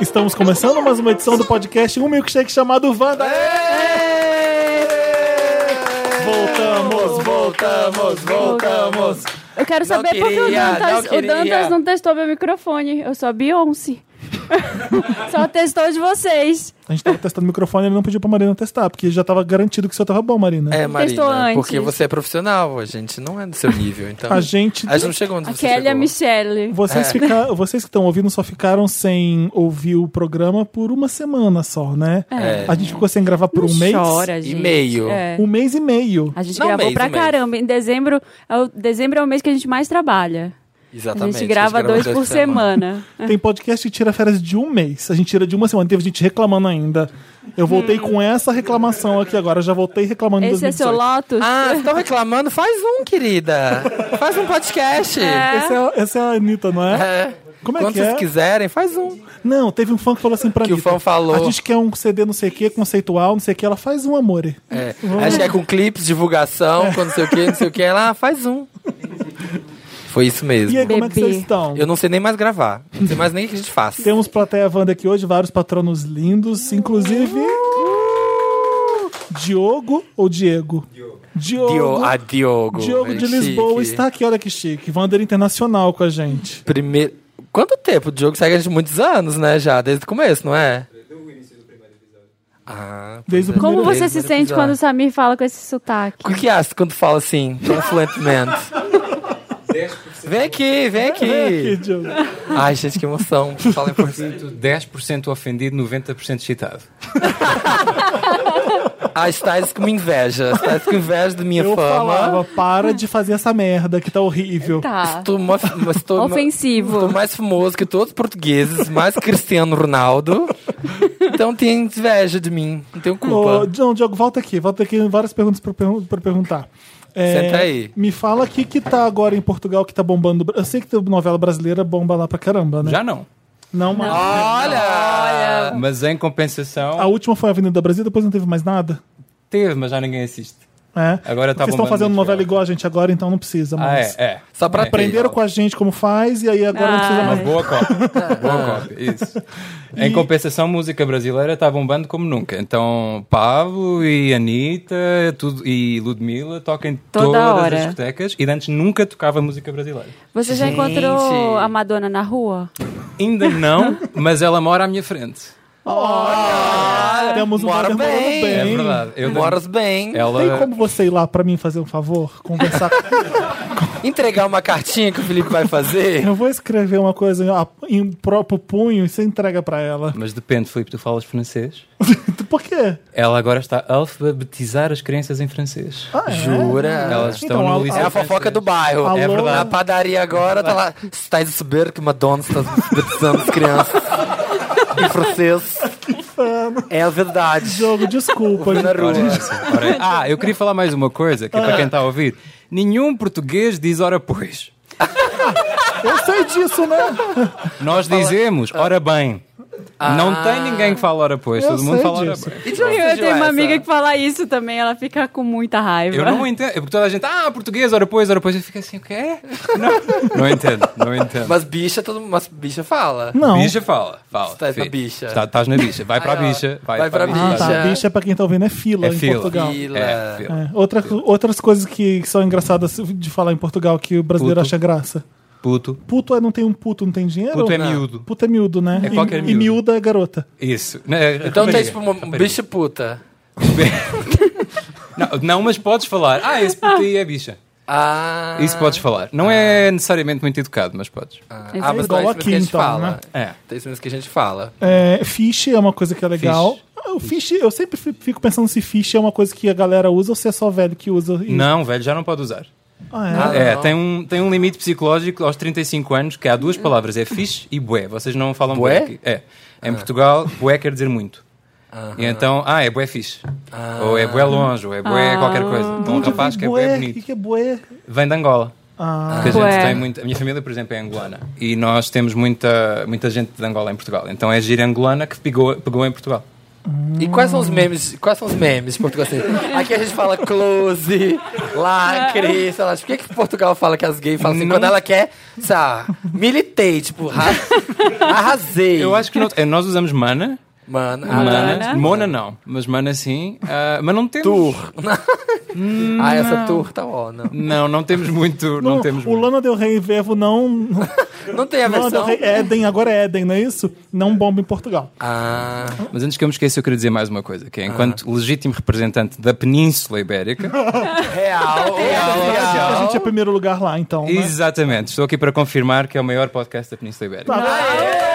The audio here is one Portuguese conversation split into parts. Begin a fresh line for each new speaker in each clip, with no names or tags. Estamos começando mais uma edição do podcast Um Milkshake chamado Wanda. Voltamos,
voltamos, voltamos.
Eu quero
Não
saber por que o
queria,
Dantas,
não
o Dantas
queria.
não testou meu microfone. Eu sou a Beyoncé. Só testou de vocês.
A gente tava testando o microfone e ele não pediu pra Marina testar, porque já tava garantido que o seu tava bom, Marina.
É,
Testou
Marina,
antes.
porque você é profissional, a gente não é do seu nível, então...
A gente.
A gente É. não chegou onde
A
você
Kelly e a
chegou.
Michelle.
Vocês, fica- vocês que estão ouvindo só ficaram sem ouvir o programa por uma semana só, né?
É.
A gente ficou sem gravar por um
Não
mês.
Chora,
E
gente.
meio.
É.
Um mês e meio.
A gente
Não,
gravou
mês,
pra
um mês.
caramba. Em dezembro é, o, dezembro é o mês que a gente mais trabalha.
Exatamente.
a gente grava dois, por semana.
Tem podcast que tira férias de um mês. A gente tira de uma semana. Teve gente reclamando ainda. Eu voltei com essa reclamação aqui agora. Eu já voltei reclamando em
Hum. Esse é seu
2018.
Lotus?
Ah, estão reclamando? Faz um, querida. Faz um podcast.
Esse é, essa é a Anitta, não é?
É.
Como é
Quando
que
vocês
é?
quiserem, faz um.
Não, teve um fã que falou assim pra
Que o
Anitta,
fã falou.
A gente quer um CD não sei o que, conceitual, não sei o que. Ela faz um amor.
É. A gente quer com clipes, divulgação, com não sei o que, não sei o que. Ela, ah, faz um. Foi isso mesmo.
E aí, como é que
Bebê.
vocês estão?
Eu não sei nem mais gravar. Não sei mais nem o que a gente faz.
Temos plateia Wanda aqui hoje, vários patronos lindos, inclusive... Diogo ou Diego? Diogo.
Dio, a Diogo.
Diogo
É
de Lisboa
chique.
está aqui, olha que chique. Wander Internacional com a gente.
Primeiro... Quanto tempo? O Diogo segue a gente muitos anos, né, já? Desde o começo, não é? Ah,
Desde o
pois é.
Como
primeiro
você se
Desde o
sente
episódio.
quando o Samir fala com esse sotaque?
O que acha quando fala assim, tão fluentemente? vem aqui, vem
É, Aqui,
aqui.
Diogo.
Ai, gente, que emoção. Fala em
é
português.
10% ofendido, 90% excitado.
Ah, estás com inveja. Estás com inveja da minha
Eu
fama.
falava, para de fazer essa merda que tá horrível.
Tá.
Estou, mo- estou- estou
Ofensivo.
mais famoso que todos os portugueses, mais Cristiano Ronaldo. Então tem inveja de mim. Não tenho
Ô,
culpa.
Não, Diogo, volta aqui. Volta aqui, várias perguntas pra, pergun- pra perguntar. É,
Senta aí.
Me fala o que que tá agora em Portugal que tá bombando. Eu sei que tem novela brasileira bomba lá pra caramba, né?
Já não.
Não, mas
Olha!
Mas em compensação,
a última foi a Avenida Brasil, depois não teve mais nada.
teve, mas já ninguém assiste.
É.
Agora tá
Vocês estão
bombando
fazendo
muito
novela
agora.
igual a gente agora, então não precisa
Ah,
mais.
é, é.
Só pra
Aprenderam com a gente como faz e aí agora não precisa
Ah.
mais.
Uma boa cópia. boa cópia, isso. Em compensação, música brasileira está bombando como nunca. Então, Pablo e Anitta tudo, e Ludmilla tocam em
Toda
todas
hora.
as discotecas e antes nunca tocava música brasileira.
Você já
Gente.
encontrou a Madonna na rua?
Ainda não, mas ela mora à minha frente.
Temos um
Mora
Wander morando
bem.
É
bem.
verdade. Eu É.
Moras bem.
Ela...
Tem como você ir lá pra mim fazer um favor? Conversar com
Entregar uma cartinha que o Felipe vai fazer.
Eu vou escrever uma coisa em, em próprio punho e você entrega pra ela.
Mas depende, Filipe, tu falas francês?
Por quê?
Ela agora está a alfabetizar as crianças em francês.
Ah, é?
Jura?
Elas estão
Então, a-
no
a-
liceu.
É a fofoca do bairro.
Alô?
É verdade. A padaria agora tá lá. Estás a saber que Madonna está batizando as crianças em francês. É a verdade.
Diogo, desculpa.
Na rua.
gente.
Ora, ah, eu queria falar mais uma coisa, que é para quem está a ouvir. Nenhum português diz ora pois.
Eu sei disso, né?
Nós dizemos
Ah.
ora bem. Não tem ninguém que fala ora pois,
Eu
todo mundo
sei
fala ora
disso.
bem.
E de onde
Eu
surgiu
tenho uma
essa?
amiga que fala isso também, ela fica com muita raiva.
Eu não entendo, é porque toda a gente, ah, português, ora pois, ora pois, eu fico assim, o quê? Não, não entendo, não entendo.
Mas bicha, todo mas bicha fala.
Não.
Bicha fala, fala.
Estás na
filho.
bicha.
Está- Estás na bicha, vai para a
Ai, ó.
bicha. Vai,
Vai
para
pra
Ah, tá.
Bicha.
Bicha, pra quem tá ouvindo, é fila
É
em
fila.
Portugal.
Fila.
É, filho.
É, outra, outras coisas que são engraçadas de falar em Portugal que o brasileiro
Puto.
acha graça.
Puto,
Puto é não tem um puto, não tem dinheiro?
puto é
Não.
miúdo.
Puto é miúdo, né?
É qualquer
e, e
miúdo.
miúda é garota.
Isso. né,
Então
rapariga,
tem tipo uma
rapariga.
bicha puta.
Não, não, mas podes falar. Ah, esse puto aí é bicha.
Ah.
Isso podes falar. Não é necessariamente muito educado, mas podes.
Ah,
Esse
ah, mas
igual
não é isso mesmo
aqui,
que a gente
então,
fala.
né?
É.
Tem isso mesmo que a gente fala.
É, fish é uma coisa que é legal. Ah, O fish, eu sempre fi- fico pensando se fish é uma coisa que a galera usa ou se é só velho que usa. E-
Não, velho, já não pode usar.
Ah, é?
Ah,
É,
não.
tem um, tem um limite psicológico aos 35 anos, que há duas palavras, é fixe e bué. Vocês não falam bué?
Bué?
aqui. É. Em Portugal, bué quer dizer muito. E então, ah, é bué fixe. Ou é bué longe, ou é bué qualquer coisa. Um rapaz que é bué
Bué, o que
bonito.
que é bué?
Vem de Angola.
Ah,
Porque a gente
Bué.
tem muito- a minha família, por exemplo, é angolana. E nós temos muita, muita gente de Angola em Portugal. Então é gira angolana que pegou, pegou em Portugal.
E quais são os memes? Quais são os memes de Portugal? Assim, aqui a gente fala close, lacre, sei lá. Por que, que Portugal fala que as gays falam assim?
Não-
Quando ela quer, sei lá, militei, tipo, ra- arrasei.
Eu acho Hum. que nós- é, nós usamos mana.
Mano, ah,
Mana. Mona não, mas mana sim. Ah, mas não temos.
tour. ah, essa tour tá ó, não.
Não, não temos muito. Não, temos
o
muito.
Lana Del Rey e Vevo não.
Não tem a
Lana
versão.
Del Rey, Eden, agora é Eden, não é isso? Não bomba em Portugal.
Ah,
Mas antes que eu me esqueça, eu queria dizer mais uma coisa: que é, enquanto legítimo representante da Península Ibérica,
real, real,
A
real.
gente é primeiro lugar lá, então. né?
exatamente, estou aqui para confirmar que é o maior podcast da Península
Tá.
Ibérica.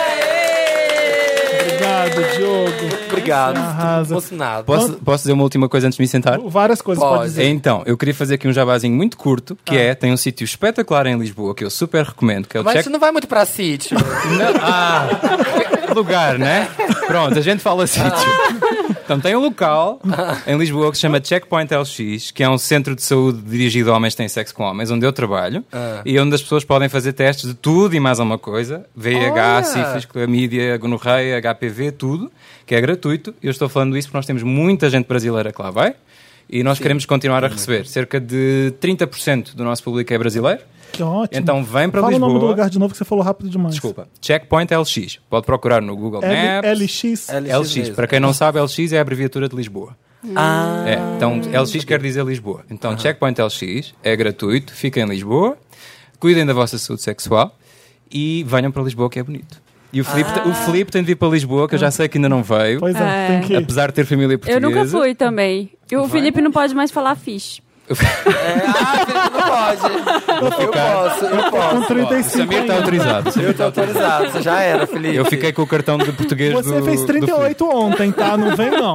Obrigado, Diogo.
Obrigado.
Arrasa.
Emocionado.
Posso, posso dizer uma última coisa antes de me sentar?
Várias coisas
Pode.
pode dizer.
Então, eu queria fazer aqui um jabazinho muito curto, que é, tem um sítio espetacular em Lisboa, que eu super recomendo, que é o
Mas
Check...
você não vai muito pra sítio.
Não, ah, lugar, né? Pronto, a gente fala sítio. Então tem um local em Lisboa que se chama Checkpoint LX, que é um centro de saúde dirigido a homens que têm sexo com homens, onde eu trabalho e onde as pessoas podem fazer testes de tudo e mais alguma coisa: VIH,
Olha!
sífilis, clamídia, gonorreia, HPV, tudo, que é gratuito. Eu estou falando isso porque nós temos muita gente brasileira que lá vai e nós queremos continuar a receber. Cerca de 30% do nosso público é brasileiro.
Que ótimo.
Então vem para
Fala
Lisboa.
o nome do lugar de novo que você falou rápido demais.
Desculpa. Checkpoint LX. Pode procurar no Google
L,
Maps.
LX.
LX. É Para quem não sabe, LX é a abreviatura de Lisboa.
Ah,
É, então, LX quer dizer Lisboa. Então, Checkpoint LX é gratuito, fica em Lisboa, cuidem da vossa saúde sexual e venham para Lisboa, que é bonito. E o Filipe, o Filipe tem de ir para Lisboa, que eu já sei que ainda não veio,
Pois é,
É.
tem que ir.
apesar de ter família
Eu
portuguesa.
nunca fui também. E o Felipe não pode mais falar fish.
ah, Felipe, não pode. Eu posso, eu
Com
posso.
35
Samir tá está autorizado.
Eu tô autorizado, você já era, Felipe.
Eu fiquei com o cartão de português
Você
do,
fez
do
38 ontem, tá? Não vem, não.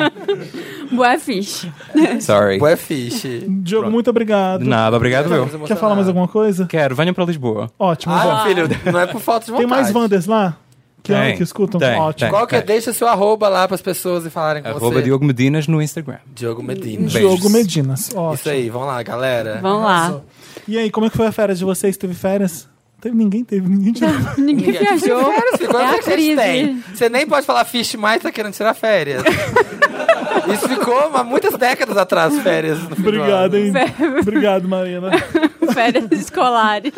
Boa fish.
Filipe. Sorry.
Ué, fiche.
Diogo, muito obrigado.
De nada, obrigado eu.
Quer falar mais alguma coisa?
Quero, venham para Lisboa.
Ótimo, bom.
Ah, filho, não é por falta de vontade.
Tem mais Wanders lá? Que,
Tem,
que escutam?
tem,
Ótimo.
tem.
Qual que é? Deixa seu arroba lá pras pessoas e falarem com
Arroba
você.
Diogo Medinas no Instagram.
Diogo Medina.
Bem.
Diogo
Beijos.
Medinas. Ótimo.
Isso aí, vamos lá, galera.
Vamos lá.
E aí, como é que foi a férias de vocês? Teve férias? Teve ninguém, teve ninguém. Teve.
Ninguém viajou.
Ficou
É
essa
a
que vocês
crise.
têm. Você nem pode falar fish mais, tá querendo tirar férias. Isso ficou há muitas décadas atrás, férias. no fim do
Obrigado,
ano.
hein? Obrigado, Marina.
Férias escolares.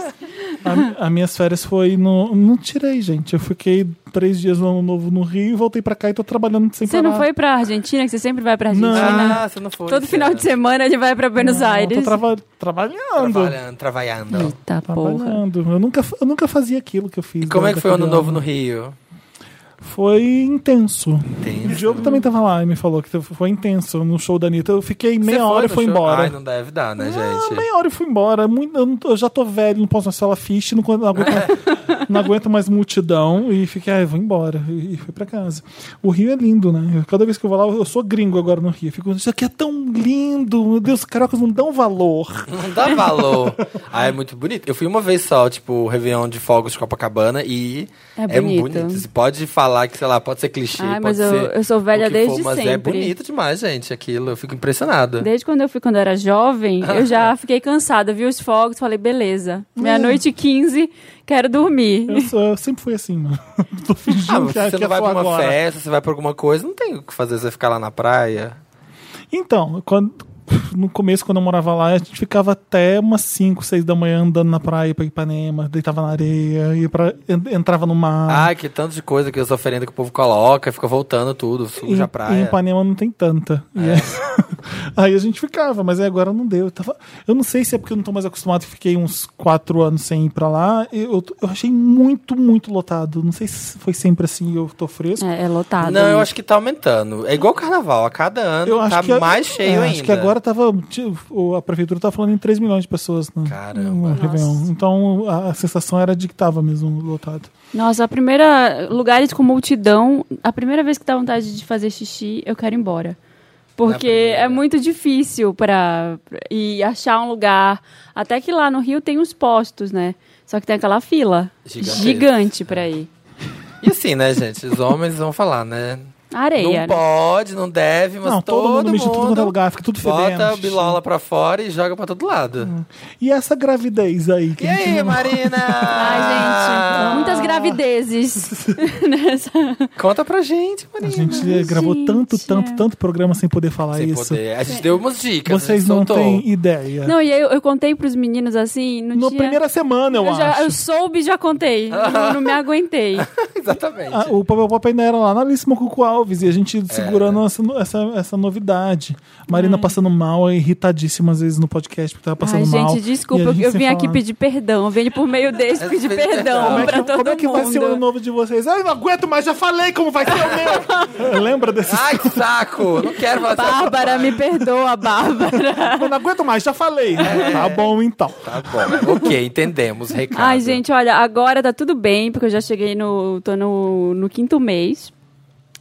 A, as minhas férias foi no. Não tirei, gente. Eu fiquei três dias no Ano Novo no Rio, voltei pra cá e tô trabalhando sem
Você
parar.
não foi pra Argentina, que você sempre vai pra
Não. é.
Argentina?
Ah, você não foi.
Todo
sério.
final de semana ele vai pra Buenos
Não,
Aires.
Tô trava- trabalhando.
Trabalhando, trabalhando.
Eita porra.
Trabalhando. Eu nunca, eu nunca fazia aquilo que eu fiz.
E como é que foi o ano
daquele
novo no Rio?
Foi intenso.
Tem.
O Diogo também tava lá e me falou que foi intenso no show da Anitta. Eu fiquei
Você
meia hora e
no
fui
show?
embora.
Ai, não deve dar, né,
Ah,
gente?
meia hora e fui embora. Muito- eu, não tô- eu já tô velho, não posso mais falar fish, não, con- não aguento, não aguento mais multidão. E fiquei, ah, eu vou embora. E, e fui pra casa. O Rio é lindo, né? Eu- cada vez que eu vou lá, eu, eu sou gringo agora no Rio. Eu Fico, isso aqui é tão lindo. Meu Deus, os cariocas não dão valor.
Não dá valor. ah, é muito bonito. Eu fui uma vez só, tipo, o Réveillon de Fogos de Copacabana e
É
é
bonito.
bonito. Você pode falar que, sei lá, pode ser clichê,
Ai,
pode
mas eu,
ser
eu sou velha
o que for,
desde
mas
sempre.
é bonito demais, gente, aquilo. Eu fico impressionado.
Desde quando eu fui, quando eu era jovem, eu já fiquei cansada, vi os fogos, falei, beleza, meia-noite e 15, quero dormir.
Eu, sou- eu sempre fui assim, mano. Tô
Ah,
fingindo
mas
que,
você
é- que
não
é
vai
só
pra uma
agora.
festa, você vai pra alguma coisa, não tem o que fazer, você ficar lá na praia.
Então, quando- no começo, quando eu morava lá, a gente ficava até umas 5, 6 da manhã andando na praia pra Ipanema, deitava na areia, ia pra, en- entrava no
Ah.
mar.
Ai, que tanto de coisa que as oferendas que o povo coloca, fica voltando tudo,
Em,
suja a
em
praia.
Ipanema não tem tanta. E é- aí a gente ficava, mas aí agora não deu. Eu, tava- eu não sei se é porque eu não tô mais acostumado, que fiquei uns 4 anos sem ir pra lá. Eu, eu achei muito, muito lotado. Não sei se foi sempre assim, eu tô fresco.
É, é lotado.
Não, eu
né?
acho que tá aumentando. É igual o carnaval, a cada ano
Eu acho
tá
que
mais cheio
eu
é,
ainda.
Acho que agora tava. tipo, A prefeitura tava falando em 3 milhões de pessoas, né?
Caramba.
no Réveillon. Então a, a sensação era de que tava mesmo lotado.
Nossa, a primeira. Lugares com multidão, a primeira vez que dá vontade de fazer xixi, eu quero ir embora. Porque
primeira.
é muito difícil pra pra- e achar um lugar. Até que lá no Rio tem uns postos, né? Só que tem aquela fila
Gigantesca.
gigante pra ir.
E assim, né, gente? Os homens vão falar, né?
Areia.
não pode, não deve, mas
não, todo, mundo mija em tudo quanto é lugar, fica tudo fedendo.
bota a bilola pra fora e joga pra todo lado.
E essa gravidez aí? Hum, Que
E
a gente né?
aí,
não-
Marina?
Ai, gente, muitas gravidezes. Nessa...
Conta pra gente,
A
Marina.
gente gravou tanto,
é.
tanto, tanto programa sem poder falar
Sem
isso.
poder. A gente deu umas dicas. a
Vocês
gente
não
soltou.
têm ideia.
Não, e aí eu, eu contei pros meninos assim, no
Na
dia...
primeira semana, eu,
eu, já, eu
acho.
soube e já contei. Eu não me aguentei.
Exatamente.
Ah, o Papel Pop ainda era lá na Líssima Cuco Alves e a
É.
gente segurando essa, essa, essa novidade.
É.
Marina passando mal, é irritadíssima às vezes no podcast, porque tava passando
Ai,
mal.
gente, desculpa,
E a gente
eu
sem
vim aqui
falar.
pedir perdão. Eu vim por meio desse pedir
Pedir perdão.
perdão
Como é,
pra
que,
todo
como é que vai
mundo.
ser o ano novo de vocês? Ai, não aguento mais, já falei como vai ser o meu! Lembra desse?
Ah.
Ai, que saco! Não quero falar dessa-
Bárbara, me perdoa, Bárbara.
Eu não aguento mais, já falei.
É.
Tá bom, então.
Tá bom. Ok, entendemos, recado.
Ai, gente, olha, agora tá tudo bem, porque eu já cheguei no. tô no, no quinto mês.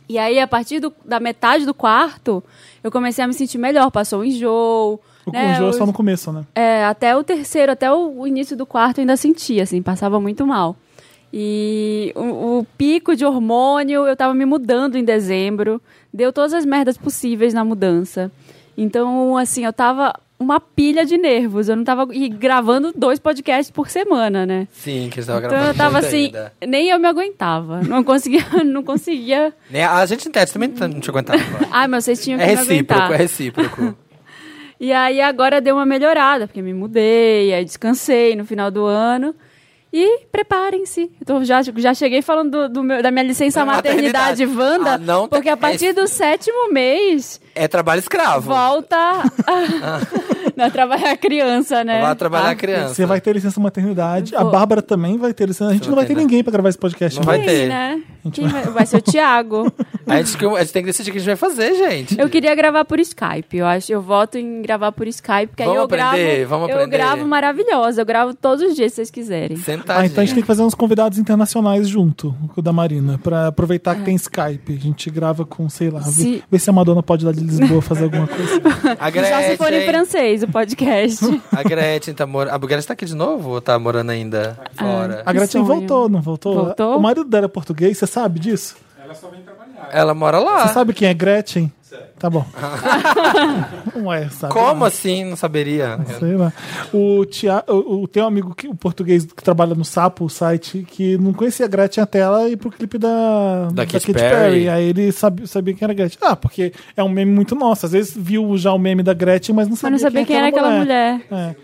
E aí, a partir do- da metade do quarto, eu comecei a me sentir melhor. Passou o enjoo.
O
né,
conjuro é
os-
só no começo, né?
É, até o terceiro, até o o início do quarto eu ainda sentia, assim, passava muito mal. E o, o pico de hormônio, eu tava me mudando em dezembro, deu todas as merdas possíveis na mudança. Então, assim, eu tava uma pilha de nervos, eu não tava e gravando dois podcasts por semana, né?
Sim, que estava
Então
gravando.
eu tava
muito
assim,
ainda.
nem eu me aguentava, não conseguia, não conseguia.
Né, A gente entende também não tá- não te aguentava.
Ai, mas vocês tinham que
É
me aguentar.
recíproco, é recíproco.
E aí agora deu uma melhorada, porque me mudei, aí descansei no final do ano. E preparem-se. Então, já, já cheguei falando do, do meu- da minha licença maternidade,
Maternidade.
Wanda,
Ah, não,
porque a partir do sétimo mês
É trabalho escravo.
volta a, não, trabalhar a criança, né?
Vai trabalhar
Ah,
a criança.
Você vai ter licença maternidade, a
Vou.
Bárbara também vai ter licença. A gente
Você
não
vai
vai ter
ter, né?
ninguém pra gravar esse podcast.
Não
né?
vai
Quem,
ter.
né? Quem vai, vai ser o Thiago.
A gente, a gente tem que decidir o que a gente vai fazer, gente.
Eu queria gravar por Skype, eu acho. Eu voto em gravar por Skype, porque aí
Vamos
eu gravo.
aprender, vamos
eu
aprender.
gravo maravilhosa, eu gravo todos os dias, se vocês quiserem.
Ah,
Sentadinha.
então a gente tem que fazer uns convidados internacionais junto com o da Marina, pra aproveitar que
É.
tem Skype. A gente grava com, sei lá,
Se-
vê, vê se a Madonna pode lá de Lisboa fazer alguma coisa.
A
Já se for em
Gretchen.
francês o podcast.
A Gretchen tá morando. A Gretchen tá aqui de novo ou tá morando ainda
Ah.
fora?
A Gretchen
sonho.
voltou, não voltou?
Voltou?
O marido dela é português, você sabe disso?
Ela mora lá.
Você sabe quem é Gretchen? Tá bom. Ué, sabe?
Como assim? Não saberia.
Sei lá. O, Tia, o, o teu amigo, que, o português que trabalha no Sapo, o site, que não conhecia a Gretchen até ela ir pro clipe da,
Da Katy Perry.
Aí ele sabe, sabia quem era a Gretchen. Ah, porque é um meme muito nosso. Às vezes viu já o meme da Gretchen, mas não
Mas
sabia,
não sabia quem era aquela mulher.
É.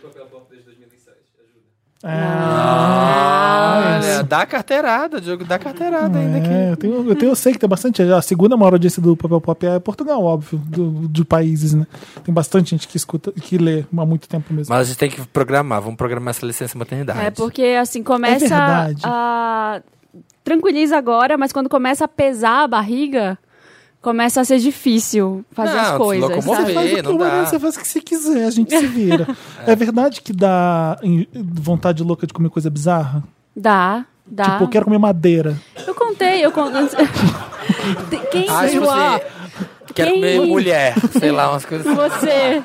Olha, dá carteirada, Diogo, dá carteirada ainda
É,
aqui.
eu, tenho, eu, tenho, eu sei que tem bastante. A segunda maior audiência do Papel Pop é Portugal, óbvio, do, de países, né? Tem bastante gente que escuta, que lê há muito tempo mesmo.
Mas a gente tem que programar, vamos programar essa licença maternidade.
É porque assim começa
É verdade.
a tranquiliza agora, mas quando começa a pesar a barriga, começa a ser difícil fazer
Não,
as coisas.
locomover.
sabe?
faz o que
não
uma
dá.
vez você faz o que você quiser, a gente se vira. é. verdade que dá em- vontade louca de comer coisa bizarra?
Dá, dá.
Tipo, eu quero comer madeira.
Eu contei, eu contei. Quem
Acho que
enjoar?
você quer
Quem-
tipo assim, comer mulher, sei lá, umas coisas. assim.
Você,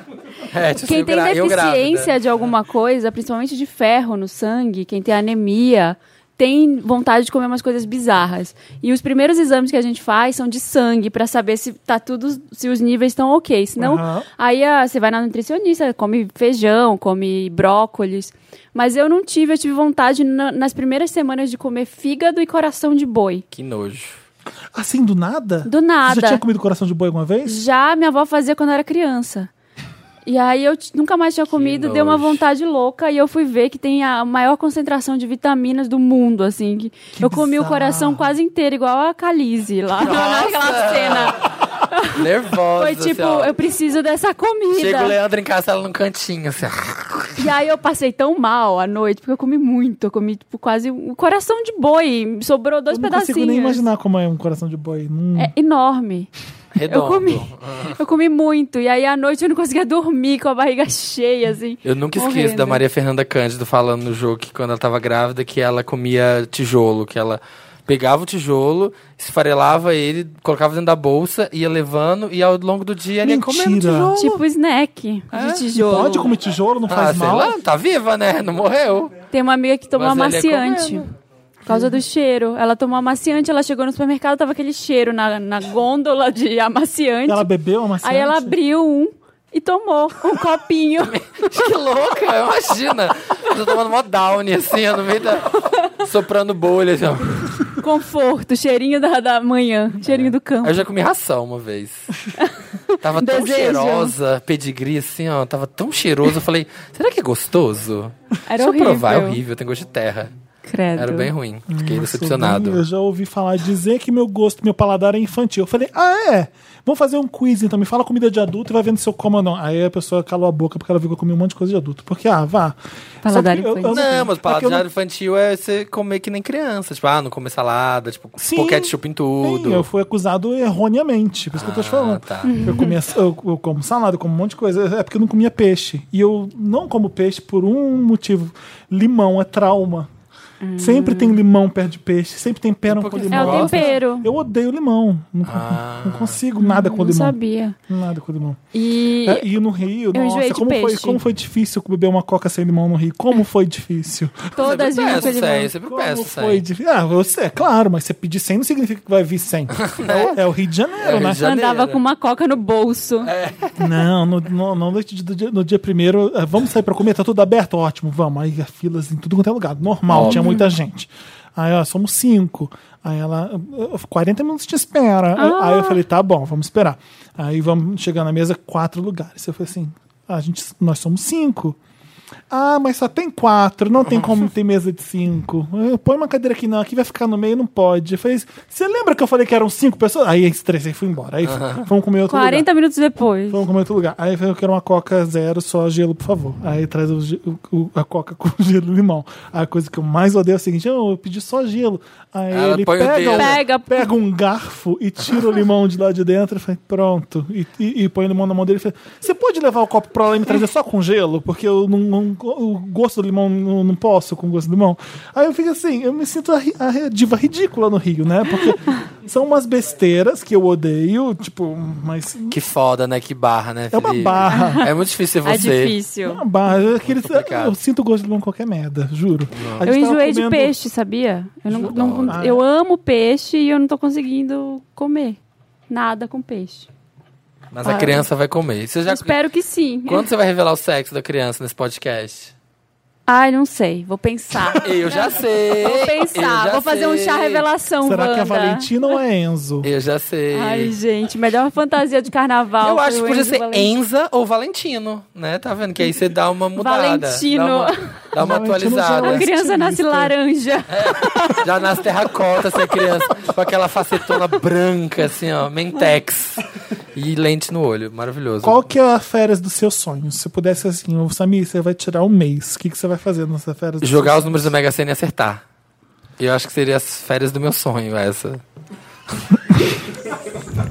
É, tipo,
quem
eu
tem
gra- eu
deficiência
grávida.
de alguma coisa, principalmente de ferro no sangue, quem tem anemia, tem vontade de comer umas coisas bizarras. E os primeiros exames que a gente faz são de sangue pra saber se tá tudo, se os níveis estão ok. Senão,
Aham.
aí ah, você vai na nutricionista, come feijão, come brócolis. Mas eu não tive, eu tive vontade na- nas primeiras semanas de comer fígado e coração de boi.
Que nojo.
Assim, do nada?
Do nada.
Você já tinha comido coração de boi alguma vez?
Já minha avó fazia quando eu era criança. E aí eu t- nunca mais tinha comido, deu uma
nojo.
vontade louca e eu fui ver que tem a maior concentração de vitaminas do mundo, assim. Que eu comi o
bizarro.
coração quase inteiro, igual a Calize lá naquela cena.
Nervosa.
Foi
assim,
tipo,
ó.
eu preciso dessa
Chega o
comida.
Leandro em casa, ela num cantinho, assim. ó.
E aí eu passei tão mal à noite, porque eu comi muito, eu comi tipo, quase um coração de boi, sobrou dois
eu não
pedacinhos.
consigo nem imaginar como é um coração de boi. Hum.
É enorme.
Redondo.
Eu comi. Eu comi muito. E aí à noite eu não conseguia dormir com a barriga cheia, assim.
Eu nunca esqueço
morrendo.
da Maria Fernanda Cândido falando no jogo que quando ela tava grávida que ela comia tijolo, que ela pegava o tijolo, esfarelava ele, colocava dentro da bolsa, ia levando e ao longo do dia ela ia comendo
Mentira.
é um tijolo.
Tipo snack de tijolo.
Pode comer tijolo, não
Ah,
faz
sei
mal?
lá, tá viva, né? Não morreu.
Tem uma amiga que tomou
Mas é ela ia
amaciante. Por causa do cheiro. Ela tomou amaciante, ela chegou no supermercado, tava aquele cheiro na, na gôndola de amaciante.
Ela bebeu uma
Aí ela abriu um. e tomou um copinho.
Que louca, imagina. Tô tomando mó down, assim, ó, no meio da... Soprando bolha, assim, ó.
Conforto, cheirinho da, da manhã, cheirinho do campo.
Eu já comi ração uma vez. Tava tão
Desejo.
cheirosa, pedigree, assim, ó. Tava tão cheiroso. Eu falei, será que é gostoso?
Era
Deixa
horrível.
eu provar, é horrível, tem gosto de terra.
Credo.
Era bem ruim. Fiquei
Eu
decepcionado.
já ouvi falar, dizer que meu gosto, meu paladar é infantil. Eu falei, ah, é? Vamos fazer um quiz então, me fala comida de adulto e vai vendo se eu como ou não. Aí a pessoa calou a boca porque ela viu que eu comi um monte de coisa de adulto. Porque, ah, vá.
Paladar
Só que eu- eu
infantil.
Não, mas
é que eu
paladar
não-
infantil é você comer que nem criança. Tipo, ah, não comer salada, tipo,
Sim.
pôr ketchup em tudo.
Sim, eu fui acusado erroneamente, por isso que eu tô te falando.
tá.
Eu, comia, eu, eu como salada, eu como um monte de coisa. É porque eu não comia peixe. E eu não como peixe por um motivo. Limão é trauma. Sempre tem limão perto de peixe, sempre tem pera com
porque
limão.
Hum. É o
Nossa.
tempero.
Eu odeio limão. Não,
Ah.
não consigo nada com
Não
limão.
sabia.
Nada com limão.
E
É, E no Rio,
eu enjoei
nossa,
de
como foi,
peixe.
como foi difícil beber uma coca sem limão no Rio. Como foi difícil.
sempre
todas vinham com
peço, sério,
limão.
sempre
Como
peço,
foi
sério.
difícil. Ah, você, é claro, mas você pedir 100 não significa que vai vir 100. é, o Rio de
É o
Janeiro,
Rio
né?
de Janeiro.
Andava com uma coca no bolso.
Não, no, no, no, noite do dia, no dia primeiro, eh, vamos sair pra comer, tá tudo aberto? Ótimo, vamos. Aí filas em tudo quanto é lugar, normal,
Óbvio.
tinha muita gente. Aí, ó, somos cinco. Aí ela, eh, 40 minutos de espera.
Ah.
Aí eu falei, tá bom, vamos esperar. Aí vamos chegar na mesa, quatro lugares. Eu falei assim, a gente, nós somos cinco. Ah, mas só tem quatro, não tem como ter mesa de cinco. Eh, Põe uma cadeira aqui, não, aqui vai ficar no meio, não pode. Eu falei, você lembra que eu falei que eram cinco pessoas? Aí estressei e fui embora. Aí vamos comer outro lugar.
40 minutos depois.
Vamos comer em outro lugar. Aí eu falei, eu quero uma coca zero, só gelo, por favor. Aí traz o ge- o- o- a coca com gelo e limão. A coisa que eu mais odeio é o seguinte: "Não, eu pedi só gelo. Aí
Ela
ele
põe o
pega,
dedo.
um-
Pega.
pega um garfo e tira o limão de lá de dentro. Eu falei, pronto. E, e- e põe o limão na mão dele e falei, você pode levar o copo pra lá e me trazer só com gelo? Porque eu não, não- o gosto do limão não, não posso com o gosto do limão. Aí eu fico assim, eu me sinto a, ri- a ri- diva ridícula no Rio, né? Porque são umas besteiras que eu odeio, tipo, mas.
Que foda, né? Que barra, né,
É uma
Felipe?
barra.
É muito difícil ser
É
você.
difícil.
Uma barra. Aquele,
Complicado.
eu sinto gosto de limão em qualquer merda, juro. A
Eu
gente tava
enjoei de
comendo-
peixe, sabia? Eu, não, não-
Ah,
eu amo peixe e eu não tô conseguindo comer nada com peixe.
Mas a criança vai comer. Você já...
Eu espero que sim.
Quando você vai revelar o sexo da criança nesse podcast?
Ai, não sei. Vou pensar.
Eu já sei.
Vou
Eu
pensar.
já
Vou fazer um
sei.
chá revelação,
Será que é
Wanda.
Valentina ou é Enzo?
Eu já sei.
Ai, gente, melhor fantasia de carnaval.
Eu
foi
acho
o
que podia
Enzo
ser
Valentino.
Enza ou Valentino, né? Tá vendo? Que aí você dá uma mudada.
Valentino.
Dá uma, dá uma
Valentino já
atualizada.
é
A criança nasce
Estilista.
laranja.
Já nasce terracota essa é criança. com aquela facetona branca, assim, ó. Mentex. E lente no olho. Maravilhoso.
Qual que é a férias dos seus sonhos? Se pudesse assim, ô, Samir, você vai tirar um mês. O que, que você vai fazer nessa férias dos
Jogar
seus
os números da Mega Sena e acertar. Eu acho que seria as férias do meu sonho, essa.
sonhos?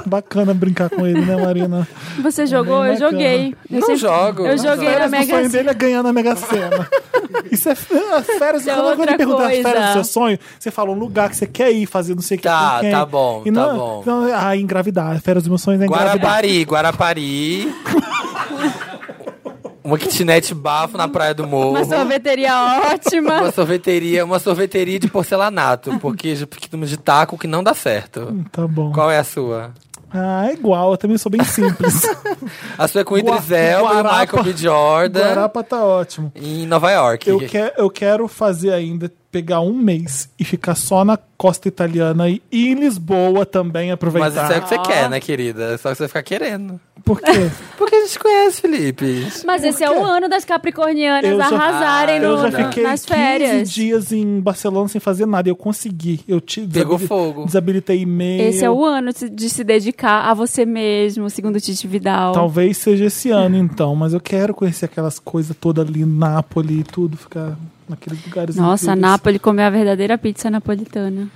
Bacana brincar com ele, né, Marina?
Você jogou?
bem
Eu joguei. Eu
É. Não
sempre-
jogo,
Eu
não
joguei
jogo.
Férias do
na Mega
sonho dele é ganhar na Mega Sena. Isso é fe- ah, férias.
Isso é
quando alguém
outra
perguntar as
coisa.
férias do seu sonho, você fala um lugar que você quer ir, fazer não sei o que.
Tá,
com quem.
tá bom,
E
tá
não,
bom.
Não, ah, engravidar. Férias dos meus sonhos é engravidar.
Guarapari, Guarapari. uma kitnet bafo na Praia do Morro.
Uma sorveteria
Uma
ótima.
sorveteria, uma sorveteria de porcelanato, porque de, porque de taco que não dá certo.
Tá bom.
Qual é a sua?
Ah, é igual. Eu também sou bem simples.
A sua é com o Idris
Gua-
Elba e o
Guarapa-
Michael B. Jordan
Guarapa tá ótimo.
em Nova York.
Eu, que- eu quero fazer ainda, pegar um mês e ficar só na costa italiana e e em Lisboa também
Mas
aproveitar.
isso é o que você quer, né, querida? É só que você ficar querendo.
Por quê?
Porque a gente conhece, Felipe.
Mas esse é o ano das capricornianas
Eu já-
arrasarem
eu
no-
já
no-
fiquei
nas
15
férias.
dias em Barcelona sem fazer nada. Eu consegui. Eu te
Pegou
desabili-
fogo.
Desabilitei e-mail.
Esse é o ano de- de se dedicar a você mesmo, segundo o Titi Vidal.
Talvez seja esse ano, então, mas eu quero conhecer aquelas coisas todas ali, Nápoles e tudo, ficar naqueles lugares.
Nossa, a
incríveis.
Nápoles comeu a verdadeira pizza napolitana.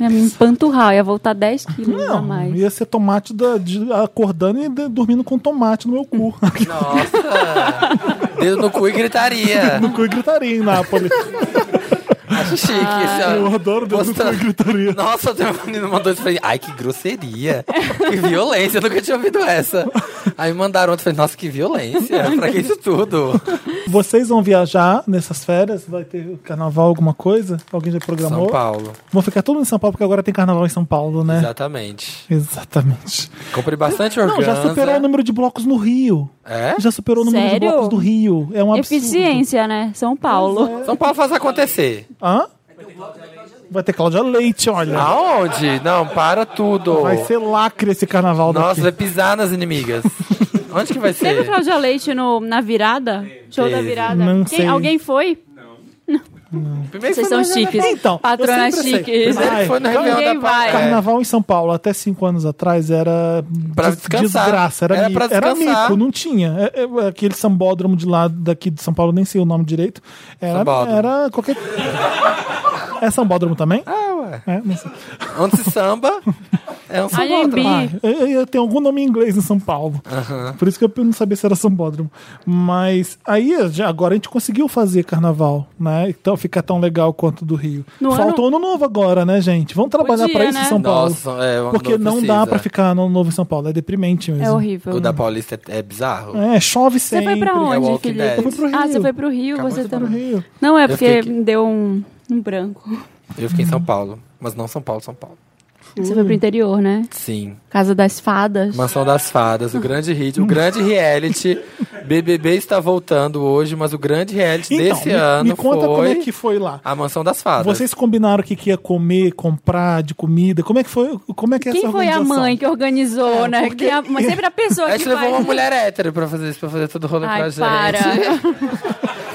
Ia me empanturrar, ia voltar 10 quilos a
Não,
é mais.
Hum, ia ser tomate da- de- acordando e de- dormindo com tomate no meu cu.
Nossa! Dedo no cu e gritaria.
no cu e gritaria em Nápoles.
Chique, essa-
Ah, Eu adoro dentro da
Postando-
gritaria.
Nossa, tem uma menina mandou isso pra mim. Ai, que grosseria. Que violência. Eu nunca tinha ouvido essa. Aí mandaram outra. Falei, nossa, que violência. Pra que isso tudo?
Vocês vão viajar nessas férias? Vai ter carnaval, alguma coisa? Alguém já programou?
São Paulo.
Vão ficar tudo em São Paulo, porque agora tem carnaval em São Paulo, né?
Exatamente.
Exatamente.
Comprei bastante
Não,
organza.
já superou o número de blocos no Rio.
É?
Já superou o número de
Sério?
blocos do Rio. É um é. absurdo.
Eficiência, né? São Paulo.
São Paulo faz acontecer.
Hã? Vai ter Cláudia Leite, olha.
Aonde? Não, para tudo.
Vai ser lacre esse carnaval
Nossa, vai
daqui.
pisar nas inimigas. Onde que vai
Teve
ser?
Cláudia Leite no, na virada? Show da
É. Teve.
virada?
Não
Quem-
sei.
Alguém foi?
Primeiro
Vocês
foi na-
são chiques.
Então,
Patrona
eu sempre sei.
chiques.
Ai,
Foi na
então,
Réveillon da
ninguém
Pau-
vai.
É,
Carnaval em São Paulo, até cinco anos atrás, era
Pra
des-
descansar.
desgraça, era,
Era
mico,
pra
era
descansar.
mico, não tinha. É- é- Aquele sambódromo de lá daqui de São Paulo, nem sei o nome direito. Era,
Sambódromo.
era qualquer. É sambódromo também?
Ah, ué.
É, não sei.
Onde se samba, é um samba.
IMB.
Ah, eu, eu tenho algum nome em inglês em São Paulo. Por isso que eu não sabia se era sambódromo. Mas aí já- agora a gente conseguiu fazer carnaval, né? Então fica tão legal quanto do Rio.
No
Falta o ano novo agora, né, gente? Vamos trabalhar
Podia,
pra isso em
né?
São Paulo.
Nossa, é, o
Porque
novo
não
precisa.
dá pra ficar no novo em São Paulo, é deprimente mesmo.
É horrível.
O da Paulista é, é bizarro.
É, chove
Você
sempre.
foi pra
É
onde,
Walking
Felipe?
Dead. Eu
fui pro Rio.
Ah, você foi pro Rio,
Acabou
você
de
Pro
também.
Rio.
Não, é
Eu fiquei
porque
aqui.
deu um, um branco.
Eu fiquei em São Paulo, mas não São Paulo, São Paulo.
Você foi pro interior, né?
Sim.
Casa das Fadas.
Mansão das Fadas, o grande hit, o grande reality. BBB está voltando hoje, mas o grande reality
Então,
desse
me,
ano
me conta
foi
como é que foi lá.
a Mansão das Fadas.
Vocês combinaram o que, que ia comer, comprar de comida. Como é que foi? Como é que é
Quem
essa
foi a
organização?
mãe que organizou,
É,
né? Quem a- mas sempre a pessoa
A
que
gente levou
faz...
uma mulher hétero pra fazer isso, pra fazer todo o rolê
Ai,
pra
para.
gente.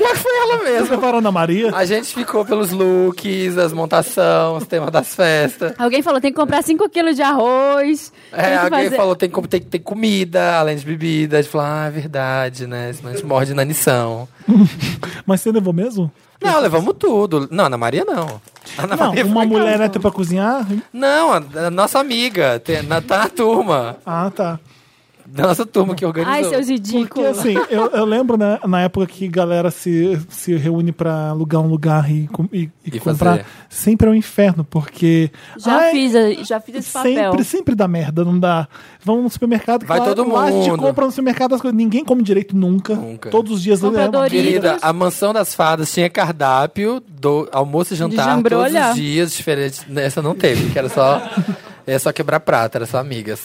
Mas foi ela
Vocês
mesma.
levaram a Ana Maria?
A gente ficou pelos looks, as montações, os temas das festas.
Alguém falou, tem que comprar 5 quilos de arroz. tem
É,
que
alguém
fazer-
falou tem que tem, que ter comida, além de bebida. A gente falou, ah, é verdade, né? Senão a gente morde na nição.
Mas você levou mesmo?
Não, levamos tudo. Não, Ana Maria não. Ana
Não,
Maria
uma
foi-
mulher hétero pra cozinhar?
Não, a, a nossa amiga. Tem, na, tá na turma.
Ah, tá.
Da nossa turma que organizou.
Ai, seus
Porque
ridículos.
assim, eu, eu lembro né, na época que galera se, se reúne pra alugar um lugar e, com- e, e
E
comprar,
fazer.
sempre é um inferno, porque.
Já,
ai,
fiz, já fiz esse papel.
Sempre, sempre dá merda, não dá. Vamos no supermercado,
Vai
claro,
todo
lá a gente
mundo.
compra no supermercado as coisas. Ninguém come direito nunca.
Nunca.
Todos os dias é
Compradoria.
Querida,
Queridas.
a mansão das fadas tinha cardápio, do almoço e jantar todos
jambrolha?
os dias diferentes. Essa não teve, que era só, é só quebrar prata, era só amigas.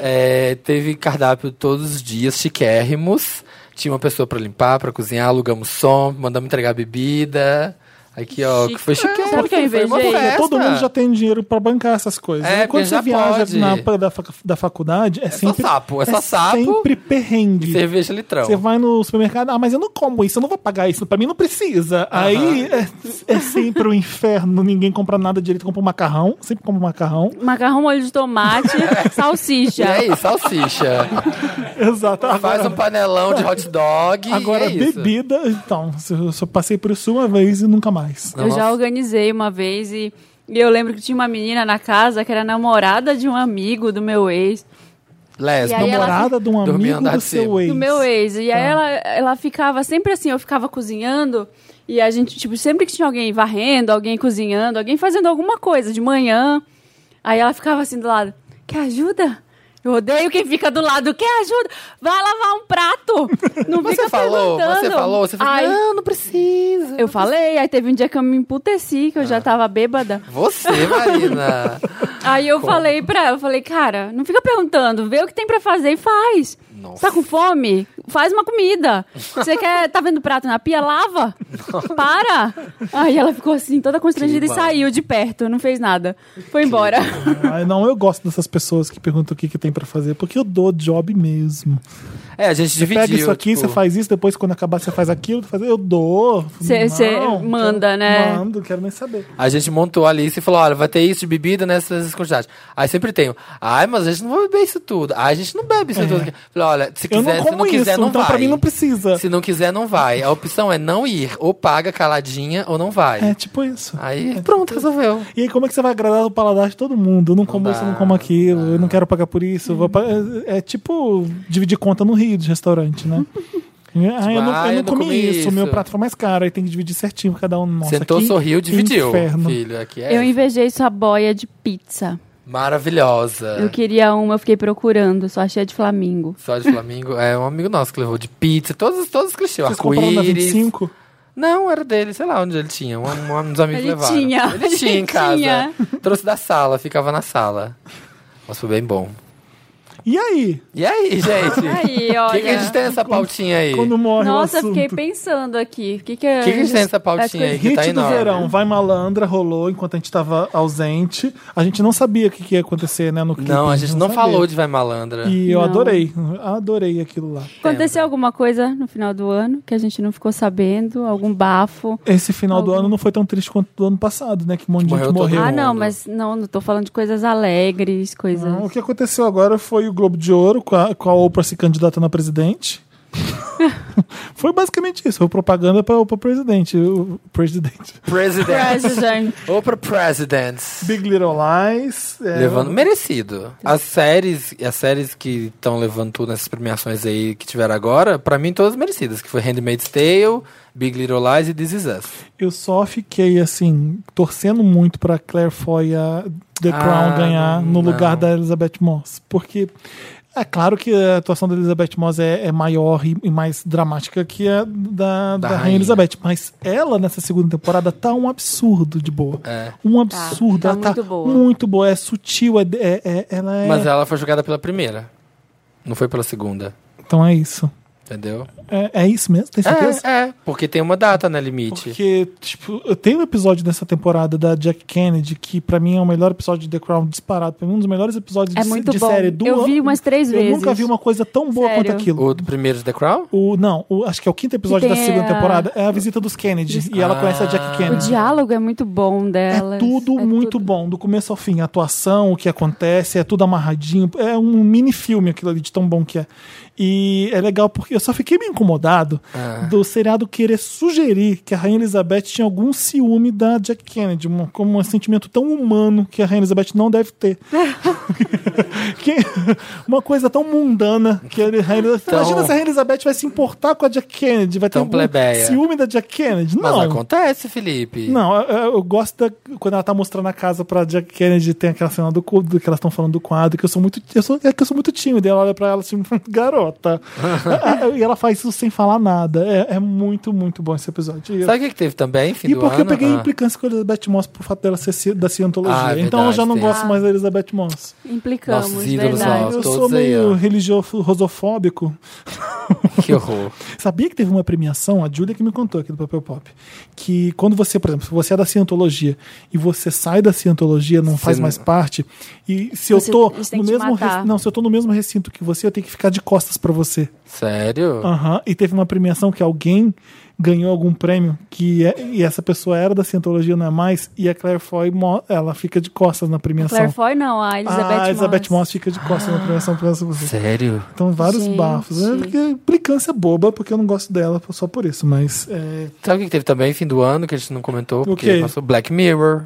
É, teve cardápio todos os dias, chiquérrimos. Tinha uma pessoa pra limpar, pra cozinhar, alugamos som, mandamos entregar bebida. Aqui, ó, que foi
Chique.
chiquérrimo.
Sabe o que eu
foi uma
invejei?
festa.
Todo mundo já tem dinheiro pra bancar essas coisas.
É,
E quando
porque já
você viaja
pode.
na época da, fac- da faculdade, é,
só
sempre.
sapo, é só sapo
Sempre perrengue.
E cerveja litrão.
Você vai no supermercado, ah, mas eu não como isso, eu não vou pagar isso, pra mim não precisa. Aí é, é sempre o um inferno, ninguém compra nada direito, compra um macarrão, sempre compra um macarrão.
Macarrão, molho de tomate, salsicha.
É. E aí, salsicha.
Exato.
Faz um panelão de hot dog. e
Tá agora
é isso.
bebida, então, eu só passei por isso uma vez e nunca mais.
Eu já
Nossa.
organizei uma vez e, e eu lembro que tinha uma menina na casa que era namorada de um amigo do meu ex.
Lésbica.
E aí ela-
Namorada de um
Dormiu
amigo
andar
do
de
seu
cima.
ex.
Do meu ex. E
Tá.
aí ela, ela ficava sempre assim, eu ficava cozinhando. E a gente, tipo, sempre que tinha alguém varrendo, alguém cozinhando, alguém fazendo alguma coisa de manhã. Aí ela ficava assim do lado, quer ajuda? Eu odeio quem fica do lado, quer ajuda? Vai lavar um prato! Não
Você
fica
falou,
perguntando.
você falou, você falou,
Ai,
não, não Ah. precisa.
Eu falei, aí teve um dia que eu me emputeci, que eu já tava bêbada.
Você, Marina.
Aí eu
Como?
falei pra ela, eu falei, cara, não fica perguntando, vê o que tem pra fazer e faz.
Nossa.
Tá com fome? Faz uma comida. Você quer, tá vendo prato na pia? Lava. Para. Aí ela ficou assim, toda constrangida e
Que bom.
saiu de perto, não fez nada. Foi embora.
Ah, não, eu gosto dessas pessoas que perguntam o que, que tem pra fazer, porque eu dou job mesmo.
É, a gente dividiu.
Pega isso aqui,
tipo,
você faz isso, depois quando acabar você faz aquilo, faz- eu dou.
Cê-
Não,
cê
quero-
manda, né?
Mando, quero nem saber.
A gente montou a lista e falou, olha, vai ter isso de bebida nessas nessas quantidades. Aí sempre tem, ai, mas a gente não vai beber isso tudo. Ai, a gente não bebe isso tudo. Falei, olha, se
É. Eu
quiser,
não
se não
como
quiser,
isso,
não
então
vai.
pra mim não precisa.
Se não quiser, não vai. A opção é não ir. Ou paga caladinha, ou não vai.
É tipo isso.
Aí, pronto, resolveu.
E aí, como é que você vai agradar o paladar de todo mundo? Eu não como
dá,
isso, eu não como aquilo, eu não quero pagar por isso. eu vou pa- É, é tipo dividir conta no Rio de restaurante, né? Ah, eu não,
ah,
eu não comi, isso, meu prato foi mais caro, aí tem que dividir certinho, cada um. Nossa,
Sentou,
que
sorriu, dividiu.
Inferno.
Filho, aqui é
Eu invejei sua boia de pizza.
maravilhosa.
Eu queria uma, eu fiquei procurando, só achei a de Flamingo.
Só de Flamingo. É um amigo nosso que levou de pizza, todos, todos os clichês.
Vocês compraram na
Arco-íris.
25?
Não, era dele, sei lá onde ele tinha. Um, um, uns amigos
Ele
levaram.
tinha,
Ele tinha em
ele
casa.
tinha.
Trouxe da sala, ficava na sala. Mas foi bem bom.
E aí?
E aí, gente?
Aí,
O que, que a gente
olha.
tem nessa pautinha aí?
Quando morre o
Nossa,
assunto.
fiquei pensando aqui. O que, que, é-
O que, que a gente tem nessa
as
pautinha
coisas-
aí que
Hit
tá
do
enorme?
verão, Vai Malandra, rolou enquanto a gente tava ausente. A gente não sabia o que, que ia acontecer, né, no clipe.
Não, a gente não
sabia.
falou de Vai Malandra.
E eu
Não.
adorei, adorei aquilo lá.
Aconteceu alguma coisa no final do ano que a gente não ficou sabendo? Algum bafo?
Esse final do
Algum-
ano não foi tão triste quanto do ano passado, né? Que um monte
Que
de gente
morreu todo
morreu.
Ah, não,
mundo.
mas não, não tô falando de coisas alegres, coisas.
Ah.
Não, Ah, o que aconteceu agora foi o Globo de Ouro com a, com a Oprah se candidatando a presidente. foi basicamente isso. Foi propaganda para o presidente. O presidente.
President.
President.
Oprah President.
Big Little Lies. é,
Levando merecido. As séries, as séries que estão levando tudo nessas premiações aí que tiveram agora, pra mim todas merecidas, que foi Handmaid's Tale, Big Little Lies e This Is Us.
Eu só fiquei, assim, torcendo muito pra Claire Foy e a The
Ah,
Crown ganhar
não.
no lugar da Elizabeth Moss. Porque é claro que a atuação da Elizabeth Moss é, é maior e, e mais dramática que a da, da, Rainha,
rainha.
Elizabeth. Mas ela, nessa segunda temporada, tá um absurdo de boa.
É.
Um absurdo.
tá
ela tá
muito boa.
muito boa. É sutil. É, é- é- ela é...
Mas ela foi jogada pela primeira. Não foi pela segunda.
Então é isso.
Entendeu?
É, é isso mesmo? Tem certeza?
É, é, porque tem uma data, né, limite.
Porque, tipo, eu tenho um episódio dessa temporada da Jack Kennedy que pra mim é o melhor episódio de The Crown disparado. Foi um dos melhores episódios
É
de,
muito
de
bom.
série do
eu
ano.
vi umas três
Eu
vezes.
nunca vi uma coisa tão boa
Sério.
quanto aquilo.
O do primeiro de The Crown?
O, não, o- acho que é o quinto episódio
Que
da
tem
segunda
a-
temporada. É a visita dos Kennedy. E ela
Ah.
conhece a Jack
O
Kennedy.
diálogo é muito bom dela.
É tudo muito bom, do começo ao fim. A atuação, o que acontece, é tudo amarradinho. É um mini filme aquilo ali de tão bom que é. E é legal porque eu só fiquei meio incomodado
É.
do seriado querer sugerir que a Rainha Elizabeth tinha algum ciúme da Jack Kennedy, uma- como um sentimento tão humano que a Rainha Elizabeth não deve ter. Que- uma coisa tão mundana que a Rainha Elizabeth.
Tão-
Imagina se a Rainha Elizabeth vai se importar com a Jack Kennedy, vai ter
Tão
algum
Então- plebeia.
ciúme da Jack Kennedy.
Mas
não.
acontece, Felipe.
Não, eu, eu- eu gosto da- quando ela tá mostrando a casa pra Jack Kennedy, tem aquela cena do quadro que elas estão falando do quadro, que eu sou muito. Eu sou, é que eu sou muito tímida. E ela olha pra ela assim, garota. Ah, e ela faz isso sem falar nada. É, é muito, muito bom esse episódio. E, eu-
Sabe o que, que teve também, fim
e
do
porque
ano?
eu peguei
Ah.
implicância com a Elizabeth Moss por fato dela ser ci- da cientologia.
Ah, é
então eu já
verdade,
não
tem
gosto
isso.
mais da Elizabeth Moss.
Implicamos,
Nossos ídolos,
verdade.
ó.
eu
todos
sou
aí,
meio
ó.
religioso rosofóbico.
Que horror.
Sabia que teve uma premiação, a Julia que me contou aqui do Papel Pop, que quando você, por exemplo, se você é da Cientologia e você sai da Cientologia, não faz
Sim.
mais parte, e se
Você-
eu tô
eles têm
no
que te
mesmo
matar.
rec- não, se eu tô no mesmo recinto que você, eu tenho que ficar de costas pra você.
Sério?
Aham. E teve uma premiação que alguém ganhou algum prêmio que é- e essa pessoa era da Cientologia não é mais e a Claire Foy mo- ela fica de costas na premiação.
Claire Foy não, a Elizabeth
ah, a Elizabeth
Moss.
Moss fica de costas na premiação por essa pessoa.
Sério?
Então, vários
Gente.
bafos. É porque implicância boba, porque eu não gosto dela só por isso, mas. é,
Sabe o que, que teve também, fim do ano, que a gente não comentou? Porque
quê?
passou Black Mirror.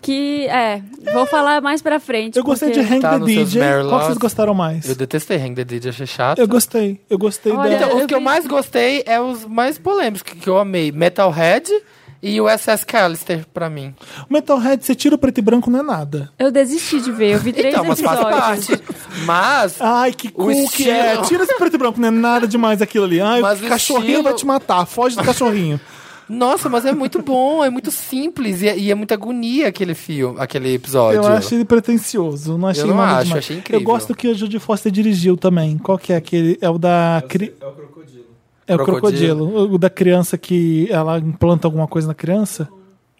Que, é, vou falar mais pra frente.
Eu gostei de
porque-
Hang
tá
the
nos seus
DJ.
Mary
Qual que vocês
Loves?
gostaram mais?
Eu detestei Hang the Did, achei chato.
Eu gostei. É, Eu gostei
Olha,
da.
Então, os
eu
que eu
vi-
mais gostei é os mais polêmicos, que, que eu amei. Metalhead e o SS Callister, pra mim.
O Metalhead, você tira o preto e branco, não é nada.
Eu desisti de ver, eu vi três
Então, mas faz
episódios.
parte. Mas,
Ai, que cool que
estilo-
é. Tira esse preto e branco, não é nada demais aquilo ali. Ai,
Mas
o
o
cachorrinho
estilo-
vai te matar. Foge do cachorrinho.
nossa, mas é muito bom, é muito simples e é, e é muita agonia aquele filme, aquele episódio.
eu acho ele pretencioso. Não achei
Eu não
nada
acho,
demais.
achei incrível.
Eu gosto que o Judy Foster dirigiu também. Qual que é aquele? É o da. cri-
É o crocodilo.
É o
Crocodilo.
crocodilo. O da criança que ela implanta alguma coisa na criança?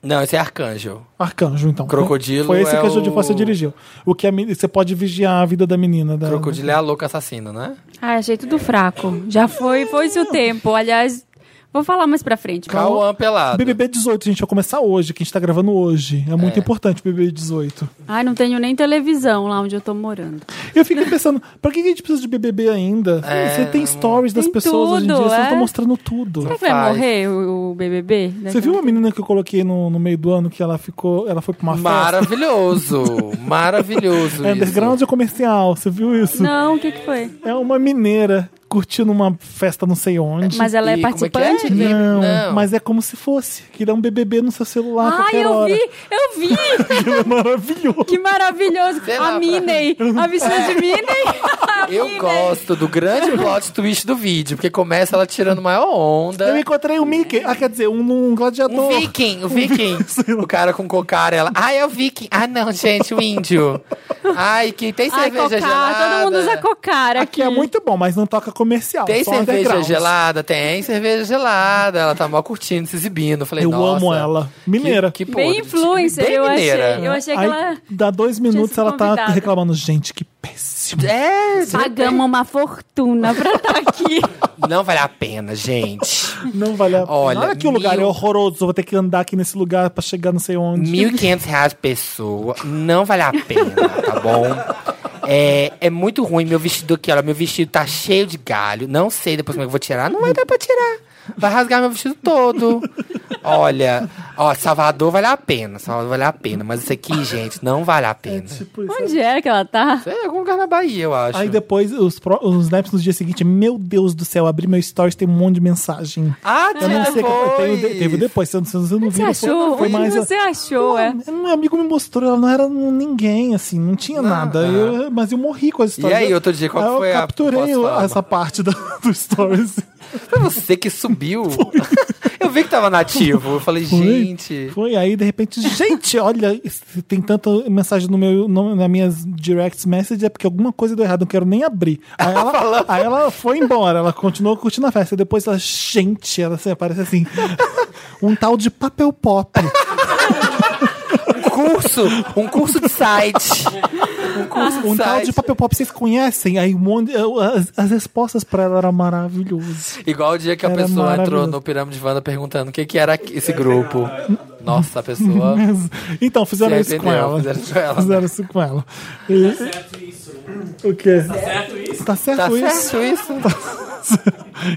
Não, esse é Arcanjo.
Arcanjo, então.
Crocodilo
Foi esse
é
que a Judy
o-
Foster dirigiu. O que a meni- você pode vigiar a vida da menina. Da...
Crocodilo é a louca assassina, né?
Ah, achei tudo fraco. Já foi, foi-se o tempo. Aliás, vou falar mais pra frente. Paulo.
Cauã pelado.
BBB 18, gente, vai começar hoje, que a gente tá gravando hoje. É muito importante o BBB 18.
Ai, não tenho nem televisão lá onde eu tô morando.
Eu fiquei pensando, pra que a gente precisa de BBB ainda?
É,
Hum, você tem stories das
Tem
pessoas hoje em
tudo,
dia, vocês
é.
estão mostrando tudo.
Será que vai
faz.
morrer o, o BBB?
Você viu uma menina que eu coloquei no, no meio do ano que ela ficou, ela foi pra uma
Maravilhoso. Maravilhoso.
festa? É
isso.
underground ou comercial? Você viu isso?
Não, o que, que foi?
É uma mineira curtindo uma festa não sei onde.
Mas ela é
E como é que é?
participante? dele?
Não,
Não. Ah,
mas é como se fosse. Que dá um BBB no seu celular a
Ai,
qualquer
eu
hora.
vi! Eu vi!
Aquilo é maravilhoso.
Que maravilhoso!
Sei lá,
A
pra-
Minnie! A vestida de Minnie! A
Eu
Minnie.
gosto do grande plot twist do vídeo, porque começa ela tirando maior
Eu
onda.
encontrei um Mickey. Ah, quer dizer, um, um
Um
gladiador.
viking, o viking. O cara com cocar, ela. Ah, é o viking. Ah, não, gente, o índio. Ai, que tem
Ai,
cerveja
é cocar,
gelada.
todo mundo usa cocar
Aqui
aqui.
é muito bom, mas não toca comercial. é
Tem
só um
cerveja
underground.
gelada? Tem cerveja gelada. Ela tá mal curtindo, se exibindo. Eu Falei,
Eu
nossa,
amo ela. Mineira.
Que, que podre.
Bem influencer,
Bem
eu
mineira.
achei. Eu achei que
Aí,
ela...
dá dois minutos,
sido
ela tá
convidada.
reclamando. Gente, que péssimo.
É,
Pagamos uma fortuna pra estar aqui.
não vale a pena, gente.
Não vale a pena.
Olha,
Olha que o lugar
mil-
é horroroso. Eu vou ter que andar aqui nesse lugar pra chegar não sei onde. Tipo
1.500 reais pessoa, não vale a pena, tá bom? É, é muito ruim meu vestido aqui, olha. Meu vestido tá cheio de galho. Não sei depois como é que eu vou tirar. Não vai dar pra tirar. Vai rasgar meu vestido todo. Olha, ó, Salvador vale a pena. Salvador vale a pena. Mas isso aqui, gente, não vale a pena.
Tipo isso.
Onde era que ela tá?
É algum lugar na Bahia, eu acho.
Aí depois os, pro- os snaps no dia seguinte, meu Deus do céu, abri meu stories, tem um monte de mensagem.
Ah,
Eu não sei o que tem, de- teve depois, se eu não- se eu não
Você
vi.
achou?
Foi
Onde
mais.
você achou? É.
Um um amigo me mostrou, ela não era ninguém, assim, não tinha nada. Eu- mas eu morri com as histórias.
é. aí, outro dia, qual
Aí
foi
Eu
a-
capturei
posso falar?
essa parte da- do stories.
Foi você que subiu. eu vi que tava nativo. Eu falei, gente.
Foi aí, de repente, gente, olha, se tem tanta mensagem no meu, no, nas minhas direct message, é porque alguma coisa deu errado, não quero nem abrir. Aí ela, aí ela foi embora, ela continuou curtindo a festa. E depois ela, gente, ela assim, aparece assim, um tal de papel pop.
Um curso, um curso de site. Um curso de
Um tal
site.
de papel pop, vocês conhecem? Aí um monte, eu- as, as respostas pra ela eram maravilhosas.
Igual o dia que a
Era
pessoa entrou
maravilhoso.
no Pirâmide Vanda perguntando o que, que era esse grupo. Nossa, a pessoa
Mas, Então, fizeram
Se
isso com
arrependeu,
ela.
fizeram isso com ela.
Fizeram isso com ela. E- O quê? Tá certo isso? Tá certo
tá
isso? Tá
certo isso.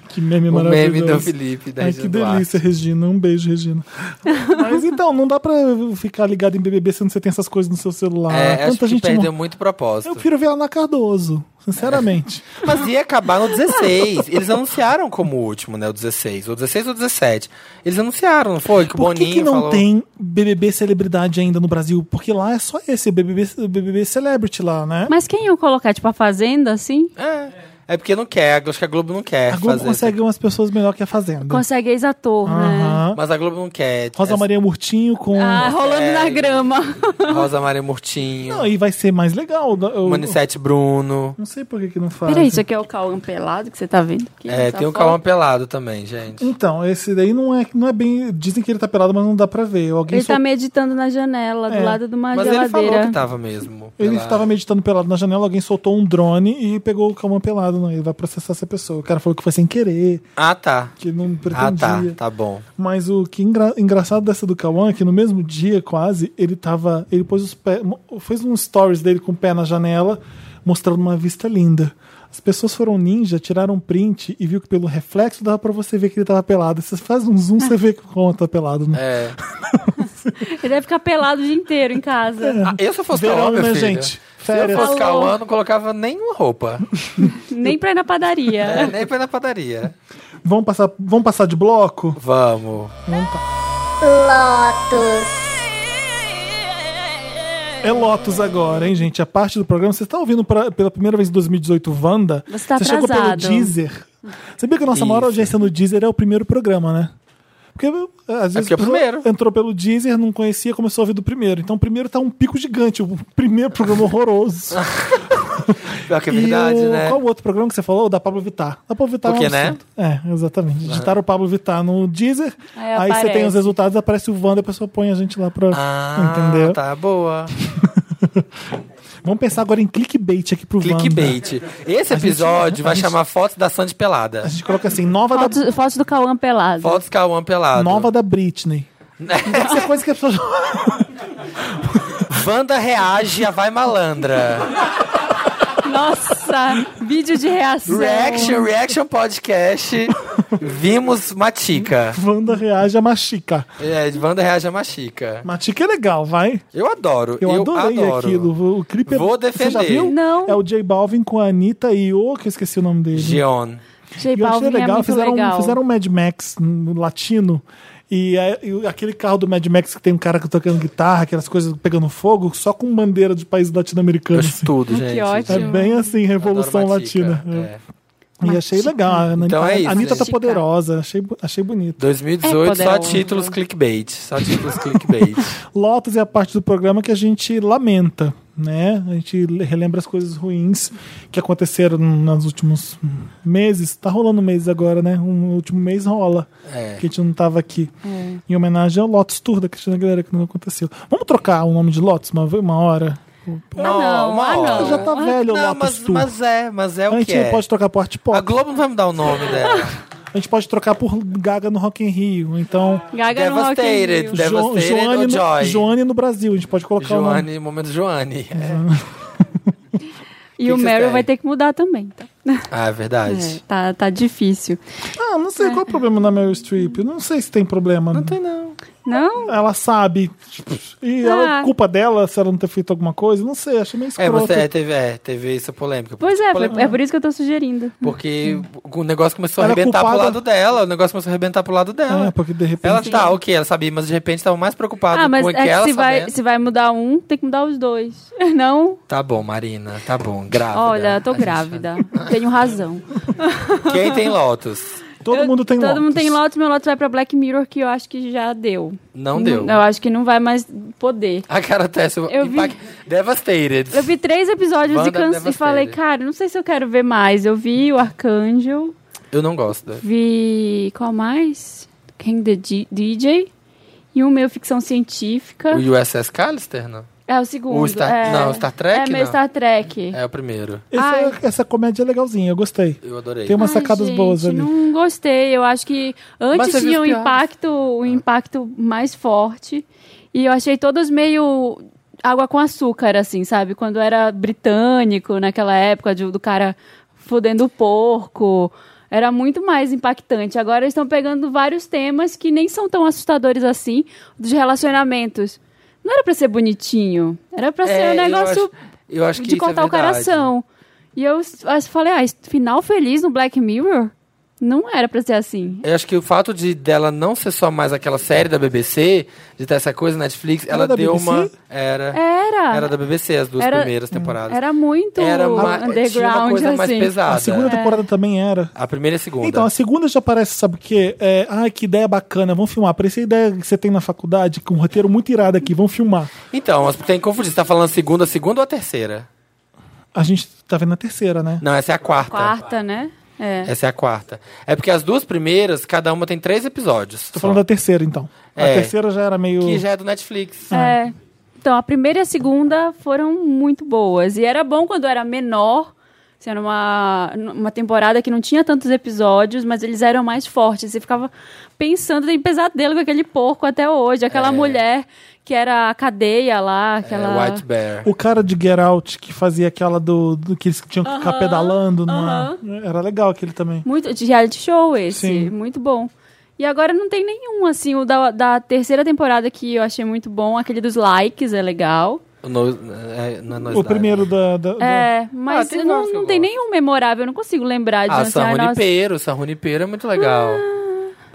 que meme
O
maravilhoso.
meme do Felipe, né, da
Ai,
Regina
que delícia, Regina. Um beijo, Regina. Mas então, não dá pra ficar ligado em BBB sendo que você tem essas coisas no seu celular.
É, acho
Tanta
que um
gente
perdeu
mor-
muito
Eu
propósito.
prefiro ver a Ana Cardoso, sinceramente.
Mas ia acabar no 16. Eles anunciaram como último, né? O 16. Ou 16 ou 17. Eles anunciaram, não foi? Que o
Por
Boninho
que, que não
falou.
tem BBB celebridade ainda no Brasil? Porque lá é só esse, BBB, BBB celebrity lá, né?
Mas quem eu colocar, tipo, a Fazenda, assim?
É, é porque não quer. Acho que a Globo não quer
a Globo
fazer.
consegue umas pessoas melhor que a Fazenda.
Consegue ex-ator, né?
Aham.
Mas a Globo não quer. É,
Rosa
Essa-
Maria Murtinho com...
Ah, rolando
É.
na grama.
Rosa Maria Murtinho.
Não, e vai ser mais legal. Eu...
Manicete Bruno.
Não sei por que, que não faz.
Peraí, isso aqui é o Cauã pelado que você tá vendo aqui?
É,
Essa
tem o
foto?
Calma Pelado também, gente.
Então, esse daí não é, não é bem. Dizem que ele tá pelado, mas não dá pra ver. Alguém
Ele
sol-
tá meditando na janela,
É.
do lado de uma
é Mas ele
geladeira.
falou que tá. tava mesmo.
ele
pelado.
estava meditando pelado na janela, alguém soltou um drone e pegou o Calma pelado. Não, ele vai processar essa pessoa. O cara falou que foi sem querer,
Ah, tá.
que não
Ah, tá.
pretendia.
Tá bom.
Mas o que engra- engraçado dessa do Cauã é que no mesmo dia, quase, ele tava. Ele pôs os pés. fez um stories dele com o pé na janela, mostrando uma vista linda. As pessoas foram ninja, tiraram um print e viu que pelo reflexo dava pra você ver que ele tava pelado. Você faz um zoom, você vê que o Cauã tá pelado. Né?
É.
Ele deve ficar pelado o dia inteiro em casa.
Ah, eu se eu fosse
Verão,
Cauã, meu
né,
filho.
gente?
Se eu
Férias.
fosse
Alô.
Cauã, não colocava nenhuma roupa.
Nem pra ir na padaria.
É, nem pra ir na padaria.
Vamos passar, vamos passar de bloco?
Vamos.
É Lotus agora, hein, gente? A parte do programa. Você está ouvindo pra- pela primeira vez em 2018 Wanda?
Você tá
chegou pelo
atrasado.
Deezer. Sabia que a nossa maior
Isso.
audiência no Deezer é o primeiro programa, né? Porque às vezes
porque é o
a pessoa
primeiro.
entrou pelo Deezer, não conhecia, começou a ouvir do primeiro. Então o primeiro tá um pico gigante. O primeiro programa horroroso.
Pior que é verdade,
e o,
né?
Qual o outro programa que você falou? O da Pablo Vittar. Da Pablo Vittar
Porque,
é um absurdo. É, exatamente. Digitaram o Pablo Vittar no Deezer,
Aí
aí, você
aparece.
tem os resultados, aparece o Wanda, a pessoa põe a gente lá pra.
Ah,
entendeu?
tá boa.
Vamos pensar agora em clickbait aqui pro Wanda.
Clickbait. Esse episódio vai chamar Fotos da Sandy Pelada.
A gente coloca assim, nova, da,
Fotos, fotos do Cauã pelado.
Fotos Cauã Pelado.
nova da Britney. Isso é coisa que a pessoa.
Wanda reage a Vai Malandra.
Nossa, vídeo de reação.
Reaction, Reaction Podcast. Vimos Matica.
Wanda reage a Machica.
É, Wanda reage a Machica.
Machica é legal, vai.
Eu adoro.
Eu, adorei
adoro.
aquilo. O clipe é-
Vou
Você já
defender.
viu?
Não.
É o J Balvin com a Anitta e o que eu esqueci o nome dele.
Gion.
J
E eu achei
Balvin é
legal,
muito
fizeram,
legal.
fizeram um Mad Max no latino. E, é- e aquele carro do Mad Max que tem um cara tocando guitarra, aquelas coisas pegando fogo, só com bandeira de países
Eu
latino-americanos.
acho tudo,
Que
gente.
É
ótimo.
bem assim, Revolução
Adoro Matica,
Latina.
é.
E achei
Matica.
legal. A Anitta,
Então é isso,
a Anitta tá
gente.
poderosa, achei, bo- achei bonito.
2018,
É
só
poderoso.
títulos clickbait. Só títulos clickbait.
Lotus é a parte do programa que a gente lamenta, né? A gente le- relembra as coisas ruins que aconteceram nos últimos meses. Tá rolando mês agora, né? Um último mês rola.
É.
Que a gente não tava aqui. Em homenagem ao Lotus Tour da Cristina Aguilera, que não aconteceu. Vamos trocar o nome de Lotus uma, ve- uma hora?
Não,
não,
uma
ah,
hora.
não.
Já tá velho o
Não,
Lotus
mas,
Tour.
mas é, mas é
a
o
gente
que é.
pode trocar por Art Pop.
A Globo não vai me dar o nome dela.
A gente pode trocar por Gaga no Rock in Rio. Então,
Gaga no Rock in
Devastated.
Rio.
Jo-
Devastated ou
Joane, no,
Joy?
Joane no Brasil. A gente pode colocar o nome.
Joane, momento Joane. É.
E
que
o
vocês
Meryl
querem?
vai ter que mudar também. Tá,
Ah, é
É,
verdade.
tá, tá difícil.
Ah, não sei qual é o problema na Meryl Streep. Não sei se tem problema. Não tem
Não?
Ela sabe. E ela,
Ah.
culpa dela se ela não ter feito alguma coisa. Não sei, achei meio
É,
escroto.
você é, teve, é, teve essa polêmica.
Pois é,
Polêmica.
é por isso que eu tô sugerindo.
Porque o negócio começou a
Ela é
arrebentar pro
culpada.
lado dela. O negócio começou a arrebentar pro lado dela.
É, porque de repente...
Ela tá, ok, ela sabia, mas de repente tava mais preocupada
Ah, mas
com
é
o que ela
que se
sabendo.
vai, se vai mudar um, tem que mudar os dois. Não?
Tá bom, Marina, tá bom, grávida.
Olha, eu tô
A gente-
grávida. Tenho razão.
Quem tem Lotus?
Todo
Eu-
mundo tem
Todo
Lotus.
mundo tem Lotus, meu Lotus vai pra Black Mirror, que eu acho que já deu.
Não deu.
Eu acho que não vai mais poder.
A cara Tessa,
Eu vi-
impact... devastated.
Eu vi três episódios
Wanda
e, canse- e
Devastated.
falei, cara, não sei se eu quero ver mais. Eu vi o Arcanjo,
Eu não gosto.
vi. Qual mais? King the D- DJ. E um meio ficção científica.
O USS Callister, não?
É o segundo.
O Star-
é...
não, o Star Trek,
É meio
não.
Star Trek.
É o primeiro.
Essa,
Ai.
essa comédia é legalzinha, eu gostei.
Eu adorei.
Tem um umas
Ai,
sacadas
gente,
boas ali.
Não gostei. Eu acho que
Mas você
antes
viu os
tinha um
piores?
impacto,
Ah.
um impacto mais forte. E eu achei todas meio água com açúcar, assim, sabe? Quando era britânico, naquela época de- do cara fudendo o porco. Era muito mais impactante. Agora eles estão pegando vários temas que nem são tão assustadores assim, dos relacionamentos. Não era pra ser bonitinho. Era pra ser
É,
um
eu
negócio
acho- eu acho que
de
isso é
cortar o
verdade.
coração. E eu s- eu falei, ah, esse final feliz no Black Mirror? Não era pra ser assim.
Eu acho que o fato de dela não ser só mais aquela série da BBC, de ter essa coisa na Netflix,
Era
ela
da
deu
BBC?
uma. Era.
Era.
Era da BBC as duas
Era-
primeiras temporadas.
Era muito
Era uma, tinha uma
underground,
coisa
assim.
mais pesada.
A segunda temporada também era.
A primeira e a segunda.
Então, a segunda já parece, sabe o quê? É, ah, que ideia bacana, vamos filmar. Parece a ideia que você tem na faculdade, com um roteiro muito irado aqui, vamos filmar.
Então, mas tem que confundir. Você tá falando a segunda, a segunda ou a terceira?
A gente tá vendo a terceira, né?
Não, essa é a quarta.
Quarta, né? É.
Essa é a quarta. É porque as duas primeiras, cada uma tem três episódios.
Tô
só,
falando da terceira, então. A
É.
terceira já era meio.
Que já é do Netflix.
É. Então, a primeira e a segunda foram muito boas. E era bom quando era menor, sendo uma, uma temporada que não tinha tantos episódios, mas eles eram mais fortes. Você ficava pensando, tem pesadelo com aquele porco até hoje. Aquela mulher que era a cadeia lá, aquela...
É, White Bear.
O cara de Get Out que fazia aquela do, do que eles tinham que ficar pedalando, não é? Era legal aquele também.
Muito, de reality show esse,
Sim.
muito bom. E agora não tem nenhum, assim, o da, da terceira temporada que eu achei muito bom, aquele dos likes é legal.
O, no- é, não é
O
Noisdale.
primeiro da. da- da-
É, mas
Ah, tem
eu não,
vários que eu
não tem
gosto.
nenhum memorável, eu não consigo lembrar de um,
Ah,
assim,
San
ah, nossa.
Junipero. San Junipero é muito legal.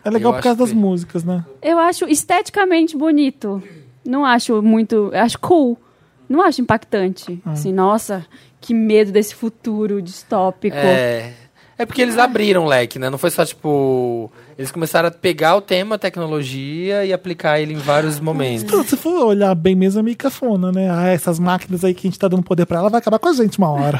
É legal
eu
por causa
acho
das
que-
músicas, né?
Eu acho esteticamente bonito. Não acho muito. eu Acho cool. Não acho impactante.
Ah.
Assim, nossa, que medo desse futuro
Ah,
distópico.
É. É porque eles abriram o leque, né? Não foi só tipo. Eles começaram a pegar o tema tecnologia e aplicar ele em vários momentos.
Então, se for olhar bem mesmo, é meio cafona, né? Ah, essas máquinas aí que a gente tá dando poder pra ela vai acabar com a gente uma hora.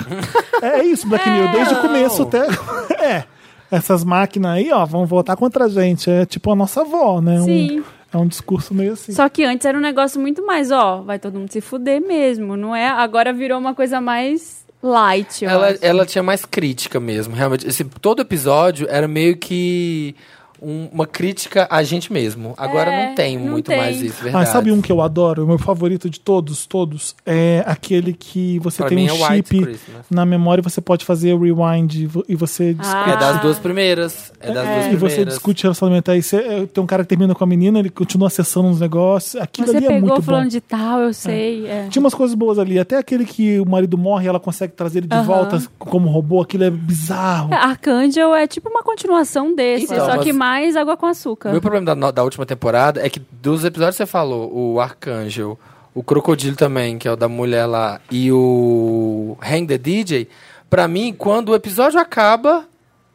é isso, Black Mirror, desde o começo até. é. Essas máquinas aí, ó, vão voltar contra a gente. É tipo a nossa avó, né? Um-
Sim.
é um discurso meio assim.
Só que antes era um negócio muito mais, ó, vai todo mundo se fuder mesmo, não é? Agora virou uma coisa mais light, eu
Ela, é-
acho.
ela tinha mais crítica mesmo, realmente. Esse, todo episódio era meio que um- uma crítica a gente mesmo. Agora
É,
não tem
não
muito
tem.
mais isso,
Ah,
verdade.
sabe um que eu adoro? O meu favorito de todos, todos, é aquele que você
Pra
tem
mim é
um
White
chip
Christmas.
na memória e você pode fazer rewind e vo- e você discute.
Ah.
É das duas primeiras. É das duas
E você
primeiras.
discute relacionamento. Aí você, é, tem um cara que termina com a menina, ele continua acessando uns negócios. Aquilo
Você
ali é
pegou
muito
falando
bom. Tipo,
de tal, eu sei. é.
Tinha umas coisas boas ali. Até aquele que o marido morre e ela consegue trazer ele de
Aham.
volta como robô. Aquilo é bizarro.
É, Archangel é tipo uma continuação desse,
Então,
só
mas-
que mais água com açúcar.
O meu problema da, no- da última temporada é que dos episódios que você falou, o Arcângel, o Crocodilo também, que é o da mulher lá, e o Hang the DJ, pra mim, quando o episódio acaba,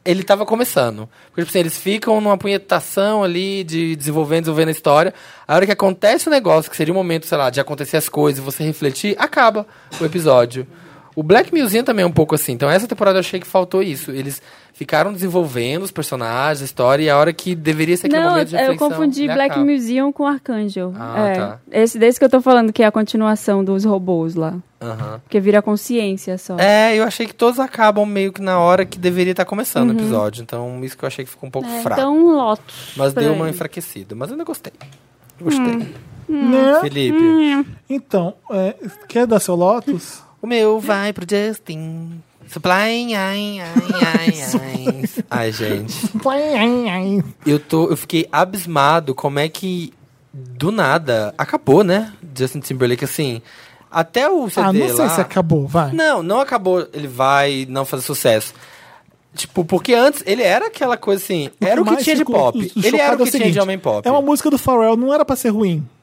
ele tava começando. Porque, tipo assim, eles ficam numa punhetação ali, de desenvolvendo, desenvolvendo a história. A hora que acontece o negócio, que seria o momento, sei lá, de acontecer as coisas e você refletir, acaba o episódio. O Black Museum também é um pouco assim. Então, essa temporada eu achei que faltou isso. Eles ficaram desenvolvendo os personagens, a história, e a hora é que deveria ser aquele
Não,
momento de
eu
reflexão,
confundi
ele
Black
acaba.
Museum com Archangel.
Ah,
é,
tá.
Esse desse que eu tô falando, que é a continuação dos robôs lá.
Aham.
Porque vira consciência só.
É, eu achei que todos acabam meio que na hora que deveria estar começando o episódio. Então, isso que eu achei que ficou um pouco
Uhum. É,
fraco.
então, um Lotus.
Mas
pra
deu uma
ele.
enfraquecida. Mas eu ainda gostei. Gostei.
Hum.
Hum.
Né?
Felipe,
Então, é, quer dar seu Lotus?
o meu vai pro Justin. Supply, ai, ai, ai, ai. Ai, gente. Eu, tô, eu fiquei abismado como é que, do nada, acabou, né? Justin Timberlake, assim, até o CD
ah, não sei
lá...
se acabou, vai.
Não, não acabou, ele vai não fazer sucesso. Tipo, porque antes ele era aquela coisa assim, era o que
mais
tinha de
ficou
pop.
chocado
Ele era
é
o que tinha de
seguinte,
homem pop.
É uma música do Pharrell, não era pra ser ruim.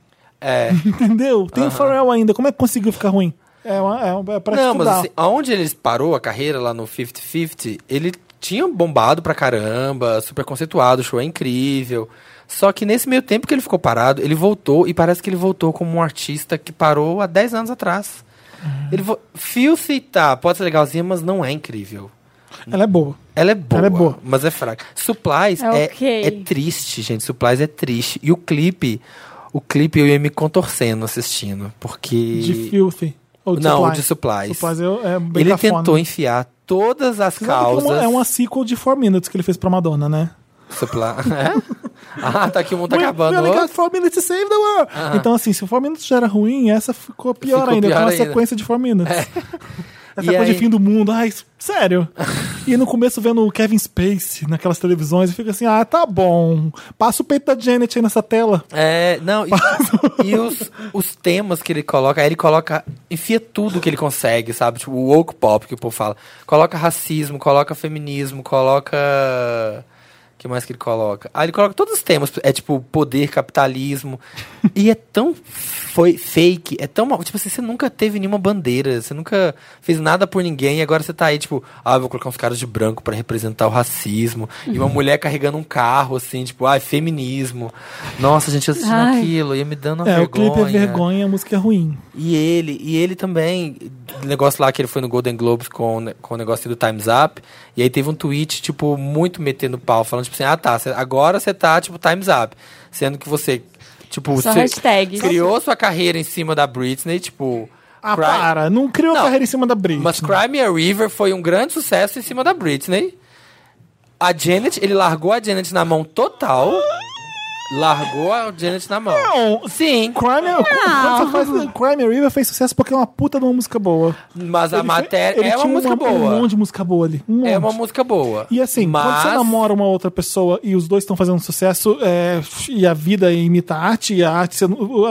É.
Entendeu? Tem o Pharrell ainda. Como é que conseguiu ficar ruim? É, uma, é, uma, é pra
Não, mas
estudar.
assim, aonde ele parou a carreira lá no 50-50, ele tinha bombado pra caramba, super conceituado, o show é incrível. Só que nesse meio tempo que ele ficou parado, ele voltou e parece que ele voltou como um artista que parou há 10 anos atrás.
Uhum.
Ele vo... Filthy tá, pode ser legalzinha, mas não é incrível.
Ela é boa.
Ela é boa,
Ela é boa.
mas é fraca. Supplies é,
É ok.
é triste, gente. Supplies é triste. E o clipe, o clipe eu ia me contorcendo assistindo, porque...
De Filthy. Ou de
não,
Supplies.
o de Supplies.
Supplies é, é bem
Ele
cafona.
tentou enfiar todas as
Você sabe que
causas.
é uma- É uma sequel de 4 Minutes que ele fez pra Madonna, né?
Supla- É? ah, tá aqui o mundo tá acabando.
We only got 4 Minutes to save the world. Então, assim, se o 4 Minutes já era ruim, essa ficou pior
Ficou
ainda.
pior
com a
ainda. É.
sequência de 4 Minutes. Essa
E
coisa
aí-
de fim do mundo. Ai, isso- sério. e no começo vendo o Kevin Space naquelas televisões, e fica assim, ah, tá bom. Passa o peito da Janet aí nessa tela.
É, não, e, e os, os temas que ele coloca, aí ele coloca, enfia tudo que ele consegue, sabe? Tipo, o woke pop que o povo fala. Coloca racismo, coloca feminismo, coloca. O que mais que ele coloca? Ah, ele coloca todos os temas. É tipo poder, capitalismo. e é tão foi fake, é tão mal. Tipo assim, você nunca teve nenhuma bandeira, você nunca fez nada por ninguém, e agora você tá aí, tipo, ah, eu vou colocar uns caras de branco pra representar o racismo. E uma mulher carregando um carro, assim, tipo, ah, feminismo. Nossa, gente, eu assistindo
Ai.
aquilo, ia me dando uma
é, o
vergonha.
clipe é vergonha, a música é ruim.
E ele, e ele também, o negócio lá que ele foi no Golden Globes com, o ne- com o negócio do Time's Up, e aí teve um tweet, tipo, muito metendo pau, falando, tipo assim, ah tá, cê- agora você tá, tipo, Time's Up. Sendo que você, tipo,
Só
cê
hashtags.
criou sua carreira em cima da Britney, tipo.
Ah,
Cry-
para. Não criou
Não.
carreira em cima da Britney.
Mas Cry Me a River foi um grande sucesso em cima da Britney. A Janet, ele largou a Janet na mão total. Largou a Janet na mão.
Não.
Sim,
Crime, quando você faz- um Crime River fez sucesso porque é uma puta de uma música boa.
mas a
Ele fe-
matéria
ele
é uma
tinha
música boa.
Um monte de música boa ali. Um monte.
É uma música boa.
E assim, quando você namora uma outra pessoa e os dois estão fazendo sucesso, é, e a vida imita a arte, e a arte você,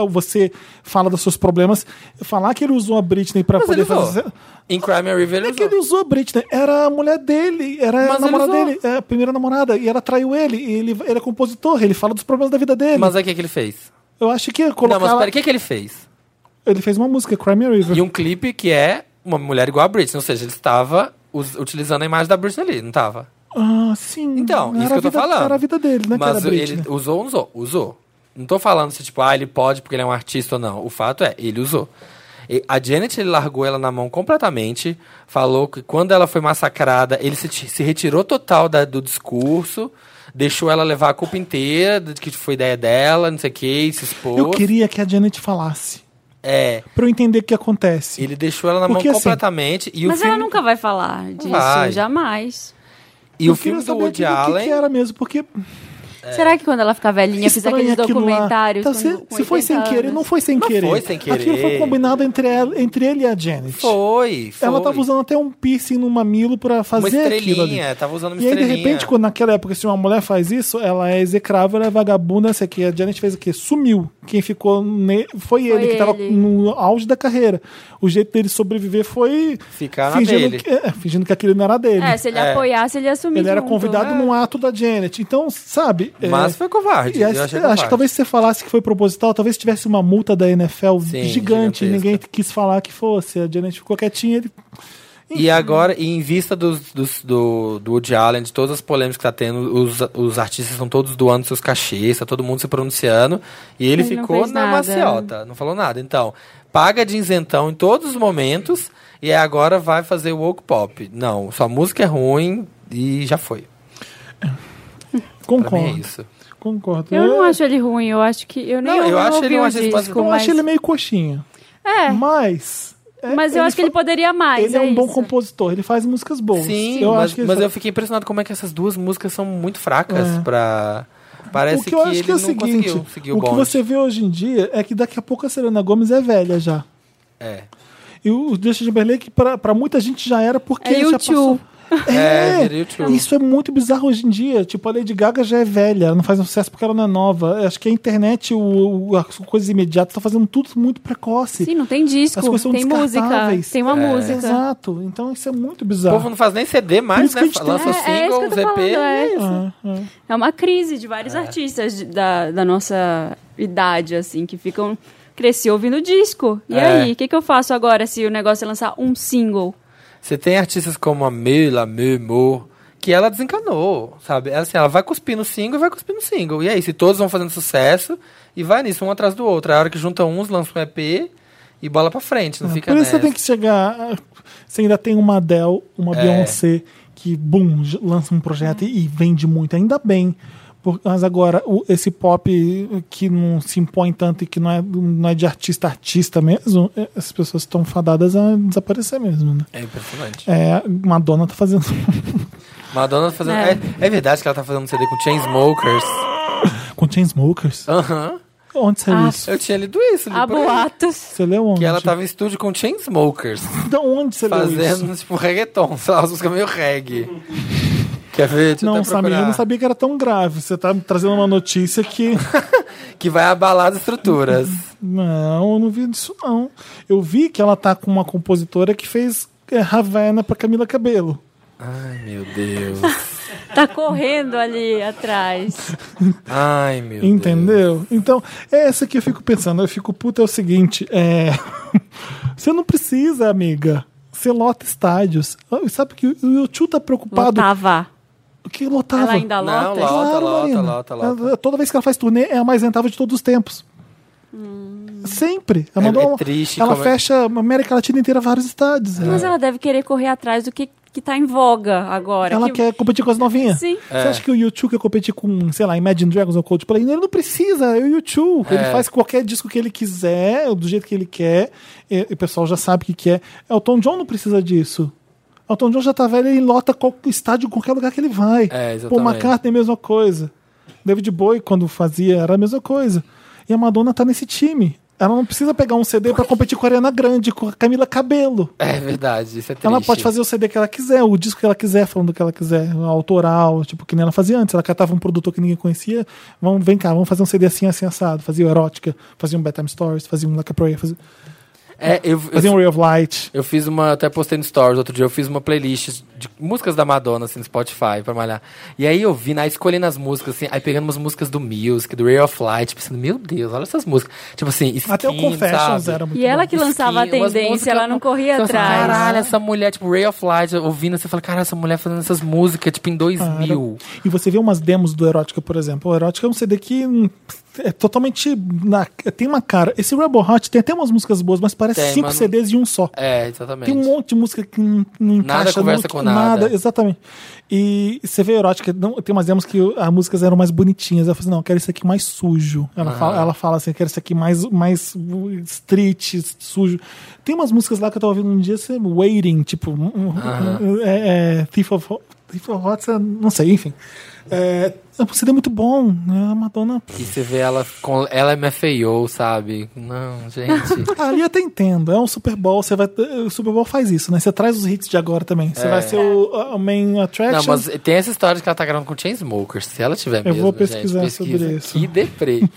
você fala dos seus problemas, falar que ele usou a Britney pra
Mas
poder
ele usou.
fazer. sucesso-
Em Crime and River, ele
É que ele
usou.
usou a Britney, era a mulher dele, era
Mas
a
ele
namorada
usou.
dele, é a primeira namorada, e ela traiu ele, e ele, ele é compositor, ele fala dos problemas da vida dele.
Mas aí o que, que ele fez?
Eu acho que é colocar.
Não, mas peraí, o que, que ele fez?
Ele fez uma música, Crime River.
E um clipe que é uma mulher igual a Britney. Ou seja, ele estava us- utilizando a imagem da Britney ali, não estava?
Ah, sim.
Então,
Era
isso que
a
eu tô
vida-
falando.
Era a vida dele, né,
Mas
cara? Britney?
ele usou ou não usou? Usou. Não tô falando se, tipo, ah, ele pode porque ele é um artista ou não. O fato é, ele usou. E A Janet, ele largou ela na mão completamente, falou que quando ela foi massacrada, ele se, ti- se retirou total da- do discurso, deixou ela levar a culpa inteira de que foi ideia dela, não sei o quê, e se expôs.
Eu queria que a Janet falasse.
É,
Pra eu entender o que acontece.
ele deixou ela na mão
Porque, assim,
completamente. e o
Mas
filme,
ela nunca vai falar disso,
Vai.
jamais.
e o
queria
filme do
saber
Woody
aquilo, O que,
Allen...
que era mesmo, porque.
Será que quando ela ficar velhinha, fizer
Estranho
aqueles
aquilo lá.
documentários?
Tá,
com-
se,
com
se foi sem
80
querer,
anos?
não foi sem
Mas
querer.
foi sem querer.
Aquilo foi combinado entre, ela- entre ele e a Janet.
Foi, foi.
Ela tava usando até um piercing no mamilo pra
uma
fazer aquilo ali.
estrelinha, tava usando uma
E aí, de
estrelinha.
repente, quando naquela época, se uma mulher faz isso, ela é execrável, ela é vagabunda, essa aqui. A Janet fez o quê? Sumiu. Quem ficou ne... foi ele, que tava
ele.
no auge da carreira. O jeito dele sobreviver foi
Ficar na
fingindo
dele.
que, é, fingindo que aquilo não era dele.
É, se ele
É.
apoiasse, ele ia assumir
ele era
junto. é. né?
convidado num ato da Janet. Então, sabe? é,
Mas foi covarde.
e
eu
acho,
achei
acho
covarde.
que talvez se você falasse que foi proposital, talvez tivesse uma multa da NFL
Sim,
gigante.
gigantesca.
Ninguém quis falar que fosse. A Janet ficou quietinha. Ele...
E agora, e em vista dos, dos- do, do Woody Allen, de todas as polêmicas que tá tendo, os, os artistas estão todos doando seus cachês, tá todo mundo se pronunciando. E ele,
Ele não
ficou
fez
na
nada.
maciota, não falou nada. Então, paga de isentão em todos os momentos e agora vai fazer o woke pop. Não, sua música é ruim e já foi. Pra
Concordo.
mim é isso.
Concordo.
Eu não
É,
acho ele ruim, eu acho que. Eu nem
Não, eu
eu
acho
ouvi
ele um
o
artista
Então, eu
disco,
bastante-
mas.
acho ele meio coxinha.
É,
Mas. é,
mas eu acho que ele
fa-
poderia mais.
Ele é um bom
isso.
compositor, ele faz músicas boas.
Sim,
eu
mas,
acho que ele
mas
fa-
eu fiquei impressionado como é que essas duas músicas são muito fracas
É.
pra. Parece
o que eu acho
ele
que é o
não
seguinte:
conseguiu seguir o,
o que
bonde.
você vê hoje em dia é que daqui a pouco a Selena Gomes é velha já.
É.
E o Justin Timberlake, pra, pra muita gente, já era porque
É
ele já
U2.
passou.
É, vira U2.
isso é muito bizarro hoje em dia. Tipo, a Lady Gaga já é velha, ela não faz sucesso porque ela não é nova. Acho que a internet, o, o- as coisas imediatas, tá fazendo tudo muito precoce.
Sim, não tem
As
disco,
coisas são
tem música,
descartáveis.
tem
É.
uma música.
Exato. Então isso é muito
O
bizarro.
povo não faz nem CD
Por
mais,
isso
né?
que a gente tem-
Lança um
É, é isso que
singles,
eu tô falando,
EP.
É,
é.
é.
É uma crise de vários artistas de- da, da nossa idade, assim, que ficam. Cresci ouvindo disco. E
É.
aí, o que, que eu faço agora se o negócio é lançar um single?
Você tem artistas como a Mila, Memo, que ela desencanou, sabe? Ela, assim, ela vai cuspindo single e vai cuspindo single. E é isso. E todos vão fazendo sucesso e vai nisso, um atrás do outro. É a hora que junta uns, lança um EP e bola pra frente, não fica
Ah, Por isso
nessa. É.
você tem que chegar. Você ainda tem uma Adele, uma Beyoncé, que, bum, j- lança um projeto e, e vende muito, ainda bem. Por- mas agora, o- esse pop que não se impõe tanto e que não é, não é de artista a artista mesmo, é, as pessoas estão fadadas a desaparecer mesmo, né?
É impressionante.
É, Madonna tá fazendo.
Madonna tá fazendo.
É.
É. é verdade que ela tá fazendo um CD com Chainsmokers.
com Chainsmokers.
Aham.
Onde saiu
Ah.
isso?
Eu tinha lido isso. li
Há
por aí.
boatos.
Você leu onde?
Que ela tava em estúdio com Chainsmokers.
Da onde você leu isso?
Fazendo, tipo, reggaeton. Sei lá, as músicas meio reggae. Quer ver? Deixa eu
Não,
até
Samir, eu
procurar.
não sabia que era tão grave. Você tá me trazendo uma notícia que.
Que vai abalar as estruturas.
Não, eu não vi disso não. Eu vi que ela tá com uma compositora que fez é, Ravena pra Camila Cabelo.
Ai, meu Deus.
Tá correndo ali atrás.
Ai, meu Deus.
entendeu? Então, é essa que eu fico pensando. Eu fico puta é o seguinte, é você não precisa, amiga. Você lota estádios. Ah, Sabe que o YouTube tá preocupado
Lotava.
O que lotava.
Ela ainda
Não,
lota?
lota.
Marina.
lota, lota.
Ela- Toda vez que ela faz turnê, é a mais rentável de todos os tempos. Sempre. Ela,
É-
mandou
é
uma-
triste
ela
como é-
fecha a América Latina inteira, vários estádios.
Mas ela deve querer correr atrás do que, que tá em voga agora.
Ela
que-
quer competir com as novinhas.
Sim.
É.
Você acha que o YouTube quer competir com, sei lá, Imagine Dragons ou Coldplay? Ele não precisa, é o YouTube. Ele faz qualquer disco que ele quiser, é do jeito que ele quer. E, e o pessoal já sabe o que, que é. Elton John não precisa disso. Elton John já tá velho, ele lota qual estádio, qualquer lugar que ele vai.
É,
Pô,
exatamente.
McCartney é a mesma coisa. David Bowie, quando fazia, era a mesma coisa. E a Madonna tá nesse time. Ela não precisa pegar um CD pra competir com a Ariana Grande, com a Camila Cabelo.
É verdade, isso é triste.
Ela pode fazer o CD que ela quiser, o disco que ela quiser, falando o que ela quiser, o autoral, tipo, que nem ela fazia antes. Ela catava um produtor que ninguém conhecia, vamos, vem cá, vamos fazer um CD assim, assim, assado. Fazia o Erótica, fazia um Bedtime Stories, fazia um Like a Prayer, fazia,
É, eu,
fazia um
eu,
Ray of Light.
eu fiz uma, até postei no Stories outro dia, eu fiz uma playlist de músicas da Madonna, assim, no Spotify, pra malhar. E aí eu vi, né, escolhendo as músicas, assim, aí pegando umas músicas do Music, do Ray of Light, pensando, meu Deus, olha essas músicas. Tipo assim, skin,
Até o Confessions
sabe?
era muito
E ela
bom.
que lançava
Skin,
a
umas
tendência,
músicas-
ela não corria
Então, assim,
atrás.
Caralho, essa mulher, tipo, Ray of Light, ouvindo, você fala, caralho, essa mulher fazendo essas músicas, tipo, em 2000.
E você vê umas demos do Erótica, por exemplo. O Erótica é um CD que hum, é totalmente. na- tem uma cara. Esse Rebel Heart tem até umas músicas boas, mas parece
Tem,
cinco
mas não-
CDs e um só.
É, exatamente.
Tem um monte de música que não, não
Nada
encaixa
conversa
não-
com nada.
Exatamente. E você vê a erótica, não, tem umas demos que o- as músicas eram mais bonitinhas. Ela fala assim: não, eu quero isso aqui mais sujo. Ela, fala, ela fala assim: eu quero isso aqui mais, mais uh, street, sujo. Tem umas músicas lá que eu tava ouvindo um dia, assim, Waiting, tipo, um- um- é, é, Thief of. Watson, não sei, enfim. É, é um CD muito bom, né? A Madonna.
E você vê ela com. Ela MFAO, sabe? Não, gente.
Ali eu até entendo. É um Super Bowl, você vai. O Super Bowl faz isso, né? Você traz os hits de agora também. Você vai ser o, a- o main attraction.
Não, mas é tem essa história de que ela tá gravando com Chainsmokers. Se ela tiver
Eu
mesmo,
vou
gente,
pesquisar
pesquisa.
sobre isso.
Que deprê.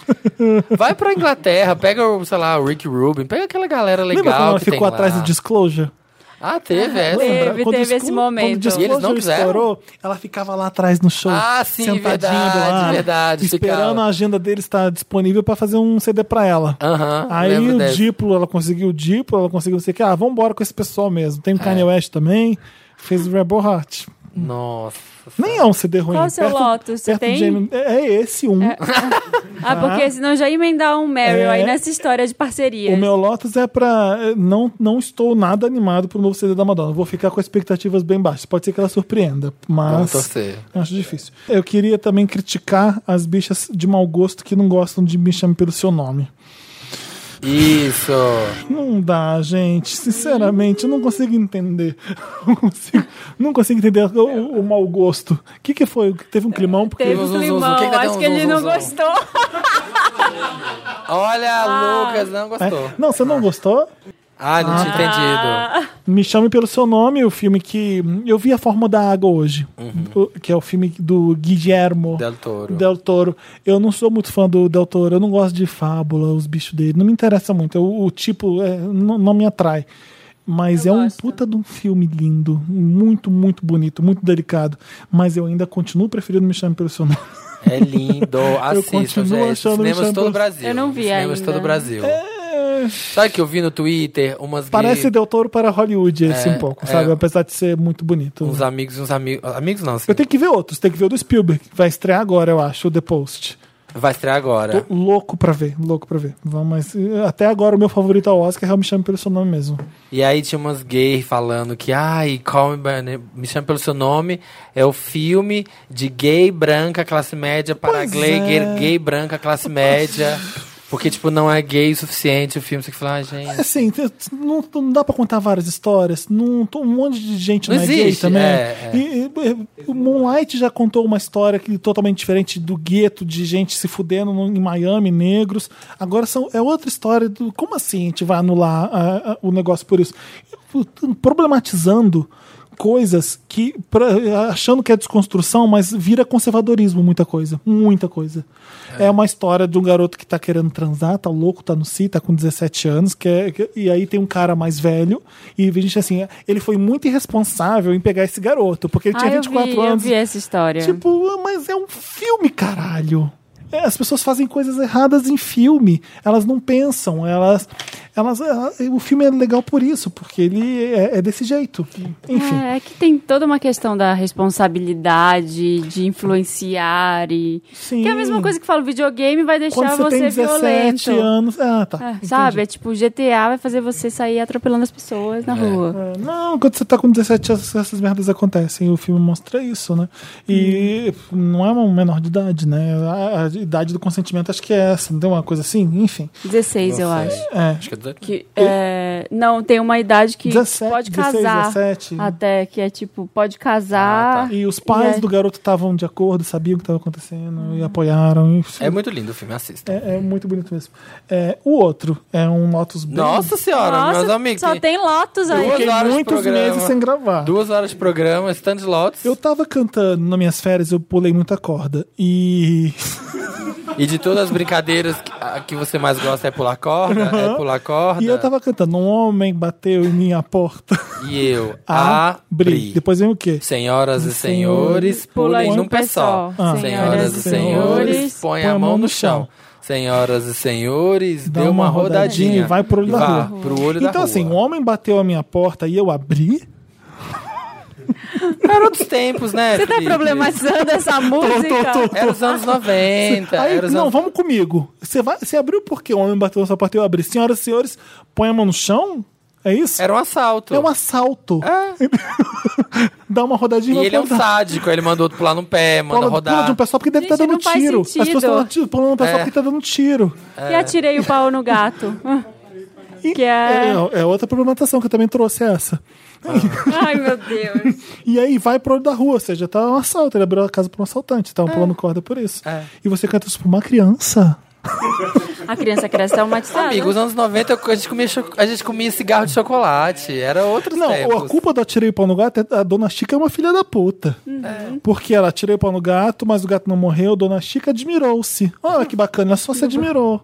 Vai pra Inglaterra, pega, o, sei lá, o Rick Rubin, pega aquela galera legal
Lembra quando ela
que
ficou
tem
atrás
lá.
do Disclosure?
Ah, teve essa.
Lembra? Teve,
Quando
teve
o
esse
Disclo-
momento.
Quando o Disclosure
E eles não quiseram?
estourou, ela ficava lá atrás no show.
Ah, sim,
sentadinha
verdade,
do lado,
verdade,
Esperando
ficava.
a agenda dele estar disponível pra fazer um CD pra ela.
Aham,
Aí
Ah, lembro
o
dessa.
Diplo, ela conseguiu o Diplo, ela conseguiu não sei o que. Ah, vambora com esse pessoal mesmo.
É.
Tem o Kanye West também, fez o Rebel Heart.
Nossa.
Nem é um CD ruim.
Qual o seu
Perto-
Lotus? Você
perto do
tem?
Jamie- É é esse um.
Ah, porque senão já ia emendar um Meryl
É.
aí nessa história de parcerias.
O meu Lotus é pra. é, Não, não estou nada animado pro novo CD da Madonna. Vou ficar com expectativas bem baixas. Pode ser que ela surpreenda,
Vamos
mas.
torcer.
Acho difícil. Eu queria também criticar as bichas de mau gosto que não gostam de me chamar pelo seu nome.
Isso.
Não dá, gente. Sinceramente, eu não consigo entender. Não consigo, não consigo entender o, o- o mau gosto. O que, que foi? Teve um climão? Porque
Teve
Zum, zum, zum.
um limão,
Quem que deu
acho
um
que ele
zum,
não
zum, zum?
gostou.
Olha, Lucas, não
É.
gostou.
Não, você não gostou?
Ah, não tinha entendido.
Ah,
Me Chame Pelo Seu Nome, o filme que. Eu vi A Forma da Água hoje, o- que é o filme do Guillermo
Uhum. Del Toro.
Del Toro. Eu não sou muito fã do Del Toro, eu não gosto de fábula, os bichos dele. Não me interessa muito, eu- o tipo é, não, não me atrai. Mas
Eu
é um
gosto.
puta de um filme lindo, muito, muito bonito, muito delicado. Mas eu ainda continuo preferindo Me Chame Pelo Seu Nome.
É lindo. Assistam,
continuo
gente.
achando
Cinemas
Michel
de todo o
Bruce-
Brasil.
Eu não vi
Cinemas de
ainda.
todo o Brasil. Sabe que eu vi no Twitter umas
É. Parece
gays-
Del Toro para Hollywood esse um pouco,
é.
sabe? Apesar de ser muito bonito.
uns amigos e uns amigos... Amigos não, assim.
Eu tenho que ver outros, tem que ver o do Spielberg, que vai estrear agora, eu acho, o The Post.
Vai estrear agora.
Tô louco pra ver, louco pra ver. Vamos, mas eh, até agora o meu favorito ao Oscar é o Me Chame Pelo Seu Nome mesmo.
E aí tinha umas gays falando que, ai, Call Me, by Name- me chama pelo seu nome, é o filme de gay branca classe média para
Pois
gay,
é.
gay, gay branca classe média. Porque, tipo, não é gay o suficiente o filme. Você que fala, ai, gente.
Assim, t- t- não, não dá pra contar várias histórias, não, t- um monte de gente não,
Não
é gay
existe,
também.
é, é.
E, e, e, o Moonlight já contou uma história que, totalmente diferente do gueto, de gente se fudendo no- em Miami, negros. Agora são, é outra história do como assim a gente vai anular a- a- o negócio por isso? Problematizando coisas que pra- achando que é desconstrução, mas vira conservadorismo muita coisa, muita coisa. É, uma história de um garoto que tá querendo transar, tá louco, tá no si, tá com 17 anos, que é- que- e aí tem um cara mais velho e a gente assim, ele foi muito irresponsável em pegar esse garoto, porque ele
ah,
tinha
eu
24
vi,
anos.
eu vi essa história.
Tipo, ah, mas é um filme, caralho. É, As pessoas fazem coisas erradas em filme. Elas não pensam. Elas, elas, ela- o filme é legal por isso, porque ele é, é desse jeito. Enfim.
É, é que tem toda uma questão da responsabilidade, de influenciar e...
Sim.
Que é a mesma coisa que fala, o videogame vai deixar
Quando você tem 17
violento.
anos. Ah, tá.
É,
entendi.
sabe? É tipo, GTA vai fazer você sair atropelando as pessoas na rua.
É, Não, quando você tá com 17 anos, essas merdas acontecem. O filme mostra isso, né? E
Hum.
não é uma menor de idade, né? A, a idade do consentimento acho que é essa, não tem uma coisa assim? Enfim.
16, eu
Não sei.
acho.
É.
Acho que é do-
Que, é, não, tem uma idade que
17,
pode
16,
casar.
17.
Até que é tipo, pode casar.
Ah,
E os pais
E aí-
do garoto estavam de acordo, sabiam o que estava acontecendo e
Hum.
apoiaram. Isso
É muito lindo o filme, assista.
é- é muito bonito mesmo. É, o outro é um Lotus bem...
Nossa senhora,
Nossa,
meus amigos.
só tem Lotus aí.
Duas
Fiquei
horas de
muitos
programa.
meses sem gravar.
Duas horas de programa, stand lots.
Eu tava cantando nas minhas férias, eu pulei muita corda. E.
E de todas as brincadeiras que, a que você mais gosta é pular corda, é pular corda.
E eu tava cantando. Um homem bateu em minha porta.
E eu abri.
Depois vem o quê?
Senhoras e senhores,
Pula
pulem
em
num
um
pé
pé
só.
só.
Ah.
Senhoras e senhores, põe a mão no chão. Senhoras e senhores,
Dá
deu
uma
uma
rodadinha
rodadinha.
e vai pro olho
E
da
vá
rua.
pro olho da
então, assim,
rua.
um homem bateu a minha porta e eu abri.
Era outros tempos, né?
Você tá
Felipe?
problematizando essa música?
Era os anos 90.
Aí,
era os
não,
anos...
vamos comigo. Você, vai, você abriu porque o homem bateu na sua porta e eu abri. Senhoras e senhores, põe a mão no chão? É isso?
Era um assalto.
É um assalto. Dá uma rodadinha
E
vai
ele é um
pular.
sádico, ele mandou outro pular num pé, manda
Pula-
rodar.
Pula de um pessoal porque deve
Gente,
estar dando
não faz
tiro. As
sentido.
tá pessoas estão pulando um
É.
pessoal porque tá dando tiro.
E atirei o pau no gato.
E
Que é-
é, é outra problematização que eu também trouxe essa.
Ai, meu Deus.
E aí vai pro olho da rua, ou seja, tá um assalto, ele abriu a casa pra um assaltante,
É.
tá um pulando corda por isso.
É.
E você canta isso pra uma criança.
A criança cresce traumatizada.
Amigo, os anos 90 eu- a gente, comia cho- a gente comia cigarro de chocolate. Era outros
Não,
tempos.
a culpa do atirei o pau no gato é a dona Chica é uma filha da puta.
Uhum.
É. Porque ela atirei o pau no gato, mas o gato não morreu, dona Chica admirou-se. Olha que bacana, ela só se admirou.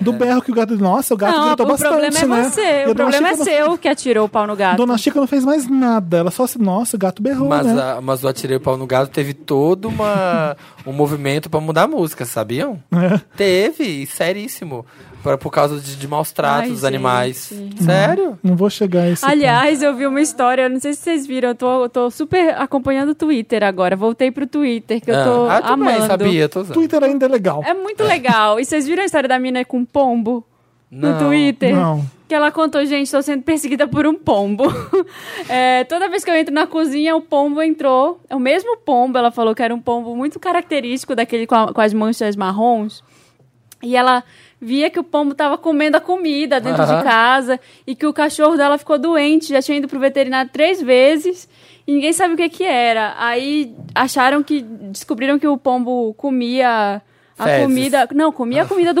Do berro que o gato. Nossa, o gato
É. Não, o
gritou bastante,
problema é
né?
você.
E a dona
O problema é
Chica não-
seu que atirou o pau no gato.
Dona Chica não fez mais nada. Ela só assim, nossa, o gato berrou,
Mas,
né?
a, mas o Atirei o Pau no Gato teve todo uma, um movimento pra mudar a música, sabiam?
É.
Teve, seríssimo. Pra, por causa de, de maus tratos
Ai,
dos animais.
gente.
Sério?
Não vou chegar a esse.
Aliás, eu vi uma história, eu não sei se vocês viram, eu tô, eu tô super acompanhando o Twitter agora. Voltei pro Twitter, que eu tô
ah, também,
amando.
sabia, tô
ponto.
usando.
Twitter ainda é legal.
É muito legal. E vocês viram a história da mina com pombo?
Não.
No Twitter?
Não.
Que ela contou, gente, tô sendo perseguida por um pombo. É, toda vez que eu entro na cozinha, o pombo entrou. É o mesmo pombo, ela falou que era um pombo muito característico daquele com, a- com as manchas marrons. E ela via que o pombo tava comendo a comida dentro
Aham.
de casa e que o cachorro dela ficou doente, já tinha ido pro veterinário três vezes e ninguém sabe o que que era. Aí acharam que descobriram que o pombo comia a
Fezes.
comida, Ah, não, comia a comida do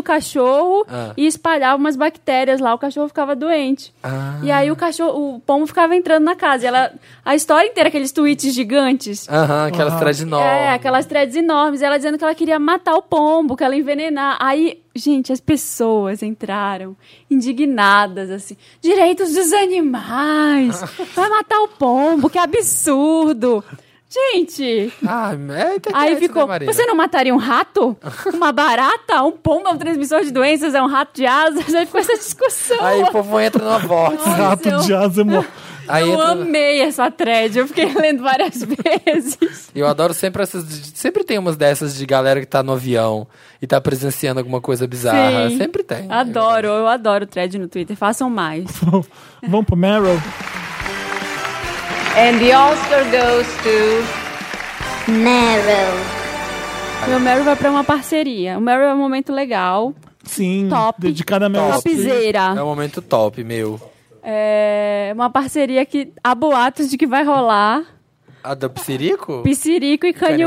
cachorro
Ah.
e espalhava umas bactérias lá, o cachorro ficava doente.
Ah.
E aí o cachorro, o pombo ficava entrando na casa. E ela, a história inteira aqueles tweets gigantes.
Aham, aquelas
Uau.
tradinó.
É, aquelas threads enormes. Ela dizendo que ela queria matar o pombo, que ela ia envenenar. Aí, gente, as pessoas entraram indignadas, assim. Direitos dos animais. Vai matar o pombo, que absurdo. Gente,
Ah, é internet,
aí
né,
ficou.
Marina?
Você não mataria um rato? Uma barata? Um pombo é um transmissor de doenças? É um rato de asas? Aí ficou essa discussão.
Aí o povo entra numa vórtice.
Ai,
Rato
seu-
de asa é mó-
Aí
eu
entra-
amei essa thread, eu fiquei lendo várias vezes.
Eu adoro sempre essas. de- Sempre tem umas dessas de galera que tá no avião e tá presenciando alguma coisa bizarra.
Sim.
Tá, Sempre tem. né?
Adoro, eu adoro thread no Twitter, façam mais.
Vamos pro Meryl.
And the Oscar goes to
Meryl.
Meu Meryl vai pra uma parceria. O Meryl é um momento legal,
Sim.
Top.
Dedicada a Meryl. Streep.
É um
topzera.
momento top, meu.
É uma parceria que há boatos de que vai rolar
A do Psirico?
Pissirico e Kanye
Kanye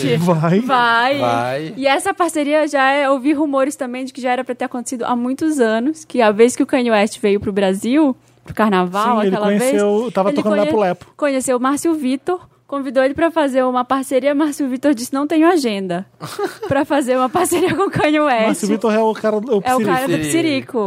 West.
Vai.
Vai.
Vai.
E essa parceria já é, eu ouvi rumores também de que já era pra ter acontecido há muitos anos, que a vez que o Kanye West veio pro Brasil, pro carnaval,
Sim, ele
aquela
conheceu-
vez,
tava tocando Lepo Lepo.
Conheceu o Márcio Vitor, convidou ele pra fazer uma parceria, Márcio Vitor disse: "Não tenho agenda pra fazer uma parceria com o Kanye West".
Mas o Vitor é o cara. O
É o
Psirico.
cara do
Psirico.
Tá.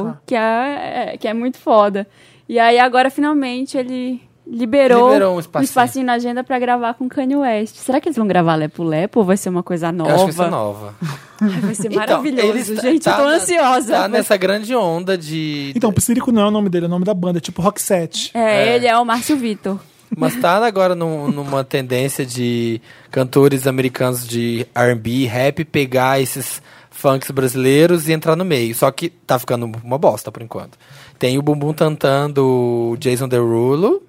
Psirico, que é, é- que é muito foda. E aí agora finalmente ele liberou,
Liberou um
um
espacinho.
espacinho na agenda pra gravar com Kanye West. Será que eles vão gravar Lepo Lepo ou vai ser uma coisa nova?
Eu acho que isso é nova.
Ai, vai ser
Então,
maravilhoso,
ele está-
gente. eu tô
na-
ansiosa.
Tá nessa grande onda de.
Então, o Psirico não é o nome dele, é o nome da banda, é tipo Roxette.
É,
É.
ele é o Márcio Vitor.
Mas tá agora num- numa tendência de cantores americanos de RB, rap, pegar esses funks brasileiros e entrar no meio. Só que tá ficando uma bosta por enquanto. Tem o Bumbum Tantan do Jason Derulo.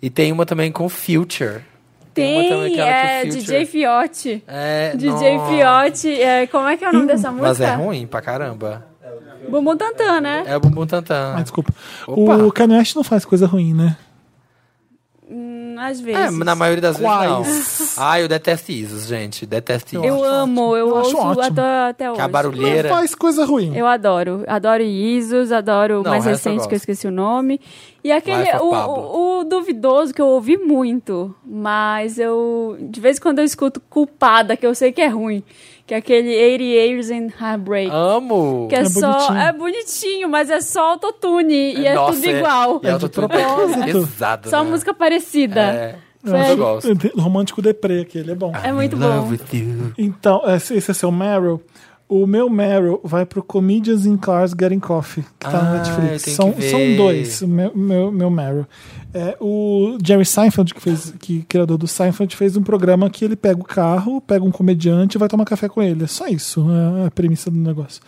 E tem uma também com Future. uma também
Tem,
que era
é,
com Future.
DJ Fiote.
É,
DJ
nossa.
Fiote, é, como é que é o nome dessa música?
Mas é ruim pra caramba.
Bumbum Tantan, né?
É o Bumbum Tantan.
Ah, desculpa.
Opa.
O Kanye West não faz coisa ruim, né?
Hum, Às vezes.
É, na maioria das
Quais?
vezes não. Ah, eu detesto Isos, gente. Detesto Isos.
Eu amo, eu
Eu acho
ouço
ótimo.
até, até hoje.
Que é a barulheira.
Não faz coisa ruim.
Eu adoro. Adoro Isos, adoro o
Não,
mais
o resto eu
recente, que eu
gosto.
esqueci o nome. E aquele,
Life of
o,
Pablo.
o- o duvidoso, que eu ouvi muito, mas eu, de vez em quando eu escuto culpada, que eu sei que é ruim, que é aquele 80 Years and Heartbreak.
Amo.
Que é,
É
só.
bonitinho.
É bonitinho, mas é só autotune e é
Nossa,
tudo igual.
E é autotune pesado,
Só
né?
música parecida.
É.
Sério.
Eu gosto.
Romântico deprê aqui, ele é bom.
É muito bom.
Então, esse esse é seu Meryl. O meu Meryl vai pro Comedians in Cars Getting Coffee, que tá
Ah,
na
eu
Netflix.
tenho
São,
que ver.
são dois, o meu, meu, meu Meryl. É, o Jerry Seinfeld, que fez, que, criador do Seinfeld, fez um programa que ele pega o carro, pega um comediante e vai tomar café com ele. É só isso, é a premissa do negócio.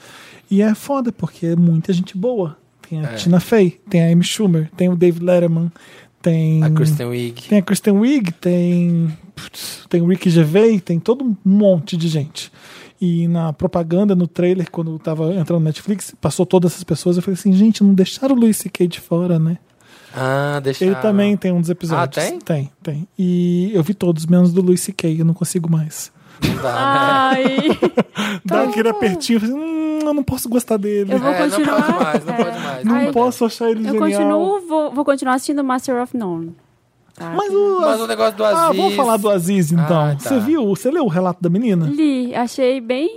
E é foda, porque é muita gente boa. Tem
É.
a Tina Fey, tem a Amy Schumer, tem o Dave Letterman, tem...
A Kristen Wiig.
Tem a Kristen Wiig, tem putz, tem o Ricky Gervais, tem todo um monte de gente. E na propaganda, no trailer, quando eu tava entrando no Netflix, passou todas essas pessoas. Eu falei assim, gente, não deixaram o Luis C.K. de fora, né?
Ah, deixa
Ele também tem um dos episódios.
Ah, tem?
Tem, tem. E eu vi todos, menos do Luis C.K., eu não consigo mais.
Não dá, né?
Ai,
Dá aquele apertinho, eu falei, hum, eu não posso gostar dele.
Tá. Eu vou
É, não
continuar.
pode mais, não
É.
pode mais.
não
pode mais.
posso achar ele
eu
genial.
continuo, vou, vou continuar assistindo Master of None. Tá?
Mas o,
Mas o negócio do Aziz...
Ah, vamos falar do Aziz então.
Ah, tá.
Você viu, você leu o relato da menina?
Li, achei bem.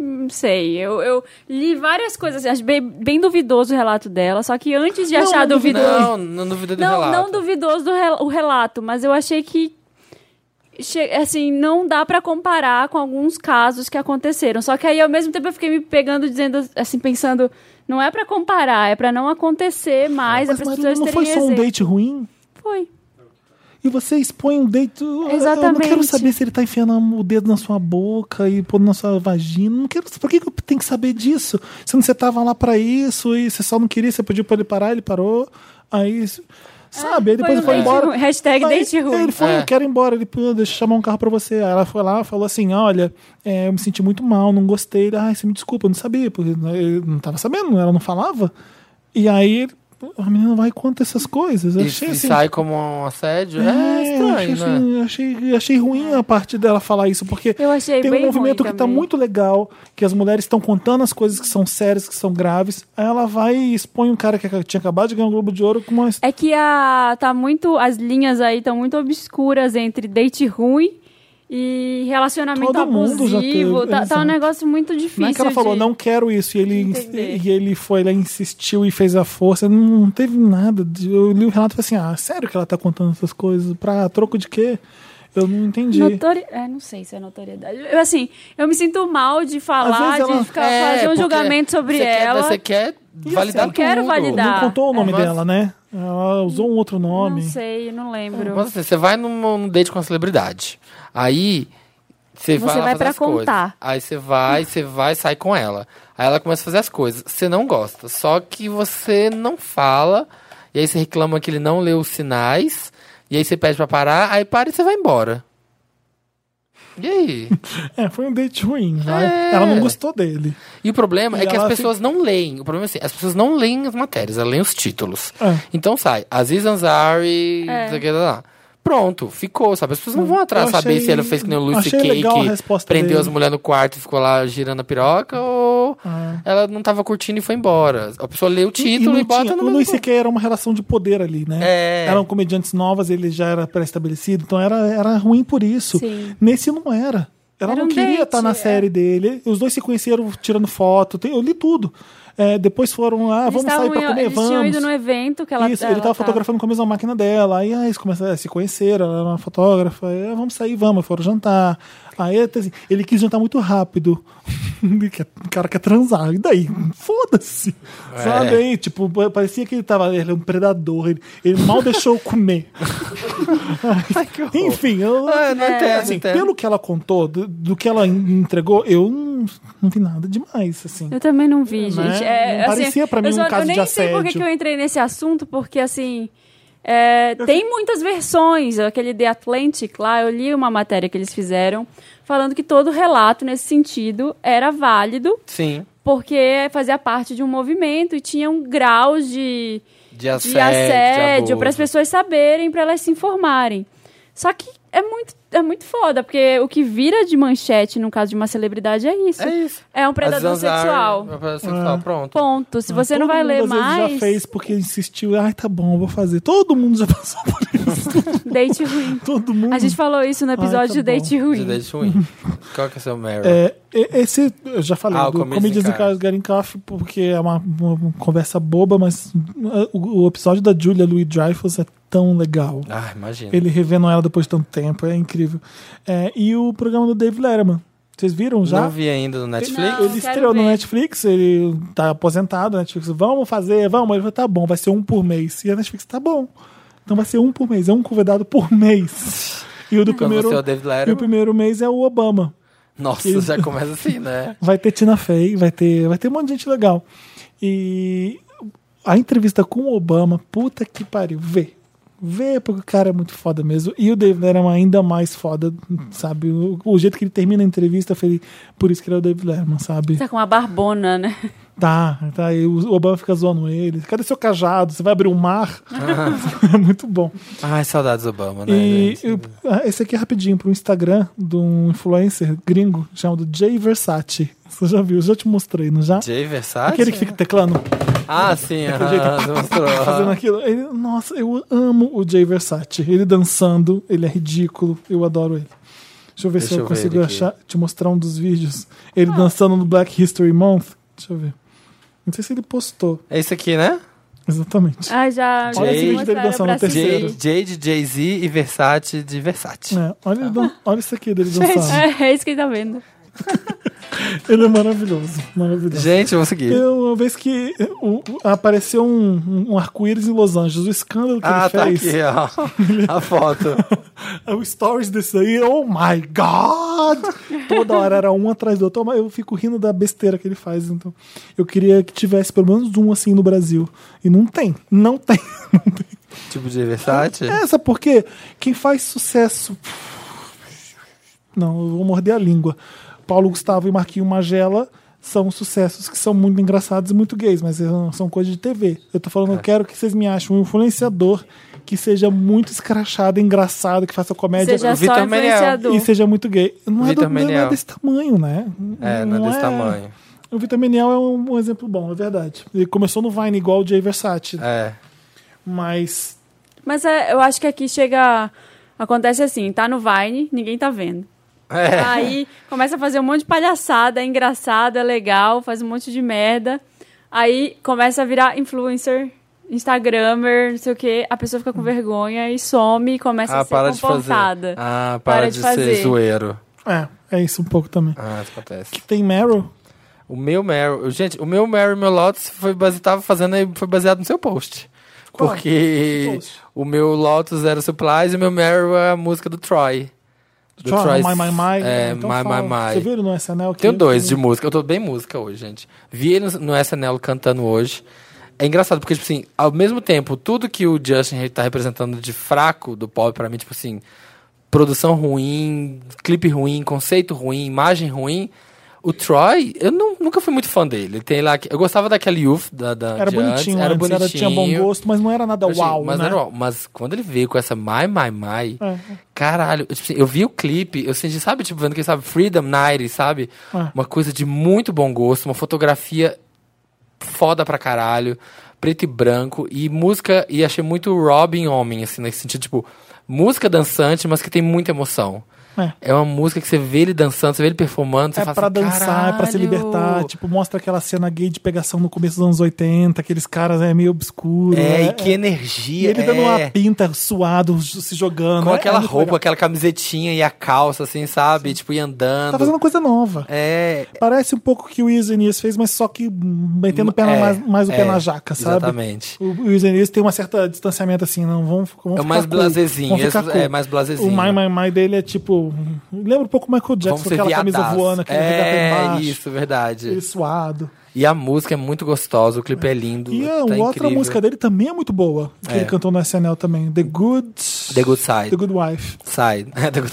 Não sei, eu, eu li várias coisas, assim, achei bem, bem duvidoso o relato dela, só que antes de
Não, é
achar
não duvidei.
duvidoso.
Não, não duvido do
Não,
relato.
não duvidoso do rel- o relato, mas eu achei que che- assim, não dá pra comparar com alguns casos que aconteceram. Só que aí ao mesmo tempo eu fiquei me pegando dizendo assim, pensando, não é pra comparar, é pra não acontecer mais, é
Mas,
para
mas
as pessoas
não
terem
foi só um
exemplo.
date ruim?
Foi.
E você expõe um date. eu- Eu não
Exatamente.
quero saber se ele tá enfiando o dedo na sua boca e pondo na sua vagina. Não quero. Por que, que eu tenho que saber disso? Sendo que você tava lá pra isso e você só não queria, você pediu pra ele parar, ele parou. Aí. Sabe? aí depois
foi um
ele foi
date
embora.
ruim. Hashtag
Aí
date ruim.
Ele foi,
É.
eu quero ir embora. Ele, pô, deixa eu chamar um carro pra você. Aí ela foi lá falou assim: olha, é, eu me senti muito mal, não gostei. Ele, ai, você me desculpa, eu não sabia, porque eu não tava sabendo, ela não falava. E aí ele, a menina vai e conta essas coisas. Eu
E,
achei
e
assim.
sai como um assédio? É,
achei,
estranho, né?
assim, achei, achei ruim a parte dela falar isso, porque
Eu achei
tem um
bem
movimento
ruim
que tá
também.
muito legal, que as mulheres estão contando as coisas que são sérias, que são graves. Aí ela vai e expõe um cara que tinha acabado de ganhar um Globo de Ouro com uma
É que a tá muito as linhas aí estão muito obscuras entre date ruim e relacionamento
Todo mundo já teve,
abusivo. Tá, tá um
exato.
negócio muito difícil.
Não é que ela falou,
de-
não quero isso, e ele,
entender.
e ele foi lá, insistiu e fez a força, não, não teve nada. de- Eu li o relato e falei assim: ah, sério que ela tá contando essas coisas? Pra troco de quê? Eu não entendi.
Notori... É, não sei se é notoriedade. Eu, assim, eu me sinto mal de falar,
Às vezes
de
ela-
ficar
É,
fazer um
porque
julgamento sobre
você quer- né,
ela. assim,
Você quer validar
eu quero
tudo.
validar.
Não contou o nome
É,
mas-
dela, né? Ela usou um outro nome.
Não sei, não lembro.
Mas assim, você vai num, num date com uma celebridade. Aí você vai,
Você
lá
vai
fazer
pra
as coisas.
contar.
Aí você vai, você vai, sai com ela. Aí ela começa a fazer as coisas. Você não gosta. Só que você não fala. E aí você reclama que ele não leu os sinais. E aí você pede pra parar. Aí para e você vai embora. E aí?
É, foi um date ruim, vai.
É.
Ela não gostou dele.
E o problema
E
é que as
ela
pessoas não leem. O problema é assim, as pessoas não leem as matérias, elas leem os títulos.
É.
Então sai, Aziz Ansari,
É.
não sei o que lá. Pronto, ficou, sabe? As pessoas não vão atrás
Hum. Eu
saber
achei-
se ele fez que nem o Lucy
achei
Cake,
legal a resposta
prendeu
dele.
as mulheres no quarto e ficou lá girando a piroca, ou ela não tava curtindo e foi embora. A pessoa lê o título e,
Ah. não
bota
tinha-
no
O
mesmo-
Luiz C.K. era uma relação de poder ali, né?
É.
Eram comediantes novas, ele já era pré-estabelecido, então era, era ruim por isso.
Sim.
Nesse não era. Ela
Era
não
um
queria
date,
estar na
é.
série dele. Os dois se conheceram tirando foto. tem- eu li tudo. É, depois foram lá,
Eles
vamos sair
estavam
pra
em-
comer,
eles
vamos.
tinham ido no evento que ela
Isso, ele
ela
tá.
tava fotografando com a mesma máquina dela. Aí ah, eles começaram a se conhecer, ela era uma fotógrafa. aí, ah, vamos sair, vamos, foram jantar. Aí assim, ele quis jantar muito rápido. Ele quer- o cara quer transar. E daí? Foda-se. Sabe aí? Tipo, pa- parecia que ele tava. Ele é um predador. Ele, ele mal deixou eu comer. Enfim, eu.
Ah, não entendo,
assim,
entendo.
pelo que ela contou, do, do que ela en- entregou, eu não, não vi nada demais, assim.
Eu também não vi,
Né?
gente. É,
Não
assim,
parecia pra mim
eu
um
só-
caso
Eu nem
de
sei por que
assédio.
que eu entrei nesse assunto, porque assim. é, tem muitas versões. Aquele The Atlantic lá, eu li uma matéria que eles fizeram falando que todo relato nesse sentido era válido,
Sim,
porque fazia parte de um movimento e tinham graus de,
de assédio,
de assédio,
abuso.
para as pessoas saberem, para elas se informarem. Só que é muito, é muito foda, porque o que vira de manchete no caso de uma celebridade é isso.
É isso.
É um predador
Aziz Ansari,
sexual.
é um
Ah.
predador sexual, pronto.
Ponto. Se você
Todo
não vai
mundo,
ler
às vezes,
mais,
já fez porque insistiu. Ai, tá bom, eu vou fazer. Todo mundo já passou por
date ruim.
todo mundo.
A gente falou isso no episódio
tá
de
bom.
date ruim.
De date ruim. Qual que é o seu Meryl?
É, e- esse, eu já falei,
Ah, o
do
Comedians
Comedians
in
e
Cars.
Cars Getting Coffee, porque é uma, uma- uma conversa boba, mas uh, o, o episódio da Julia Louis-Dreyfus é tão legal.
Ah, imagina.
Ele revendo ela depois de tanto tempo, é incrível. É, e o programa do Dave Letterman. Vocês viram já?
Não vi ainda no Netflix.
Não,
Ele
quero
estreou no
ver.
Netflix, ele tá aposentado, a Netflix, vamos fazer, vamos. Ele falou, tá bom, vai ser um por mês. E a Netflix, tá bom. Então vai ser um por mês, é um convidado por mês. E o do
Quando
primeiro,
você é o David
e
Letterman.
o primeiro mês é o Obama.
Nossa, já começa assim, né?
Vai ter Tina Fey, vai ter, vai ter um monte de gente legal. E a entrevista com o Obama, puta que pariu, vê. Vê, porque o cara é muito foda mesmo. E o David Letterman é ainda mais foda, sabe? O, o jeito que ele termina a entrevista foi por isso que ele é o David Letterman, sabe?
Tá com uma barbona, né?
Tá, tá. E o Obama fica zoando ele. Cadê seu cajado? Você vai abrir o mar? é muito bom.
Ai, saudades Obama, Ah. né?
E
gente?
eu- ah, esse aqui é rapidinho pro Instagram de um influencer gringo chamado Jay Versace. Você já viu? Eu Já te mostrei, não já?
Jay Versace?
Aquele que fica teclando,
Ah, sim, aham, você mostrou.
fazendo aquilo. Ele, nossa, eu amo o Jay Versace. Ele dançando, ele é ridículo, eu adoro ele. Deixa eu ver
Deixa
se eu,
eu ver
consigo
ele aqui.
achar, te mostrar um dos vídeos. Ele dançando no Black History Month. Deixa eu ver. Não sei se ele postou
É isso aqui, né?
exatamente.
Ah, já.
Olha esse
já
vídeo dele
mostraram
dançando
pra
no terceiro.
Jay,
assistir.
Jay de Jay-Z e Versace de Versace.
É, olha, ele dan- olha isso aqui dele dançando.
É, é isso que ele tá vendo.
Ele é maravilhoso, maravilhoso.
Gente, eu vou seguir.
Eu, uma vez que eh, o- o- apareceu um, um- um arco-íris em Los Angeles, o escândalo que
Ah,
ele
tá
fez. É
aqui, ó. A foto.
O stories desse aí, oh my god! Toda hora era um atrás do outro. mas Eu fico rindo da besteira que ele faz, então. Eu queria que tivesse pelo menos um assim no Brasil. E não tem, não tem, não tem.
tipo de Versace?
É, sabe por quê? Quem faz sucesso. Não, eu vou morder a língua. Paulo Gustavo e Marquinho Magela são sucessos que são muito engraçados e muito gays, mas eh, são coisas de TV. Eu tô
É.
falando, eu quero que vocês me achem um influenciador que seja muito escrachado, engraçado, que faça comédia
Seja só
Vitor Meniel.
influenciador.
e seja muito gay. Não é, do,
Vitor
não é
Meniel.
desse tamanho, né?
É, não é desse tamanho.
O Vitor Meniel é um, um exemplo bom, é verdade. Ele começou no Vine igual o Jay Versace,
É.
mas
Mas é, eu acho que aqui chega. Acontece assim, tá no Vine, ninguém tá vendo.
É.
Aí começa a fazer um monte de palhaçada, é engraçado, é legal, faz um monte de merda. Aí começa a virar influencer, Instagrammer, não sei o quê. A pessoa fica com vergonha e some e começa a
Ah,
ser
para de fazer.
comportada.
Ah, para,
Para
de,
de
ser
fazer.
zoeiro.
é, é isso um pouco também.
Ah, isso acontece.
Tem Meryl?
O meu Meryl... Gente, o meu Meryl, meu Lotus, foi base... tava fazendo... aí- Foi baseado no seu post.
Qual?
Porque
Que post?
o meu Lotus era o Supplies e o meu Meryl é a música do Troy. Do
Tchau,
Troy's-
My My My.
É,
Então
My
fala.
My My.
Você viu ele no SNL? que
Tenho
eu-
dois de música. Eu tô bem música hoje, gente. Vi ele no no SNL cantando hoje. É engraçado, porque, tipo assim, ao mesmo tempo, tudo que o Justin re- tá representando de fraco do pop, pra mim, tipo assim, produção ruim, clipe ruim, conceito ruim, imagem ruim. O Troy, eu nu- nunca fui muito fã dele. Tem lá, que- eu gostava daquele Youth da, da
Era
de antes,
bonitinho,
era
antes,
bonitinho.
era- tinha bom gosto, mas não era nada
Assim,
uau,
mas,
né?
era uau. mas quando ele veio com essa My My My,
É.
caralho, eu, tipo assim, eu vi o clipe, eu senti, sabe, tipo, vendo que sabe, Freedom Night, sabe?
É.
Uma coisa de muito bom gosto, uma fotografia foda pra caralho, preto e branco, e música, e achei muito Robin Homem, assim, nesse sentido, tipo, música dançante, mas que tem muita emoção.
É.
É uma música que você vê ele dançando, você vê ele performando, você
É
fala
pra
assim,
dançar, é pra
"Caralho!"
se libertar. Tipo, mostra aquela cena gay de pegação no começo dos anos 80, aqueles caras é meio obscuros.
É,
né?
e que
E
energia,
ele dando uma
é.
pinta, suado, ju- se jogando.
Com
É- é
aquela
muito
roupa,
legal.
aquela camisetinha e a calça, assim, sabe? Tipo, e andando.
Tá fazendo coisa nova.
É.
Parece um pouco o que o Isenias fez, mas só que hum, metendo o pé na-
é,
mais, mais o pé
é,
na jaca, sabe?
Exatamente.
O, o Isenias tem um certo distanciamento assim, não, vamos, vamos
É
ficar
mais
cool,
blazezinho,
vamos ficar
esse
cool.
é mais blazezinho.
O My My My dele é tipo. hum, Lembra um pouco o Michael Jackson,
Vamos
com
ser
aquela
viadaço.
camisa voando, aquele
É,
regata embaixo,
isso, verdade.
ele suado.
E a música é muito gostosa, o clipe é lindo.
E
tá
a outra
incrível.
música dele também é muito boa, que
É.
ele cantou no SNL também. The Good.
The Good Side.
The Good Wife.
Sai. É, The Good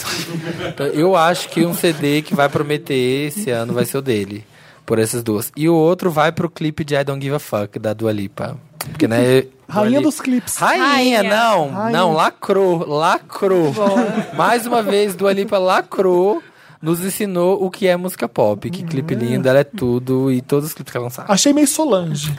Então, Eu acho que um CD que vai prometer esse ano vai ser o dele. Por essas duas. E o outro vai pro clipe de I Don't Give a Fuck, da Dua Lipa. Porque, né? Dua
Rainha
Lipa-
dos clipes.
Rainha,
Rainha.
não,
Rainha.
não, lacrou, lacrou. Mais uma vez, Dua Lipa lacrou, nos ensinou o que é música pop, que clipe lindo, ela é tudo e todos os clipes que ela lançar.
Achei meio Solange.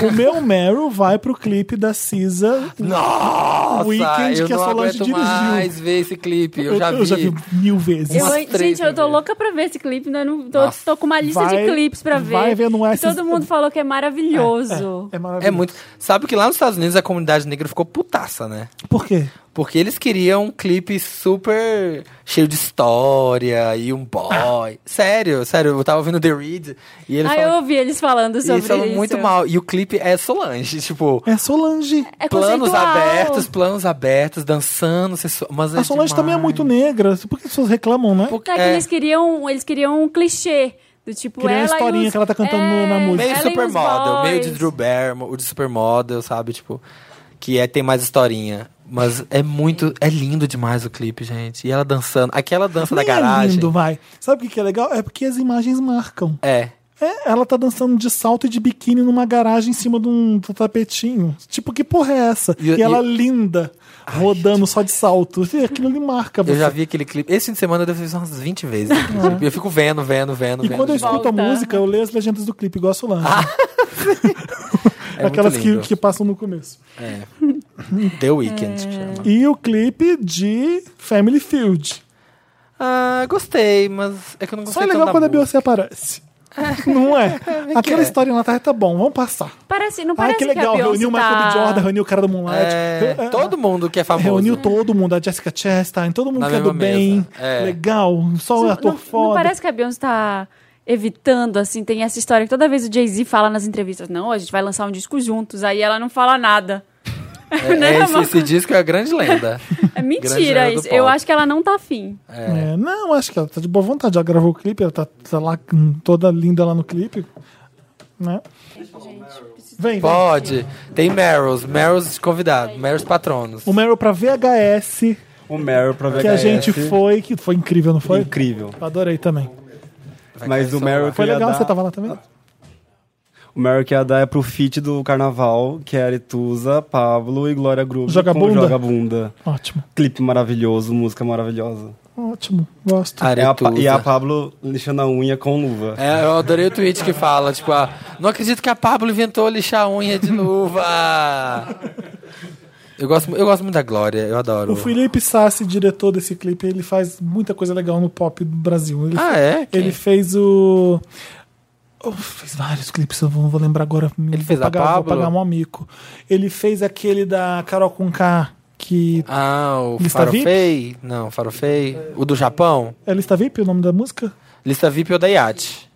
O meu Meryl vai pro clipe da Cisa.
Nossa,
Weekend
eu
que a
não
Solange
aguento
dirigiu.
mais ver esse clipe, eu, já vi.
mil vezes. É
Eu,
Umas três
gente, eu tô
vezes.
louca pra ver esse clipe. Né? Eu não, tô,
Nossa.
tô com uma lista
Vai-
de clipes pra ver.
vai ver no
que
S-
Todo mundo falou que é maravilhoso.
É maravilhoso.
É muito. Sabe que lá nos Estados Unidos a comunidade negra ficou putaça, né?
Por quê?
Porque eles queriam um clipe super cheio de história e um boy. Sério, sério, eu tava ouvindo The Read e eles
Ah, eu
falam
ouvi eles falando sobre
eles falam muito mal. E o clipe é Solange, tipo.
É Solange.
É
planos
conceitual.
abertos, planos abertos, dançando, sexu- mas
A Solange também é muito
negra.
negra. Por que as pessoas reclamam, né?
Tá, que eles queriam, eles queriam um clichê do tipo
Queria uma
ela e
historinha
os- É,
que ela tá cantando na música.
meio
ela e os
supermodel, meio
boys.
de Drew Barrymore, de supermodel, sabe, tipo. que é tem mais historinha. Mas é muito. É lindo demais o clipe, gente. E ela dançando. Aquela dança
Nem
da
é
garagem.
lindo, vai. Sabe o que que é legal? É porque as imagens marcam.
É.
É, ela tá dançando de salto e de biquíni numa garagem em cima de um do tapetinho. Tipo, que porra é essa?
E-
E,
e-
ela linda, rodando só de salto. E Aquilo ali marca você.
Eu já vi aquele clipe. Esse fim de semana eu devo ter visto umas 20 vezes. aquele clipe. Eu fico vendo, vendo, vendo,
É. E
vendo.
quando eu
vendo.
escuto a
Volta.
música, eu leio as legendas do clipe, igual a Solange.
É muito
Aquelas que,
lindo.
que passam no começo.
The
É.
Weeknd. que chama.
E o clipe de Family Field.
Ah, gostei, mas é que eu não
Só
gostei
é
tanto
legal
da
quando a
música.
Beyoncé aparece. Não é? Aquela
é.
história na Terra tá bom, vamos passar.
Parece, não
Ah,
parece
que legal,
que a Beyoncé
reuniu o Michael
tá...
B. Jordan, reuniu o cara do Moonlight.
É,
Eu-
todo mundo que é famoso.
Reuniu todo mundo, a Jessica Chastain, todo mundo
Na
que é
mesma
do bem,
mesa, é.
legal, só o
Não-
um ator
não,
foda.
não parece que a Beyoncé tá evitando, assim, tem essa história que toda vez o Jay-Z fala nas entrevistas, não, a gente vai lançar um disco juntos, aí ela não fala nada.
É, é, esse, esse disco é a grande lenda.
É
Grande
mentira
era do
isso. Eu
palco.
acho que ela não tá afim.
É, não, acho que ela tá de boa vontade, ela gravou o clipe, ela tá, tá lá hum, toda linda lá no clipe. Né? Vem, vem.
Pode. Tem Meryl's, Meryl's convidado, Meryl's patronos.
O Meryl pra VHS,
O Meryl pra VHS.
que a gente foi, que foi incrível, não foi?
Incrível.
Eu Adorei também.
Vai cair
Mas o
celular.
Meryl que
Foi
eu ia
legal,
dar-
você tava lá também?
O Meryl que ia dar é pro feat do carnaval, que é Aretusa, Pablo e Glória Groove.
Joga
com
bunda?
Joga bunda.
Ótimo,
Clipe maravilhoso, música maravilhosa.
ótimo, gosto.
É a
Aretusa.
Pa- e a Pablo lixando a unha com luva.
É, eu adorei o tweet que fala, tipo, ah, não acredito que a Pablo inventou lixar a unha de luva. Eu gosto, eu gosto muito da Glória, eu adoro.
O Felipe Sassi, diretor desse clipe, ele faz muita coisa legal no pop do Brasil. Ele
Ah, é? Quem?
Ele fez o. Oh, fez vários clipes, eu não vou lembrar agora. Ele
fez a
pagar,
Pabllo?
Vou pagar mó mico. Ele fez aquele da Carol Conká, que.
Ah, o
Lista
Farofei? Não, Farofei. O do Japão?
É Lista VIP o nome da música?
Lista VIP ou da Yacht?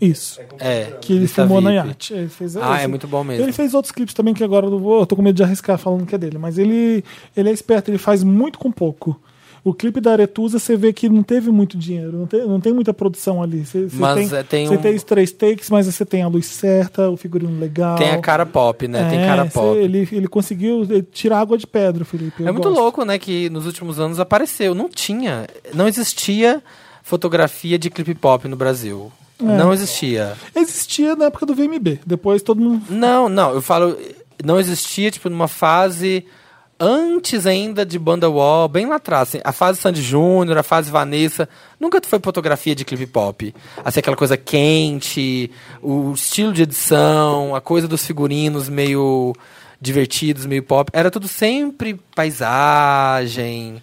Isso.
É.
Que ele
Lista
filmou na
VIP.
Yacht. Ele fez
Ah,
esse.
é muito bom mesmo.
Ele fez outros clipes também que agora eu não vou- eu tô com medo de arriscar falando que é dele, mas ele, ele é esperto, ele faz muito com pouco. O clipe da Aretusa, você vê que não teve muito dinheiro, não tem, não tem muita produção ali. Você, você
Mas,
tem,
é, tem
você
um-
tem os três takes, mas você tem a luz certa, o figurino legal.
Tem a cara pop, né? Tem
É,
cara
cê-
pop.
Ele, ele conseguiu eh, tirar água de pedra, Felipe. eu
É muito
gosto.
louco, né, que nos últimos anos apareceu. Não tinha, não existia fotografia de clipe pop no Brasil.
É.
Não existia.
Existia na época do VMB. Depois todo mundo.
Não, não, eu falo, não existia, tipo, numa fase antes ainda de Banda Wall, bem lá atrás. assim, a fase Sandy Júnior, a fase Vanessa, nunca foi fotografia de clipe pop. Assim, aquela coisa quente, o estilo de edição, a coisa dos figurinos meio divertidos, meio pop. Era tudo sempre paisagem.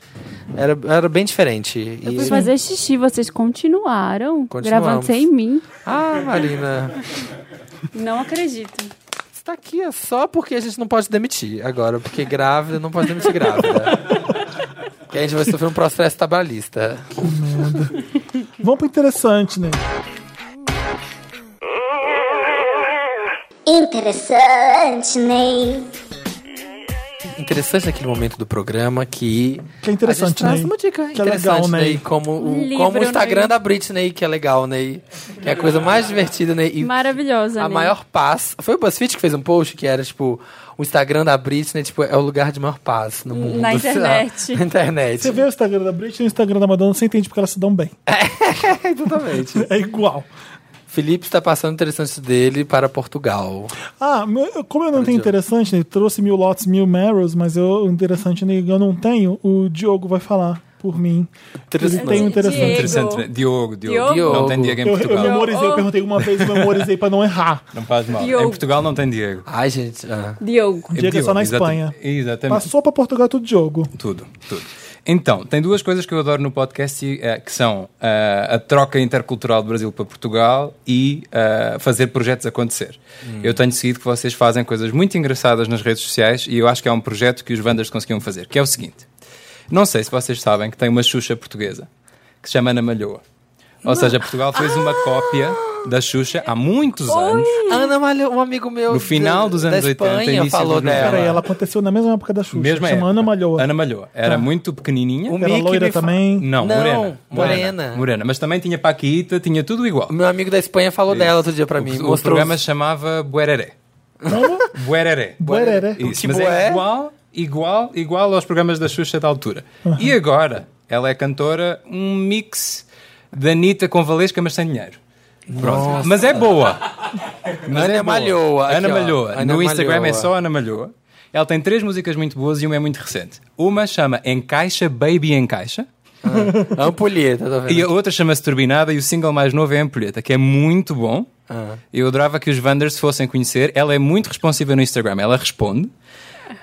Era, era bem diferente. E-
Eu fui fazer xixi, vocês continuaram
Continuamos.
gravando sem mim.
Ah, Marina,
Não acredito.
você tá aqui é só porque a gente não pode demitir agora, porque grávida não pode demitir grávida. que a gente vai sofrer um processo trabalhista.
Vamos pro interessante, né?
Interessante, Ney.
Interessante naquele momento do programa que.
Que é interessante,
a gente traz
Ney.
uma dica
Que é
interessante,
legal, Ney.
Ney, Como, o,
Livro,
como o Instagram
Ney.
da Britney, que é legal, Ney. Que é a coisa mais divertida, Ney. E
Maravilhosa,
A
né?
maior paz. Foi o BuzzFeed que fez um post que era, tipo, o Instagram da Britney, tipo, é o lugar de maior paz no mundo.
Na
sei lá.
internet.
Na internet.
Você vê o Instagram da Britney e o Instagram da Madonna, você entende porque elas se dão bem.
Exatamente.
É igual.
Felipe está passando o interessante dele para Portugal.
Ah, meu- como eu não tenho interessante, né? Trouxe mil lotes, mil Meryls, mas eu o interessante né? eu não tenho, o Diogo vai falar por mim. Ele
Interessante.
tem um interessante.
Interessante. né? Diogo, Diogo.
Diogo.
Não tem Diego em
Eu, eu
Portugal.
memorizei, eu perguntei uma vez, eu memorizei pra não errar.
Não faz mal.
Diogo.
Em Portugal não tem Diego.
Ai, gente. ah.
Diogo.
Diego é só na
exata-
Espanha.
Exatamente.
Passou pra Portugal tudo Diogo.
Tudo, tudo. Então, tem duas coisas que eu adoro no podcast e, eh, que são eh, a troca intercultural do Brasil para Portugal e eh, fazer projetos acontecer. Eu tenho seguido que vocês fazem coisas muito engraçadas nas redes sociais e eu acho que é um projeto que os Vandas conseguiam fazer, que é o seguinte. Não sei se vocês sabem que tem uma Xuxa portuguesa que se chama Ana Malhoa. Ou seja, Portugal fez uma cópia da Xuxa há muitos anos.
Ana Malho, um amigo meu.
No final dos anos
da
80,
Espanha,
início
falou
dos 90.
dela.
Peraí, ela aconteceu na mesma época da Xuxa.
É Mesma
chama
época.
Ana Malhoa. Tá.
Ana Malhoa. Era muito pequenininha.
O
Era
Mickey
loira
me fa-
também.
Não,
Não,
morena,
morena.
Morena, mas também tinha Paquita, tinha tudo igual.
O meu amigo da Espanha falou dela outro dia pra mim.
O, o
mostrou
programa
os-
chamava Buereré.
Como?
Buerere.
Buerere.
Isso,
Que
mas
bué?
é igual, igual, igual aos programas da Xuxa da altura. E agora, ela é cantora, um mix de Anitta com Valesca, mas sem dinheiro. Pronto. Mas é boa. Mas é
Ana
boa.
Malhoa, aqui,
Ana
ó.
Malhoa.
Ana
no Instagram
Malhoa.
é só Ana Malhoa. Ela tem três músicas muito boas e uma é muito recente. Uma chama Encaixa Baby Encaixa.
Ampulheta, tá
é E
vendo?
a outra chama-se Turbinada e o single mais novo é Ampulheta, que é muito bom.
Ah.
Eu adorava que os Vanders fossem conhecer. Ela é muito responsiva no Instagram, ela responde.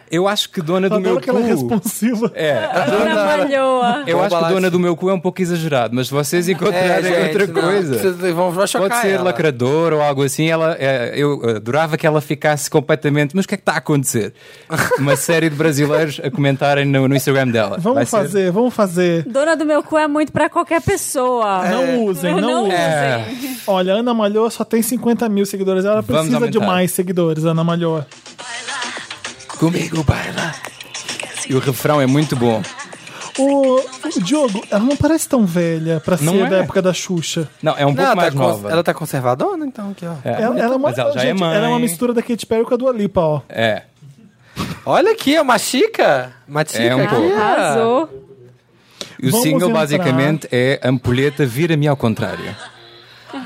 Eu acho que dona do meu
Adoro que ela é
cu.
responsiva.
É,
Ana Malhoa.
eu
Boa
acho que
balança.
dona do meu cu é um pouco exagerado, mas se vocês encontrarem outra
É, não,
coisa.
vocês vão, vão chocar
Pode ser
ela.
lacrador ou algo assim. Ela, é, eu adorava que ela ficasse completamente. Mas o que é que está a acontecer? Uma série de brasileiros a comentarem no, no Instagram dela.
Vamos
Vai ser-
fazer, vamos fazer.
Dona do meu cu é muito pra qualquer pessoa.
Não usem, não, usem.
É.
Olha, Ana Malhoa só tem 50 mil seguidores. Ela
Vamos
precisa de
aumentar.
mais seguidores, Ana Malhoa.
Comigo baila. E o refrão é muito bom.
O, o Diogo, ela não parece tão velha pra
Não
ser
é.
da época da Xuxa.
Não, é um
Não,
pouco
ela,
mais
tá cons-
nova.
ela tá conservadona, então, aqui, ó.
É.
Ela, ela é uma,
Mas ela já é
gente,
mãe.
ela é uma mistura da Katy Perry com a Dua Lipa, ó.
É.
Olha aqui, é uma chica. Uma chica
É um
aqui,
pouco.
ó.
Arrasou.
E o
Vamos
single
entrar.
basicamente é Ampulheta Vira-me ao contrário.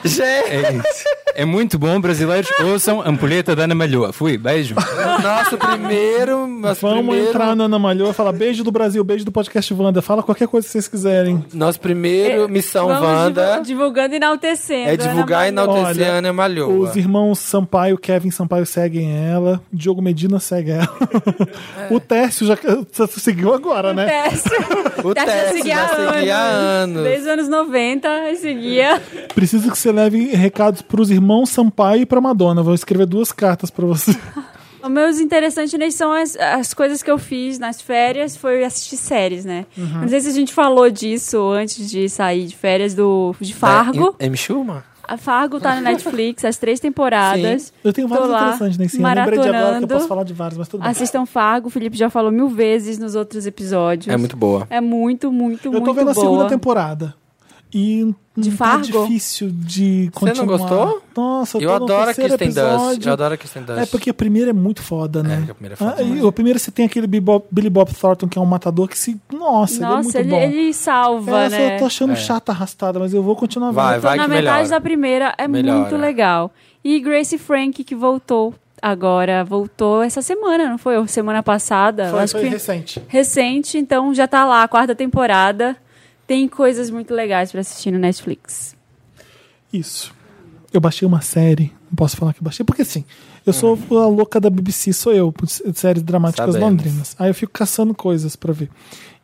Gente,
É isso. É muito bom, brasileiros. Ouçam Ampulheta da Ana Malhoa. Fui, beijo.
nosso primeiro... Nosso
Vamos
primeiro,
entrar na Ana Malhoa e falar beijo do Brasil, beijo do podcast Wanda. Fala qualquer coisa que vocês quiserem.
Nosso primeiro Missão
É, Vamos
Wanda
divul- Divulgando e enaltecendo.
é divulgar e
Ana Malhoa.
enaltecer
Olha,
a Ana Malhoa.
Os irmãos Sampaio, Kevin Sampaio seguem ela, Diogo Medina segue ela. O Tércio já já seguiu agora, né?
O
É, Teste.
Teste já seguia há anos.
Desde os anos 90, e seguia.
Preciso que você leve recados pros irmãos Sampaio e pra Madonna. Vou escrever duas cartas pra você.
Os meus interessantes né, são as, as coisas que eu fiz nas férias, foi assistir séries, né?
Uhum.
Não sei se a gente falou disso antes de sair de férias do, de Fargo.
Né?
É, M. Schumer?
A Fargo tá no Netflix, as três temporadas.
Eu tenho vários
Tô lá,
interessantes nesse ano. Lembrei de agora que eu
maratonando.
posso falar de vários, mas tudo bem.
Assistam Fargo, o Felipe já falou mil vezes nos outros episódios.
É muito boa.
É muito, muito,
eu
muito
tô vendo
boa.
a segunda temporada. E
De
não tá
Fargo?
difícil de
Você não
continuar.
gostou?
Nossa, eu,
Eu
tô no
adoro a
terceiro
Kristen
episódio.
Dust. Eu adoro a Kristen Dust.
É porque a primeira é muito foda, né?
É, a primeira é foda
Ah, e
demais.
o primeiro você tem aquele Billy Bob, Billy Bob Thornton, que é um matador, que se. Nossa,
Nossa,
ele
ele,
é muito bom.
ele salva,
Essa
né?
eu tô achando chata arrastada, mas eu vou continuar vendo.
É. Vai,
Tô
vai
na
que
metade
melhora.
da primeira, é
Melhora.
muito legal. E Grace Frank, que voltou agora, voltou essa semana, não foi? Ou semana passada? Eu
Foi,
acho
foi
que
recente.
recente, então já tá lá, a quarta temporada. Tem coisas muito legais pra assistir no Netflix.
Isso. Eu baixei uma série, não posso falar que eu baixei, porque assim, eu sou a louca da BBC, sou eu, por s- séries dramáticas
Sabemos.
londrinas. Aí eu fico caçando coisas pra ver.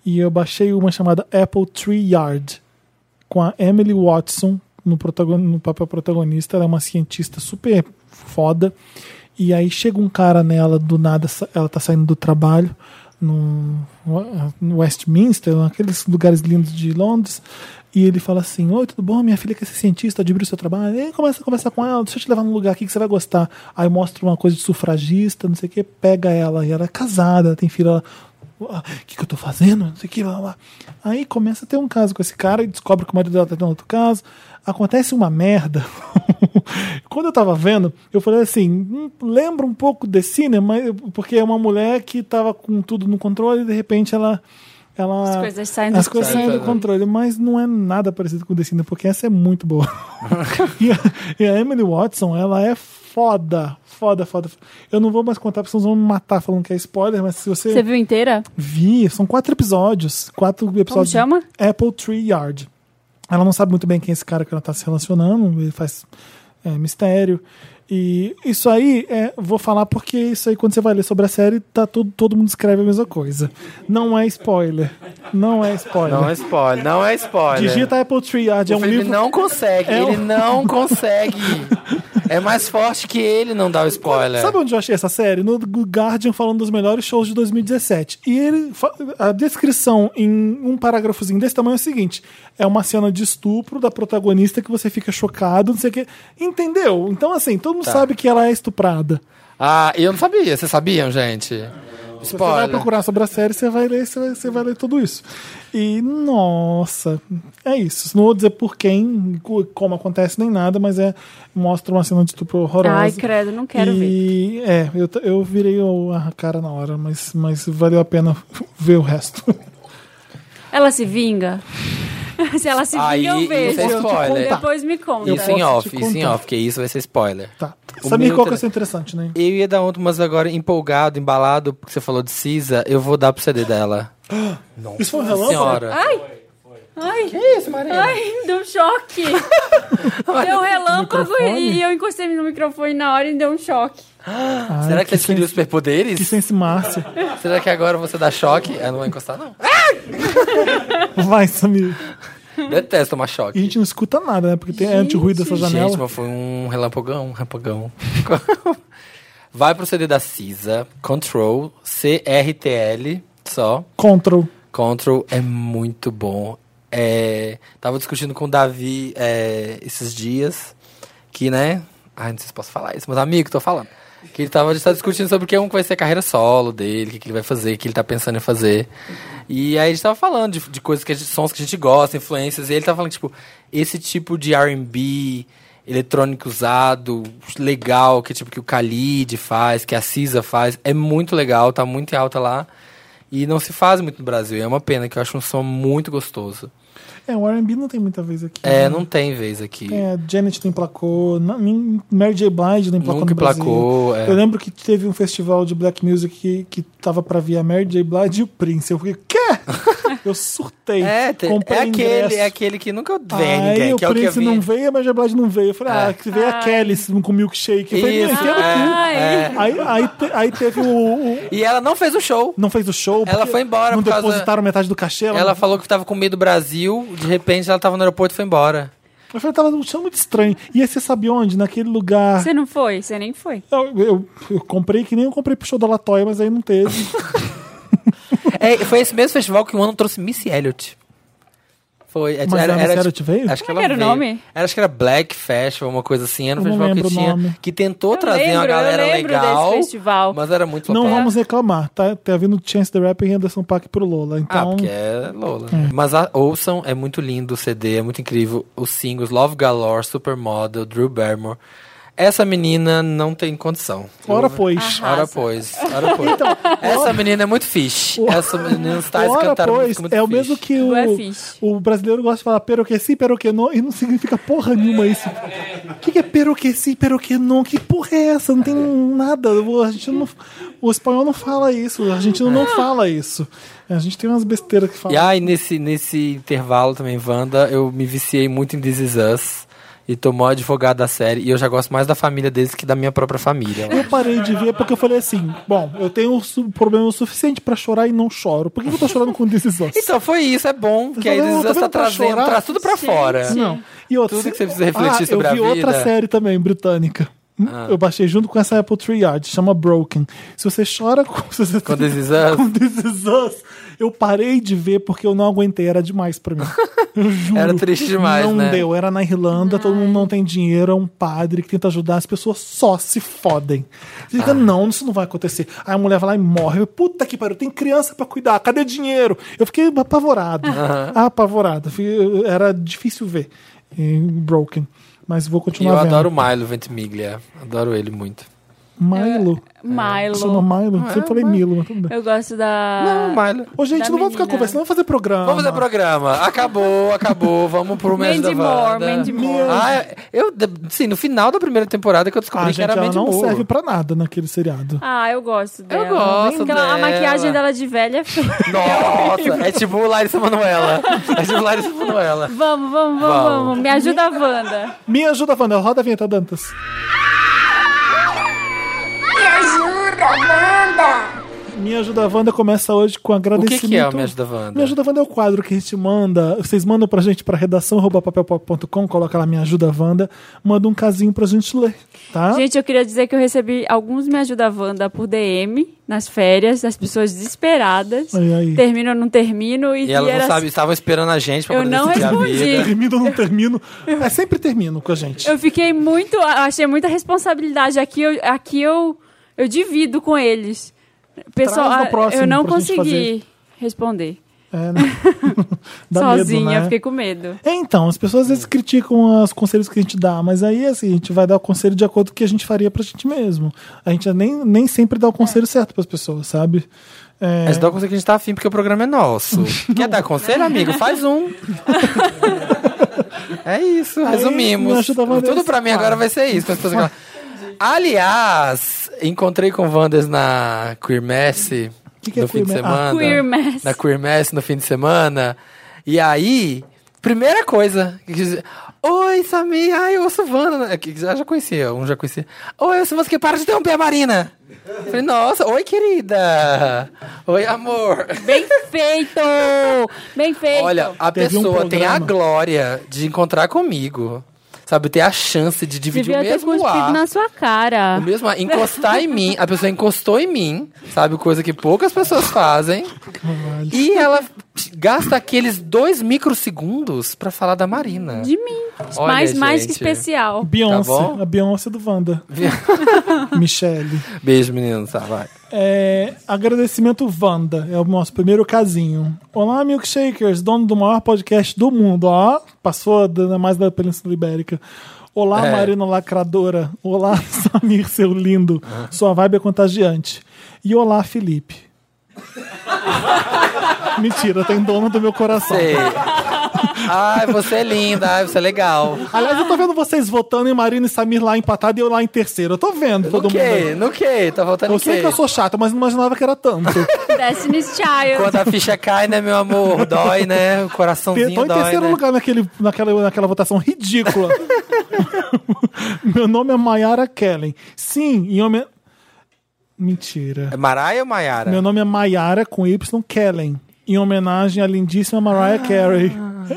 E eu baixei uma chamada Apple Tree Yard, com a Emily Watson no, protagon- no papel protagonista. Ela é uma cientista super foda. E aí chega um cara nela, do nada, sa- ela tá saindo do trabalho no, no Westminster, naqueles lugares lindos de Londres. E ele fala assim: Oi, tudo bom? Minha filha quer ser cientista, admira o seu trabalho. E aí começa a conversar com ela: Deixa eu te levar num lugar aqui que você vai gostar. Aí mostra uma coisa de sufragista, não sei o que, pega ela. E ela é casada, ela tem filha. ela, o que, que eu tô fazendo? Não sei o que, blá, blá, blá. Aí começa a ter um caso com esse cara e descobre que o marido dela tá tendo outro caso. Acontece uma merda. Quando eu tava vendo, eu falei assim: "Hum, lembra um pouco de cinema, porque é uma mulher que tava com tudo no controle e de repente ela. ela
As coisas saem do
Ah, as coisas saem do
controle.
controle, mas não é nada parecido com o Destina, porque essa é muito boa. e, a, e a Emily Watson, ela é foda, foda, foda. Eu não vou mais contar, porque senão vocês vão me matar falando que é spoiler, mas se você,
Você viu inteira?
Vi, são quatro episódios. Quatro episódios.
chama?
Apple Tree Yard. Ela não sabe muito bem quem é esse cara que ela tá se relacionando, ele faz é, mistério. E isso aí, é, vou falar porque isso aí, quando você vai ler sobre a série, tá todo, todo mundo escreve a mesma coisa. Não é spoiler. Não é spoiler.
Não é spoiler, não é spoiler.
Digita Apple Tree Yard, é
o
um
Felipe
livro.
não consegue,
É
ele
um-
não consegue. É mais forte que ele não dá o spoiler.
Sabe onde eu achei essa série? No Guardian falando dos melhores shows de 2017. E ele fa- a descrição em um parágrafozinho desse tamanho é o seguinte: é uma cena de estupro da protagonista que você fica chocado, não sei o quê. Entendeu? Então, assim, todo mundo sabe que ela é estuprada.
Ah, eu não sabia, vocês sabiam, gente?
Você vai procurar sobre a série, você vai ler, você vai, você vai ler tudo isso. E, nossa, é isso. Não vou dizer por quem, co- como acontece, nem nada, mas é mostra uma cena de estupro horrorosa.
Ai, credo, não quero ver.
e, É, eu, t- eu virei o- a cara na hora, mas, mas valeu a pena ver o resto.
Ela se vinga? se ela se
Aí,
vinga, eu vejo.
isso é spoiler.
Depois me conta.
Isso em
posso
off,
te
isso em
contar.
off, porque isso vai ser spoiler.
Tá.
O
Samir,
meu
qual que é
tra-
o seu interessante, né?
Eu ia dar outro, mas agora empolgado, embalado, porque você falou de Cisa, eu vou dar pro CD dela.
Isso foi um relâmpago?
Senhora.
Ai! Ai! Que isso, Maria? Ai, deu um choque! deu um relâmpago e eu encostei no microfone na hora e deu um choque.
Ai,
Será que,
Ah, que
eles queriam os
sense- que
superpoderes?
sense Márcia.
Será que agora você dá choque? Ah, não vai encostar, não.
Vai, Samir.
Detesto tomar
E
choque.
a gente não escuta nada, né? Porque tem é anti-ruído essa janela.
Gente, mas foi um relampogão, um relampogão. Vai pro CD da Cisa, Control, C-R-T-L, só.
Control.
Control é muito bom. É, tava discutindo com o Davi é, esses dias, que, né? Ai, não sei se posso falar isso, mas amigo, tô falando. Que ele tava, a gente tava discutindo sobre o que é um que vai ser a carreira solo dele, o que, que ele vai fazer, o que ele tá pensando em fazer. E aí a gente tava falando de, de coisas que a gente, sons que a gente gosta, influências, e ele tava falando, tipo, esse tipo de RB eletrônico usado, legal, que tipo que o Khalid faz, que a Cisa faz, é muito legal, tá muito em alta lá. E não se faz muito no Brasil. e É uma pena que eu acho um som muito gostoso.
É, o R&B não tem muita vez aqui.
É,
né?
não tem vez aqui.
Tem a Janet não emplacou, na- nem- Mary J. Blige não emplacou
Nunca
no Brasil.
emplacou, é.
Eu lembro que teve um festival de black music que, que tava pra vir a Mary J. Blige e o Prince. Eu fiquei, quê? Eu surtei.
É, te-
Comprei
é aquele,
ingresso.
é aquele que nunca vem
Aí
ninguém,
o
que é o que eu
Prince
vi. É.
não veio, a Mary J. Blige não veio. Eu falei, ah, que veio a Kelly com milkshake. Eu falei,
Isso,
"Não, eu quero tudo."
é, é.
Aí, aí, te- aí teve o, o-
E ela não fez o show.
Não fez o show.
Ela
porque
foi embora
Não
por causa-
depositaram metade do cachê. Ela,
Ela falou que tava com medo do Brasil, de repente ela tava no aeroporto e foi embora.
Eu falei, tava num chão muito estranho. E aí você sabe onde? Naquele lugar.
Você não foi? Você nem foi.
Eu, eu- eu comprei que nem eu comprei pro show da Latoya, mas aí não teve.
É, foi esse mesmo festival que um ano trouxe Miss Elliot. Foi. é,
Mas a Miss Elliot veio?
Acho que
Como
ela
era o
veio.
nome?
Era, acho que era Black Festival, uma coisa assim. Era um
Eu não
festival que
lembro o
tinha.
nome.
Que tentou
Eu
trazer uma
lembro, eu
galera
lembro desse
legal.
festival.
Mas era muito
não
flopado.
vamos reclamar, tá? Tá vindo Chance the Rapper e Anderson Paak pro Lola.
Ah,
Então,
porque é Lola. né? Mas a- ouçam, é muito lindo o CD, é muito incrível. Os singles Love Galore, Supermodel, Drew Barrymore. Essa menina não tem condição.
ora
Eu-
pois. Então,
Ora pois, ora pois. Essa menina é muito fish. Essa menina está
Ora
cantar
pois,
muito
é o mesmo
fish.
que
Não é fish.
o, o brasileiro gosta de falar peroque sim, peroque não, e não significa porra nenhuma isso. O que, que é peroque sim, peroque não? Que porra é essa? Não tem nada. O, a gente não, o espanhol não fala isso, o argentino não fala isso. A gente tem umas besteiras que falam.
E aí, nesse, nesse intervalo também, Wanda, eu me viciei muito em This Is Us. E tô mó advogado da série. E eu já gosto mais da família deles que da minha própria família.
Eu parei de ver porque eu falei assim: bom, eu tenho su- problema o suficiente pra chorar e não choro. Por que que eu tô chorando com This Is Us?
Então foi isso, é bom. Que aí
Tá vendo?
This Is
Tá
Us tá
vendo pra
trazendo,
chorar?
traz tudo pra fora.
Não. E outra,
Tudo que você precisa refletir
ah,
sobre
eu
a
vi outra
vida. Ah.
série também, britânica. Hum? Eu baixei junto com essa Apple Triad, chama Broken. Se você chora com, se você
Com This Is Us?
com This Is Us, eu parei de ver porque eu não aguentei, era demais pra mim. Eu juro.
Era triste demais,
Não
né?
deu, era na Irlanda, todo mundo não tem dinheiro, é um padre que tenta ajudar, as pessoas só se fodem. Você
Ah.
fica, não, isso não vai acontecer. Aí a mulher vai lá e morre. Eu, Puta que pariu, tem criança pra cuidar, cadê dinheiro? Eu fiquei apavorado. Apavorado. Fui- Era difícil ver em Broken. Mas vou
E
continuar
eu
vendo.
adoro o Milo Ventimiglia. Adoro ele muito.
Milo.
É,
Chama
Milo.
Milo.
Ah,
Sempre falei Milo, mas tudo bem.
Eu gosto da.
Não, Milo.
Ô, gente,
Da
não vamos ficar
menina.
conversando, vamos fazer programa.
Vamos fazer programa. Acabou, acabou. Vamos pro mês da
Mandy Moore,
Wanda.
Mandy Moore.
Ah, eu, sim, no final da primeira temporada que eu descobri
Ah,
que
gente,
era
ela
Mandy
não
Moore.
serve pra nada naquele seriado.
Ah, eu gosto dela.
gosto
Aquela-
dela.
A maquiagem dela de velha é feia.
Nossa, é tipo Larissa Manoela. É tipo Larissa Manoela.
Vamos, vamos, vamos,
Vamos.
vamos. Me ajuda a Wanda.
Me ajuda, Wanda. Roda a vinheta, Dantas.
Me ajuda, Wanda!
Me Ajuda Wanda começa hoje com
O
agradecimento.
que, que é o Me Ajuda Wanda?
Me Ajuda Wanda é o quadro que a gente manda. Vocês mandam pra gente pra redação arroba papelpop.com, coloca lá Me Ajuda Wanda, manda um casinho pra gente ler, tá?
Gente, eu queria dizer que eu recebi alguns Me Ajuda Wanda por DM nas férias, das pessoas desesperadas.
Ai, ai.
Termino ou não termino. E,
E ela
e
não
era-
sabe, estavam esperando a gente pra
Eu
poder
não
decidir a
respondi.
vida.
Termino ou não termino? É sempre termino com a gente.
Eu fiquei muito. Achei muita responsabilidade. Aqui eu, aqui eu, eu divido com eles. Pessoal,
Traz no
ah,
próximo
eu não
pra gente
consegui responder
É, né? Dá medo,
sozinha,
né?
eu fiquei com medo.
É, então, as pessoas às vezes criticam os conselhos que a gente dá, mas aí assim, a gente vai dar o conselho de acordo com o que a gente faria pra gente mesmo. A gente nem, nem sempre dá o conselho certo pras pessoas, sabe? É,
Mas dá o conselho que a gente tá afim, porque o programa é nosso. Quer dar conselho, amigo? Faz um. é isso,
me
resumimos.
ajuda, Wanders.
Tudo pra mim agora vai ser isso. quando as pessoas falam. Aliás, encontrei com o Wanders na Queermesse
Que que é
no fim de
Queermesse? Ah.
semana.
Queer mess.
Na Queermesse no fim de semana. E aí, primeira coisa. que diz, Oi, Samir. Ai, eu sou Wanda. É Que Já, já conhecia, um já conhecia. Oi, eu sou Wanda, que para de interromper a Marina. Eu Falei, nossa, oi, querida. Oi, amor.
Bem feito! Bem feito!
Olha, a
Teve um
pessoa tem a
programa.
glória de encontrar comigo. Sabe, ter a chance de dividir
devia
o
ter
mesmo
cuspido
ar.
na sua cara.
O mesmo ar, encostar em mim. A pessoa encostou em mim, sabe? Coisa que poucas pessoas fazem. E ela gasta aqueles dois microsegundos pra falar da Marina.
De mim.
Olha,
mais, mais que
gente.
especial.
Beyoncé,
Tá bom?
a Beyoncé do Wanda. Michelle.
Beijo, menino, tá? Vai.
É, agradecimento Wanda, é o nosso primeiro casinho. Olá, milkshakers, dono do maior podcast do mundo. Ó, passou da- mais da Península Ibérica. Olá,
É.
Marina Lacradora. Olá, Samir, seu lindo. Sua vibe é contagiante. E olá, Felipe. Mentira, tem dono do meu coração.
Sei. Ai, você é linda. Ai, você é legal.
Aliás, eu tô vendo vocês votando em Marina e Samir lá empatado e eu lá em terceiro. Eu tô vendo todo
No
mundo. aí.
quê? No quê? Tá voltando
Eu
o
sei
quê?
que eu sou chata, mas não imaginava que era tanto.
Destiny's Child.
Quando a ficha cai, né, meu amor? Dói, né? O coraçãozinho
Estou em
dói,
terceiro
né?
lugar naquele, naquela, naquela votação ridícula. Meu nome é Mayara Kellen. Sim, em homem. Mentira.
É Maraia ou Maiara?
Meu nome é Mayara com Y Kellen. Em homenagem à lindíssima Mariah Carey. É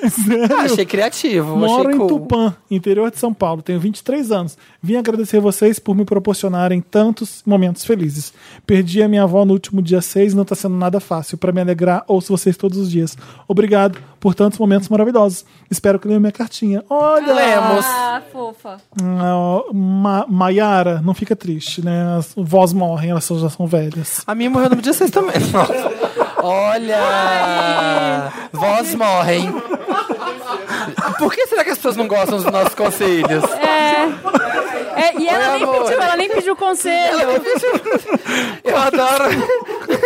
Ah, achei criativo,
Moro
achei
em
cool.
Tupã, interior de São Paulo. Tenho 23 anos. Vim agradecer vocês por me proporcionarem tantos momentos felizes. Perdi a minha avó no último dia 6 e não tá sendo nada fácil. Pra me alegrar, ouço vocês todos os dias. Obrigado por tantos momentos maravilhosos. Espero que leiam minha cartinha. Olha!
Lemos.
Ah, fofa.
Ah, Ma Maiara, não fica triste, né? As vós morrem, elas só já são velhas.
A minha morreu no dia 6 também. Nossa. Olha! Vós morrem. Por que será que as pessoas não gostam dos nossos conselhos?
É. É, e ela
Oi,
nem
amor.
pediu, ela nem pediu conselho.
um-
Eu adoro.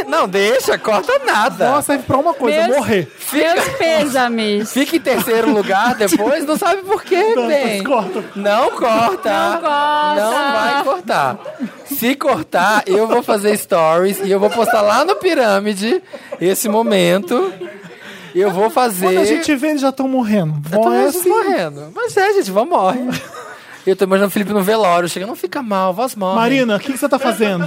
Não, deixa, corta nada.
Ela serve pra uma coisa,
Meus-
morrer.
Meus pêsames.
Fica em terceiro lugar depois, não sabe por quê, bem.
corta.
Não corta.
Não corta.
Não vai cortar. Se cortar, eu vou fazer stories e eu vou postar lá no Pirâmide esse momento. Eu vou fazer.
Quando a gente vê, eles já estão morrendo.
Eu tô
Vó é
mesmo
assim.
morrendo. Mas é, gente, vamos morre. Eu tô imaginando o Felipe no velório, chega, não fica mal, voz morre.
Marina, o que, que você tá fazendo?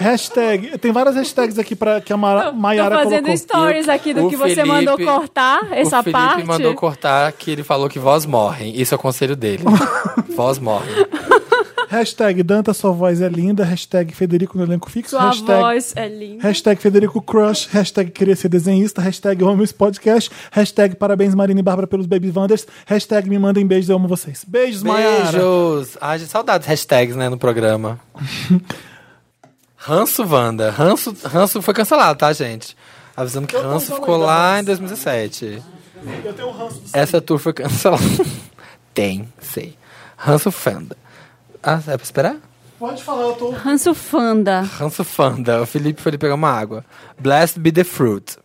Hashtag. Tem várias hashtags aqui pra, que a Mara,
Tô
Maiara
fazendo
colocou.
stories aqui do
o
que você
Felipe-
mandou cortar, essa
o Felipe
parte.
mandou cortar que ele falou que voz morrem. Isso é o conselho dele. voz morrem.
Hashtag Danta, sua voz é linda. Hashtag Federico no elenco fixo.
Sua
hashtag,
voz é linda.
hashtag Federico Crush. Hashtag queria ser desenhista. Hashtag Homens Podcast. Hashtag parabéns Marina e Bárbara pelos Baby Wonders. Hashtag me mandem beijos, eu amo vocês. Beijos, Maiara.
Beijos. Ai, gente, saudades hashtags, né, no programa. Ranço Wanda. Ranço, Ranço foi cancelado, tá, gente? Avisando que Ranço ficou lá em 2017.
Eu tenho um ranço do
Essa tour foi cancelada. Tem, sei. Ranço Fanda. Ah, é pra esperar?
Pode falar, eu tô.
Ranço Fanda.
Ranço Fanda. O Felipe foi ali pegar uma água. Blessed be the fruit.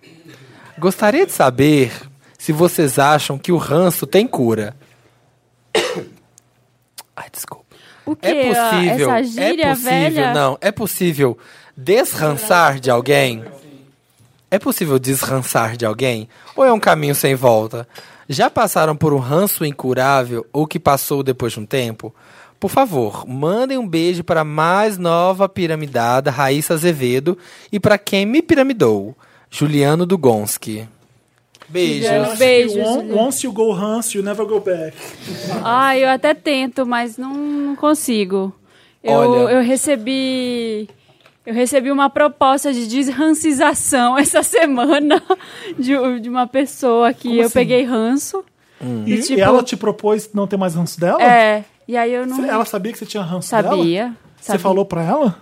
Gostaria de saber se vocês acham que o ranço tem cura. Ai, desculpa.
O que?
É possível,
Essa gíria
é possível,
velha?
não, é possível desrançar de alguém? É possível desrançar de alguém? Ou é um caminho sem volta? Já passaram por um ranço incurável ou que passou depois de um tempo? Por favor, mandem um beijo para a mais nova piramidada, Raíssa Azevedo, e para quem me piramidou, Juliano Dugonski. Beijos.
Beijos.
Once- Once you go Hans, you never go back.
Ah, eu até tento, mas não, não consigo. Eu,
Olha.
eu recebi. Eu recebi uma proposta de desrancização essa semana de, de uma pessoa que
assim?
eu peguei ranço.
E, e
tipo-
ela te propôs não ter mais ranço dela?
É. E aí eu não
Ela sabia que você tinha ranço dela?
sabia.
Você
sabia.
falou pra ela?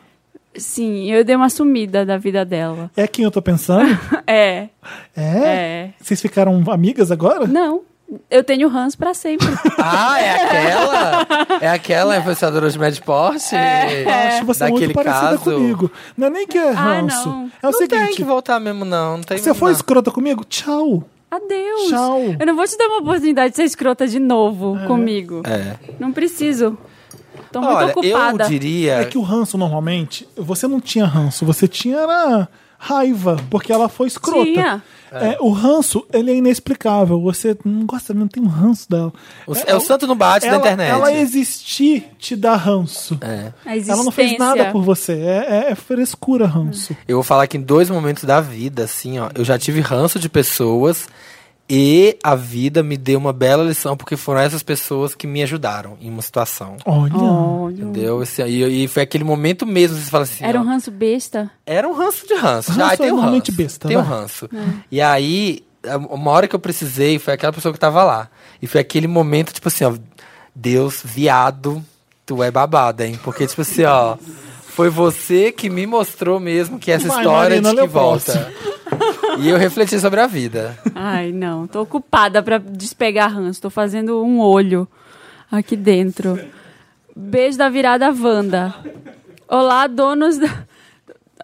Sim, eu dei uma sumida da vida dela.
É quem eu tô pensando?
É,
É?
é.
Vocês ficaram amigas agora?
Não, eu tenho Hans pra sempre.
Ah, é aquela? É aquela influenciadora de Mad Porte?
Ah, Acho você é
Daquele
muito parecida
caso.
comigo. Não é nem que é ranço.
Ah, não.
É o
não tem que
seguinte,
voltar mesmo, não. não tem
você foi
não.
escrota comigo? Tchau.
Adeus.
Tchau.
Eu não vou te dar uma oportunidade de ser escrota de novo comigo.
É.
Não preciso. Tô
Olha,
muito ocupada.
eu diria...
É que o ranço, normalmente, você não tinha ranço, você tinha era raiva, porque ela foi escrota.
Tinha.
É, o ranço, ele é inexplicável. Você não gosta, não tem um ranço dela.
o- é o santo no bate
um- ela,
da internet.
Ela existir te dá ranço.
É.
A existência.
Ela não fez nada por você. É, é- é frescura, ranço.
Eu vou falar que em dois momentos da vida, assim, ó, eu já tive ranço de pessoas e a vida me deu uma bela lição, porque foram essas pessoas que me ajudaram em uma situação.
Olha.
Olha.
Entendeu? Esse- e, e foi aquele momento mesmo, você fala assim.
Era um
ó,
ranço besta.
era um ranço de ranço.
Ranço
já
é
tem um
normalmente
ranço.
besta, né?
tem um
vai.
ranço. E aí, a- uma hora que eu precisei, foi aquela pessoa que tava lá. E foi aquele momento, tipo assim, ó. Deus, viado, tu é babada, hein? Porque, tipo assim, ó. Foi você que me mostrou mesmo que essa
Vai,
história
Marina,
de que
olha o
volta. E eu refleti sobre a vida.
Ai, não. Tô ocupada pra despegar ranço. Tô fazendo um olho aqui dentro. Beijo da virada Wanda. Olá, donos da...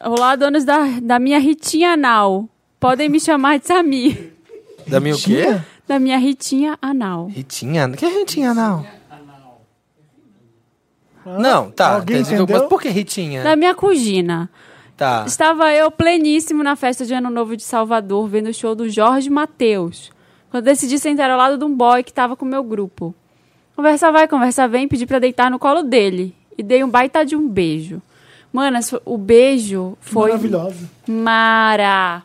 Olá, donos da, da minha ritinha anal. Podem me chamar de Sami.
Da minha o quê?
Ritinha?
Da minha ritinha anal.
Ritinha? Que é Ritinha, não? Não, tá.
Alguém
entendi.
entendeu?
Mas por que Ritinha?
Da minha cugina.
Tá.
Estava eu pleníssimo na festa de Ano Novo de Salvador, vendo o show do Jorge Mateus. Quando decidi sentar ao lado de um boy que estava com meu grupo. Conversa vai, conversa vem, pedi pra deitar no colo dele. E dei um baita de um beijo. Manas, o beijo foi...
Maravilhosa.
Mara!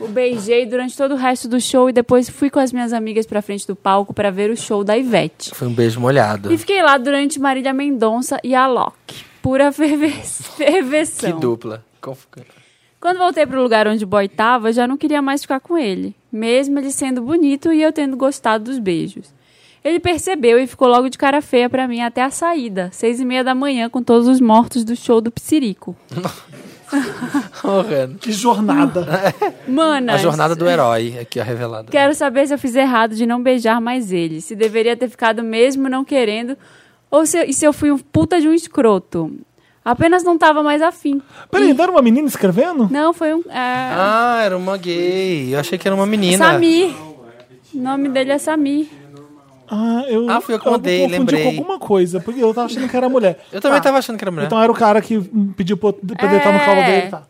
O beijei durante todo o resto do show e depois fui com as minhas amigas pra frente do palco pra ver o show da Ivete.
Foi um beijo molhado.
E fiquei lá durante Marília Mendonça e Alok. Pura ferves- ferveção.
Que dupla. Conf-
Quando voltei pro lugar onde o boy tava, eu já não queria mais ficar com ele, mesmo ele sendo bonito e eu tendo gostado dos beijos. Ele percebeu e ficou logo de cara feia pra mim até a saída, seis e meia da manhã, com todos os mortos do show do Psirico.
Morrendo.
Que jornada.
Manas,
A jornada do herói, aqui, ó, revelada.
quero saber se eu fiz errado de não beijar mais ele, se deveria ter ficado mesmo não querendo, ou se, e se eu fui um puta de um escroto. Apenas não tava mais afim.
Ah. Peraí, não era uma menina escrevendo?
Não, foi um... é,
Ah, era uma gay. Eu achei que era uma menina.
Samir. O nome dele é Samir.
Ah, eu,
Ah, fui eu que mandei,
confundi
lembrei.
com alguma coisa, porque eu tava achando que era mulher.
Eu também
Tá.
tava achando que era mulher.
Então era o cara que hum, pediu pra, eu- pra
É.
deitar no colo dele. Tá.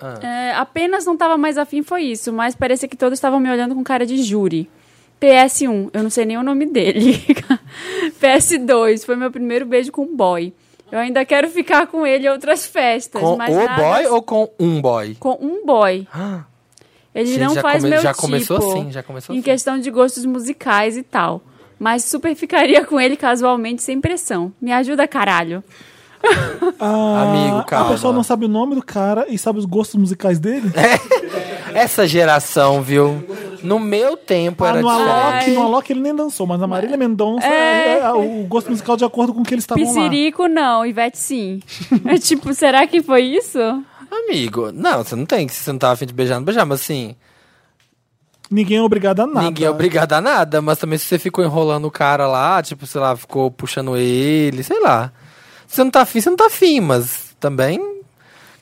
Ah.
É, apenas não estava mais afim, foi isso, mas parecia que todos estavam me olhando com cara de júri. PS1, eu não sei nem o nome dele. PS2, foi meu primeiro beijo com um boy. Eu ainda quero ficar com ele em outras festas.
com o
mas nada-
boy ou com um boy?
Com um boy. Ele
Gente,
não
já
faz
come-
meu
já
tipo.
começou assim, já começou
Em
assim.
questão de gostos musicais e tal. Mas super ficaria com ele casualmente, sem pressão. Me ajuda, caralho.
Ah,
Amigo, calma. Tipo,
A pessoa não sabe o nome do cara e sabe os gostos musicais dele?
Essa geração, viu? No meu tempo
Ah,
era
no
diferente.
Alok, no Alok ele nem dançou, mas a Marília Mendonça é, é o gosto musical de acordo com o que eles estavam lá.
Piscirico, não. Ivete, sim. é tipo, será que foi isso?
Amigo, não, você não tem que se sentar a fim de beijar, não beijar, mas assim,
Ninguém é obrigado a nada.
ninguém é obrigado a nada, mas também se você ficou enrolando o cara lá, tipo, sei lá, ficou puxando ele, sei lá. Se você não tá afim, você não tá afim, mas também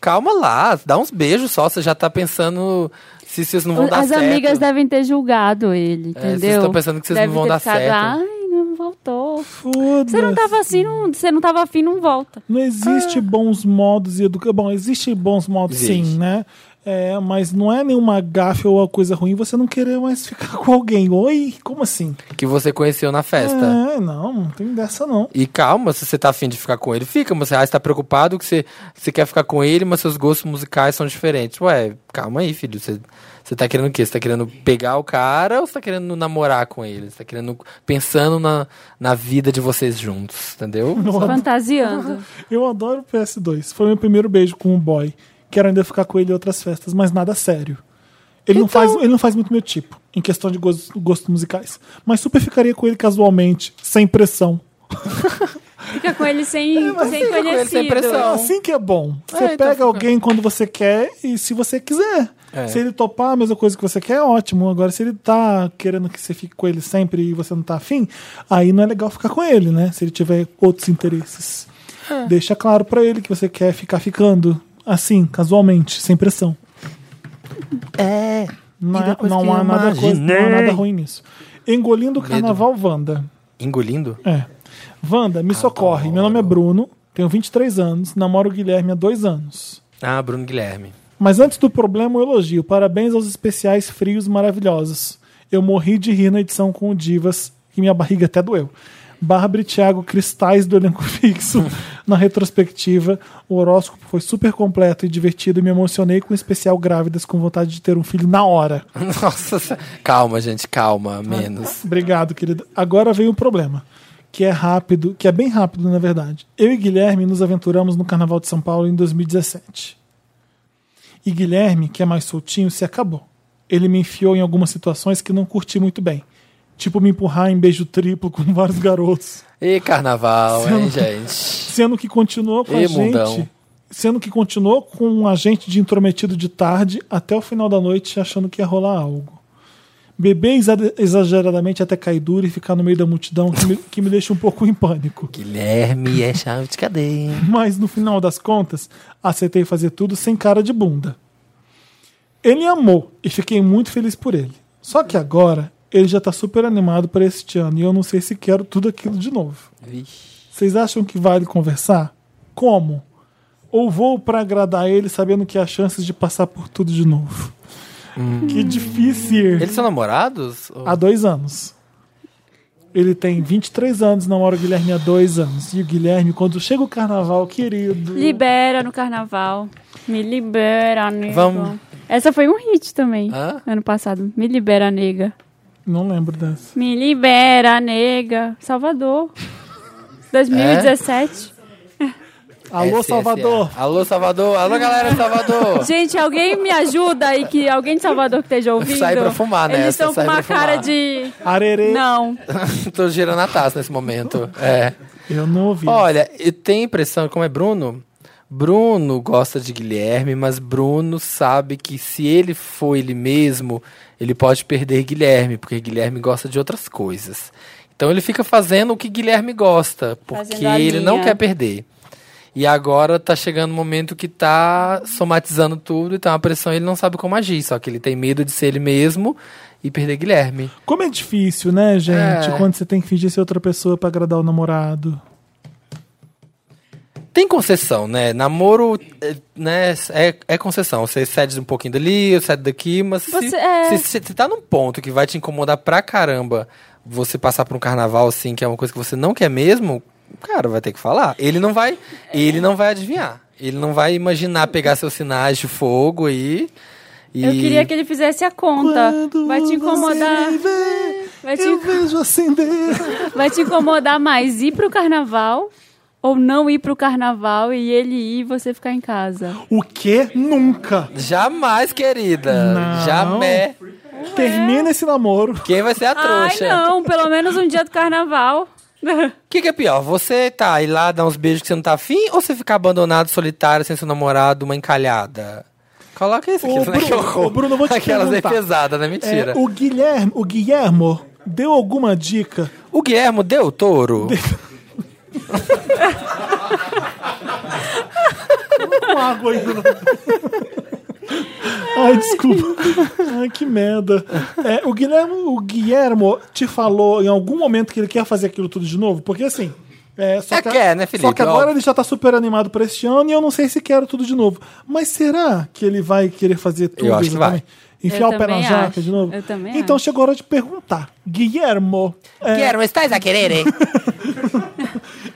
calma lá, dá uns beijos só, você já tá pensando se vocês não vão dar
As
certo.
amigas devem ter julgado ele,
É, vocês
entendeu?
estão pensando que vocês
Deve
não vão
ter
dar
ficado,
certo.
Ai, não voltou.
Foda-se.
Você não tava assim, não, você não tava afim, não volta.
Não existe bons modos e educação. Bom, existe bons modos sim,
Existe.
né? É, mas não é nenhuma gafe ou uma coisa ruim você não querer mais ficar com alguém. Oi? Como assim?
Que você conheceu na festa.
É, não, não tem dessa não.
E calma, se você tá afim de ficar com ele, fica. Mas ah, você tá preocupado que você, que você quer ficar com ele, mas seus gostos musicais são diferentes. Ué, calma aí, filho. Você, você tá querendo o quê? Você tá querendo pegar o cara ou você tá querendo namorar com ele? Você tá querendo. pensando na, na vida de vocês juntos, entendeu?
Eu adoro,
Fantasiando.
eu adoro o PS2. Foi meu primeiro beijo com um boy. Quero ainda ficar com ele em outras festas, mas nada sério. Ele, não faz, ele não faz muito meu tipo, em questão de gostos gostos musicais. Mas super ficaria com ele casualmente, sem pressão.
Fica com ele sem, sem
É, fica com ele sem
conhecido.
pressão.
Assim que é bom. Você
então
pega
fica-
alguém quando você quer e se você quiser.
É.
Se ele topar a mesma coisa que você quer, é ótimo. Agora, se ele tá querendo que você fique com ele sempre e você não tá afim, aí não é legal ficar com ele, né? Se ele tiver outros interesses. Deixa claro pra ele que você quer ficar ficando assim, casualmente, sem pressão. É. Não, é-
depois
não
que eu
há nada coisa, não há nada
imaginei.
ruim nisso. Engolindo o carnaval, Wanda.
Engolindo?
É. Wanda, me socorre. Meu nome é Bruno, tenho 23 anos, namoro o Guilherme há dois anos.
Ah, Bruno Guilherme.
Mas antes do problema, o elogio. Parabéns aos especiais frios maravilhosos. Eu morri de rir na edição com o Divas, que minha barriga até doeu. Bárbara e Thiago, cristais do elenco fixo. Na retrospectiva, o horóscopo foi super completo e divertido e me emocionei com o especial Grávidas com vontade de ter um filho na hora.
Nossa, se- calma, gente, calma, menos.
Obrigado, querida. Agora vem o problema. Que é rápido, que é bem rápido, na verdade. Eu e Guilherme nos aventuramos no Carnaval de São Paulo em 2017. E Guilherme, que é mais soltinho, se acabou. Ele me enfiou em algumas situações que não curti muito bem. Tipo me empurrar em beijo triplo com vários garotos.
E carnaval, hein, gente?
Sendo que continuou com a
Ê, mundão.
gente. Sendo que continuou com a gente de intrometido de tarde até o final da noite achando que ia rolar algo. Beber exa- exageradamente até cair duro e ficar no meio da multidão que me, que me deixa um pouco em pânico.
Guilherme é chave de cadeia. hein?
Mas no final das contas, aceitei fazer tudo sem cara de bunda. Ele amou e fiquei muito feliz por ele. Só que agora ele já tá super animado para este ano e eu não sei se quero tudo aquilo de novo. Vocês acham que vale conversar? Como? Ou vou pra agradar ele sabendo que há chances de passar por tudo de novo? Que difícil.
Eles são namorados?
Há dois anos. Ele tem 23 anos, namora o Guilherme há dois anos. E o Guilherme, quando chega o carnaval, querido.
Libera no carnaval. Me libera, nega.
Vamos.
Essa foi um hit também,
Hã?
ano passado. Me libera, nega.
Não lembro dessa.
Me libera, nega. Salvador. 2017.
Alô,
SSA.
Salvador!
Alô, Salvador! Alô, galera, de Salvador!
Gente, alguém me ajuda aí, que alguém de Salvador que esteja ouvindo.
Sai pra fumar
Eles
nessa,
estão com
sai
uma
pra fumar.
cara de...
Arerê!
Não.
Tô girando a taça nesse momento. É.
Eu não ouvi.
Olha, eu tenho a impressão, como é Bruno, Bruno gosta de Guilherme, mas Bruno sabe que se ele for ele mesmo, ele pode perder Guilherme, porque Guilherme gosta de outras coisas. Então ele fica fazendo o que Guilherme gosta, porque
Fazendo a
ele não
linha.
quer perder. E agora tá chegando o momento que tá somatizando tudo e tá uma pressão, ele não sabe como agir, só que ele tem medo de ser ele mesmo e perder Guilherme.
Como é difícil, né, gente?
É.
Quando você tem que fingir ser outra pessoa pra agradar o namorado.
Tem concessão, né? Namoro é, né, é, é concessão. Você cede um pouquinho dali, cede daqui, mas se-
Você- é.
se, se, se tá num ponto que vai te incomodar pra caramba você passar por um carnaval assim, que é uma coisa que você não quer mesmo, cara, vai ter que falar. Ele não vai, ele não vai adivinhar. Ele não vai imaginar pegar seus sinais de fogo aí. E...
Eu queria que ele fizesse a conta. Vai te incomodar.
você vê,
Vai
Eu
te,
vejo acender.
vai te incomodar mais ir pro carnaval ou não ir pro carnaval e ele ir e você ficar em casa.
O quê? Nunca.
Jamais, querida.
Não.
Jamais.
Termina esse namoro.
Quem vai ser a
Ai,
trouxa?
não, pelo menos um dia do carnaval.
O que, que é pior? Você tá ir lá dar uns beijos que você não tá afim ou você ficar abandonado, solitário, sem seu namorado, uma encalhada? Coloca isso aqui,
Ô,
né?
Bruno,
que horror.
ô, Bruno, eu vou te
Aquelas é
perguntar.
pesada, né? Mentira.
É, o Guilherme, o Guilhermo deu alguma dica?
o... Guilhermo deu touro?
Com água ainda. não. Ai, desculpa. Ai, que merda. É, o, Guilherme, o Guilhermo te falou em algum momento que ele quer fazer aquilo tudo de novo? Porque assim. É, só
É que é, né, Felipe?
Só que agora
Óbvio.
ele já tá super animado pra este ano e eu não sei se quero tudo de novo. Mas será que ele vai querer fazer tudo?
Eu acho que vai.
exatamente? Enfiar
Eu
o pé na
também
jaca
acho.
de novo?
Eu também
então
acho.
chegou a hora de perguntar. Guilhermo, é,
Guilhermo, estás a querer, hein?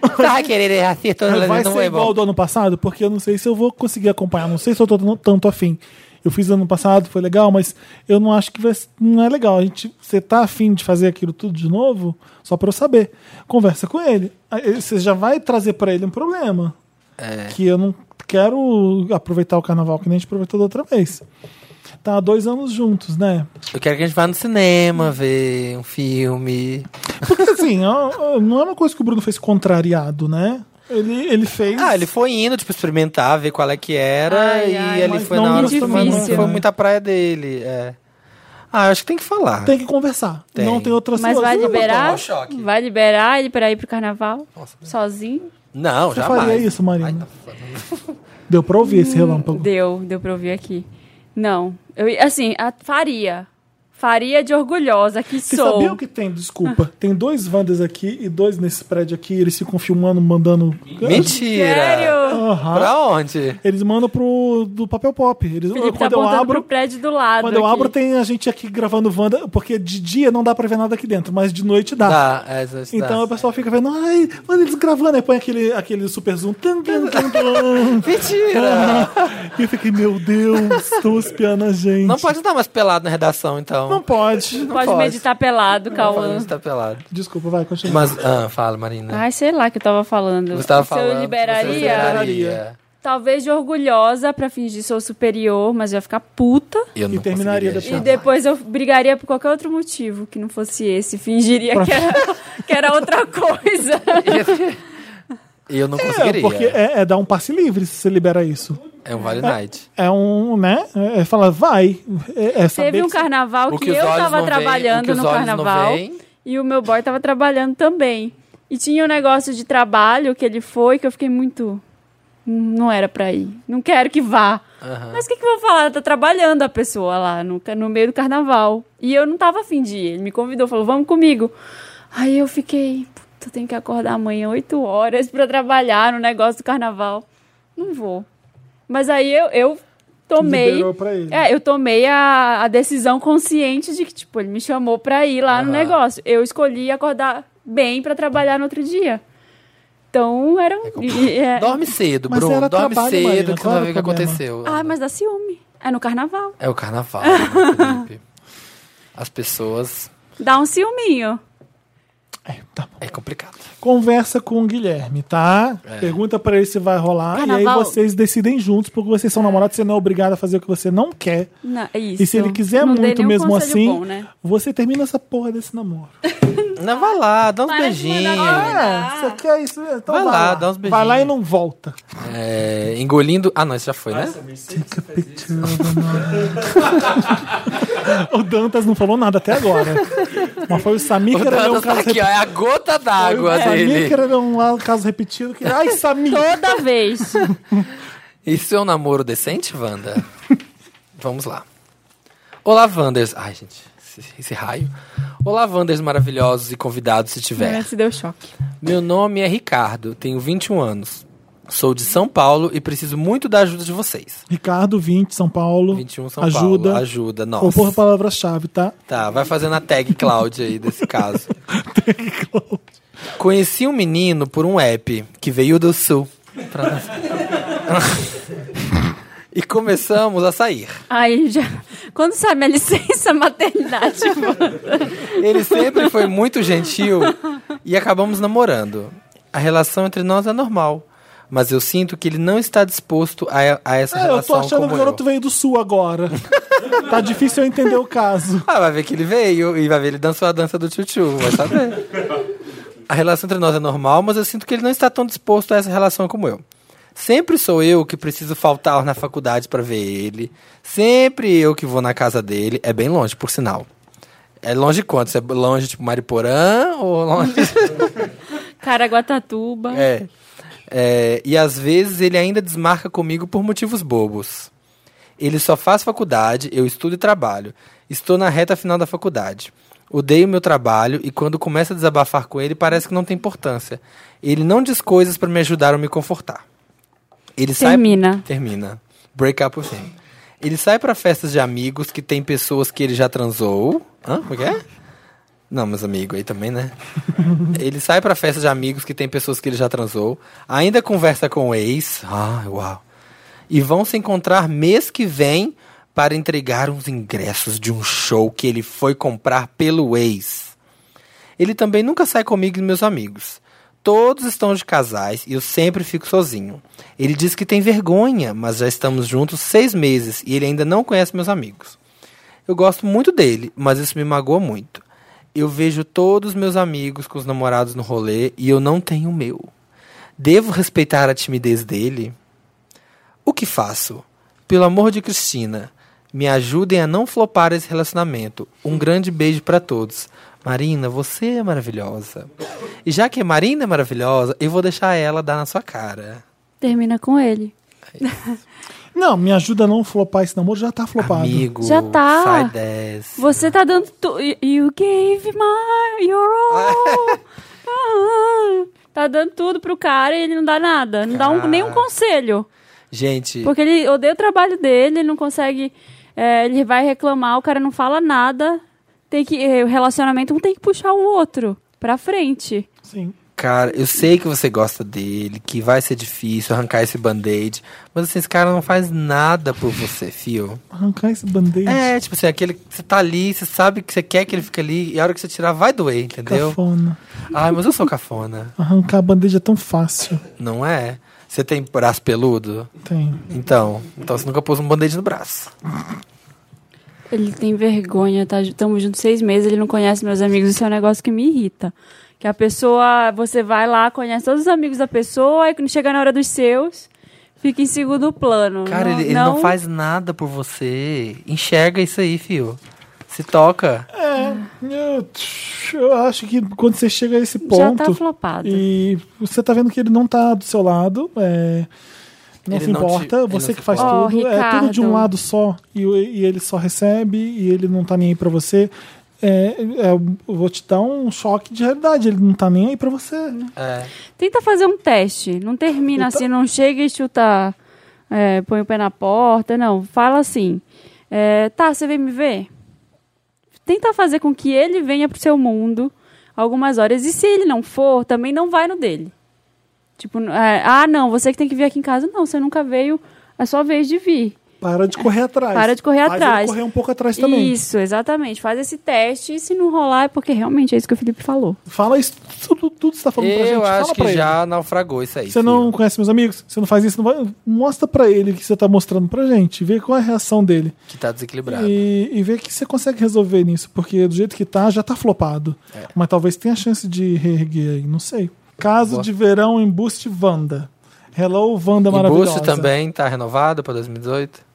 estás a querer eh, assistir todas as
Vai
não
ser
é
igual
bom.
ao do ano passado, porque eu não sei se eu vou conseguir acompanhar, não sei se eu tô tão- tanto afim. Eu fiz ano passado, foi legal, mas eu não acho que vai, não é legal. A gente, você tá afim de fazer aquilo tudo de novo? Só pra eu saber. Conversa com ele. Aí Você já vai trazer pra ele um
É.
problema. Que eu não quero aproveitar o carnaval que nem a gente aproveitou da outra vez. Tá há dois anos juntos, né?
Eu quero que a gente vá no cinema ver um filme.
Porque assim, ó, ó, não é uma coisa que o Bruno fez contrariado, né? Ele, ele fez.
Ah, ele foi indo, tipo, experimentar, ver qual é que era.
Ai,
e
ai,
ele
mas
foi
não
na hora
muito
mas não
difícil.
Foi muito a praia dele. É. Ah, acho que tem que falar.
Tem que conversar.
Tem.
Não tem outra
Mas
solução.
vai liberar?
tomar um choque.
Vai liberar ele pra ir pro carnaval? Sozinho?
Não,
Você
jamais.
faria isso, Marina? Deu pra ouvir esse relâmpago.
Deu, deu pra ouvir aqui. Não. Eu, assim, a- faria. Faria de orgulhosa que
Você
sou. Ah.
sabia o que tem? Desculpa. Tem dois Wanders aqui e dois nesse prédio aqui. Eles ficam filmando, mandando.
Mentira.
Sério?
Aham.
Pra onde?
Eles mandam pro do papel pop. Eles,
Felipe tá
quando eu
apontando
abro.
pro prédio do lado.
Quando eu
aqui.
abro, tem a gente aqui gravando Wanda, porque de dia não dá pra ver nada aqui dentro, mas de noite dá.
Tá, é, tá.
Ah. Então o pessoal fica vendo, ai, olha eles gravando, aí põe aquele, aquele super zoom. Tum, tum, tum, tum.
Mentira!
e eu fiquei, meu Deus, estão espiando a gente.
Não pode dar mais pelado na redação, então.
Não pode.
Pode,
pode.
meditar pelado, Cauã.
Falando que tá pelado.
Desculpa, vai, continua.
Mas, ah, fala, Marina.
Ai, sei lá o que eu tava falando.
você tava
Se
falando.
eu
você
liberaria,
liberaria.
talvez de orgulhosa pra fingir sou superior, mas eu ia ficar puta.
Eu não
E terminaria
conseguiria
Tá.
E
achar.
depois eu brigaria por qualquer outro motivo que não fosse esse. Fingiria que era, que era outra coisa.
E eu não
é,
conseguiria.
porque é, é dar um passe livre se você libera isso.
É um Vale Night.
É um, né? É, é falar, vai. É, é saber
Teve um
que você-
carnaval
O
que,
que os
eu
olhos
tava
não veem,
trabalhando
o que os
no
olhos não
carnaval
veem.
e o meu boy tava trabalhando também. E tinha um negócio de trabalho que ele foi que eu fiquei muito. "Hum, Não era pra ir. Não quero que vá.
Aham.
Mas o que, que eu vou falar? Tá trabalhando a pessoa lá no, ca- no meio do carnaval. E eu não tava afim de ir. Ele me convidou, falou, vamos comigo. Aí eu fiquei, puta, eu tenho que acordar amanhã 8 horas pra trabalhar no negócio do carnaval. Não vou. Mas aí eu, eu tomei.
Liberou pra ele.
É, eu tomei a, a decisão consciente de que, tipo, ele me chamou pra ir lá no
Aham.
negócio. Eu escolhi acordar bem pra trabalhar no outro dia. Então, era um... e- é-
Dorme cedo,
Mas
Bruno.
era
Dorme
trabalho,
cedo,
Marina,
que você vai
qual era
ver o
o
que
problema?
aconteceu.
Ah, mas dá ciúme. É no carnaval.
É o carnaval, né, Felipe? As pessoas.
Dá um ciúminho.
É, tá bom.
É complicado.
Conversa com o Guilherme, tá?
É.
Pergunta pra ele se vai rolar. E aí
Carnaval.
vocês decidem juntos, porque vocês são namorados, você não é obrigado a fazer o que você não quer.
Não, é isso.
E se ele quiser
Não dei
muito
nenhum
mesmo
conselho
assim,
bom, né? É.
você termina essa porra desse namoro.
Não, vai lá, dá uns
Para de mandar
beijinhos.
merda.
É, você quer isso? mesmo? Então
Vai
vai,
lá,
lá,
dá uns beijinhos.
Vai lá e não volta.
É, engolindo. Ah, não, isso já foi, né?
O Dantas não falou nada até agora. Mas foi o Samir
O
que era um
Dantas tá
caso
aqui, ó.
repetido.
É a gota d'água
O Samir que
dele.
era um lá- caso repetido. Que... Ai, Samir!
Toda vez.
É.
Isso é um namoro decente, Wanda? Vamos lá. Olá, Wanders. Ai, gente, esse, esse raio. Olá, Wanders maravilhosos e convidados, se tiver.
Né, Se deu choque.
Meu nome é Ricardo, tenho 21 anos. Sou de São Paulo e preciso muito da ajuda de vocês.
Ricardo, 20, São Paulo.
21 São
ajuda,
Paulo. Ajuda, nossa.
Compor a palavra-chave, tá?
Tá, vai fazendo a tag Cloud aí desse caso. Conheci um menino por um app que veio do sul. pra nós. e começamos a sair.
Aí já. Quando sai minha licença maternidade? tipo,
Ele sempre foi muito gentil e acabamos namorando. A relação entre nós é normal. Mas eu sinto que ele não está disposto a, a essa
É,
relação.
eu tô achando que
como
o garoto
eu.
veio do sul agora. tá difícil eu entender o caso.
Ah, vai ver que ele veio e vai ver ele dançou a dança do tchutchu, vai saber. a relação entre nós é normal, mas eu sinto que ele não está tão disposto a essa relação como eu. Sempre sou eu que preciso faltar na faculdade para ver ele. Sempre eu que vou na casa dele. É bem longe, por sinal. É longe quanto? Isso É longe, tipo, Mariporã ou longe...
Caraguatatuba.
É. É, E às vezes ele ainda desmarca comigo por motivos bobos. Ele só faz faculdade, eu estudo e trabalho. Estou na reta final da faculdade. Odeio meu trabalho e quando começa a desabafar com ele, parece que não tem importância. Ele não diz coisas pra me ajudar ou me confortar. Ele
Termina.
sai termina. Break up with him. Ele sai pra festas de amigos que tem pessoas que ele já transou. Hã? Como é que é? Não, mas amigo aí também, né? ele sai pra festa de amigos que tem pessoas que ele já transou, ainda conversa com o ex. Ah, uau. E vão se encontrar mês que vem para entregar uns ingressos de um show que ele foi comprar pelo ex. Ele também nunca sai comigo e meus amigos. Todos estão de casais e eu sempre fico sozinho. Ele diz que tem vergonha, mas já estamos juntos seis meses e ele ainda não conhece meus amigos. Eu gosto muito dele, mas isso me magoa muito. Eu vejo todos meus amigos com os namorados no rolê e eu não tenho o meu. Devo respeitar a timidez dele? O que faço? Pelo amor de Cristina, me ajudem a não flopar esse relacionamento. Um grande beijo pra todos. Marina, você é maravilhosa. E já que a Marina é maravilhosa, eu vou deixar ela dar na sua cara.
Termina com ele.
Não, me ajuda a não flopar esse namoro, já tá flopado.
Amigo,
Já tá.
sai dessa.
Você tá dando tu... You gave my your all. Ah, tá dando tudo pro cara e ele não dá nada. Não dá um, nenhum conselho.
Gente,
Porque ele odeia o trabalho dele, ele não consegue. é, ele vai reclamar, o cara não fala nada. Tem que. é, O relacionamento um tem que puxar o outro pra frente.
Sim.
cara, eu sei que você gosta dele, que vai ser difícil arrancar esse band-aid, mas assim, esse cara não faz nada por você, fio.
Arrancar esse band-aid.
É, tipo assim, aquele. Você tá ali, você sabe que você quer que ele fique ali, e a hora que você tirar vai doer, entendeu?
Cafona.
Ai, mas eu sou cafona.
Arrancar a band-aid é tão fácil.
Não é? Você tem braço peludo?
Tem.
Então. Então você nunca pôs um band-aid no braço.
Ele tem vergonha, tá? Estamos juntos seis meses, ele não conhece meus amigos. Isso é um negócio que me irrita. Que a pessoa, você vai lá, conhece todos os amigos da pessoa, e quando chega na hora dos seus, fica em segundo plano.
Cara, ele, ele não faz nada por você. Enxerga isso aí, fio. Se toca.
Eu, eu acho que quando você chega a esse
Já
ponto.
tá flopado.
E você tá vendo que ele não tá do seu lado, é, não
Ele
se
não te-
importa,
ele não
você
se
que faz
importa.
tudo,
Ó,
é tudo de um
Ricardo.
lado só e, o- e ele só recebe e ele não tá nem aí pra você. É, é, eu vou te dar um choque de realidade, ele não tá nem aí pra você. né?
É.
Tenta fazer um teste. Não
Então
termina assim, não chega e chuta, é, põe o pé na porta, não. Fala assim. é, tá, você vem me ver? Tenta fazer com que ele venha pro seu mundo algumas horas. E se ele não for, também não vai no dele. Tipo, é, ah, não, você que tem que vir aqui em casa. Não, você nunca veio, é sua vez de vir.
Para de correr atrás.
Para de correr
Faz ele
atrás.
correr um pouco atrás também.
Isso, exatamente. Faz esse teste e se não rolar é porque realmente é isso que o Felipe falou.
Fala isso, tudo, tudo que você tá falando pra gente.
Eu
Fala
acho
pra
que
ele.
já naufragou isso aí.
Você não
fio.
conhece meus amigos? Você não faz isso? Não vai- Mostra pra ele o que você tá mostrando pra gente. Vê qual é a reação dele.
Que tá desequilibrado.
E, é e ver que você consegue resolver nisso, porque do jeito que tá, já tá flopado.
É.
Mas talvez tenha chance de reerguer aí, não sei. Caso de verão em Boost Wanda. Hello, Wanda
E
maravilhosa.
Boost também tá renovado pra 2018?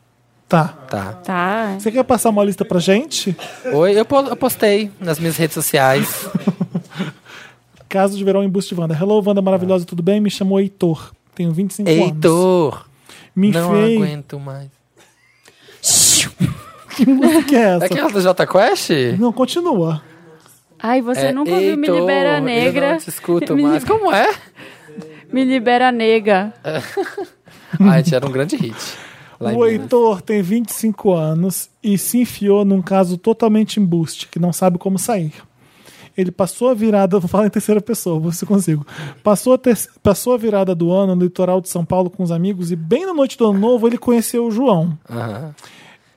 Tá.
Tá.
Tá.
Você quer passar uma lista pra gente?
Oi, eu po- eu postei nas minhas redes sociais.
Caso de verão em Boost Wanda. Hello, Wanda maravilhosa, tudo bem? Me chamo Heitor. Tenho 25 anos.
Heitor,
Me
não
enfiei.
aguento mais.
Que música é
É
essa?
aquela do Jota Quest?
Não, continua.
Ai, você
É,
nunca ouviu Me
Heitor,
Libera
Eu
Negra.
não te escuto
Me
mais. Como é?
Me libera nega.
Ah, gente, era um grande hit. Lá em
o
Minas.
Heitor tem 25 anos e se enfiou num caso totalmente embuste, que não sabe como sair. Ele passou a virada, vou falar em terceira pessoa, vou ver se eu consigo. Passou a, ter- passou a virada do ano no litoral de São Paulo com os amigos e bem na noite do ano novo ele conheceu o João.
Aham.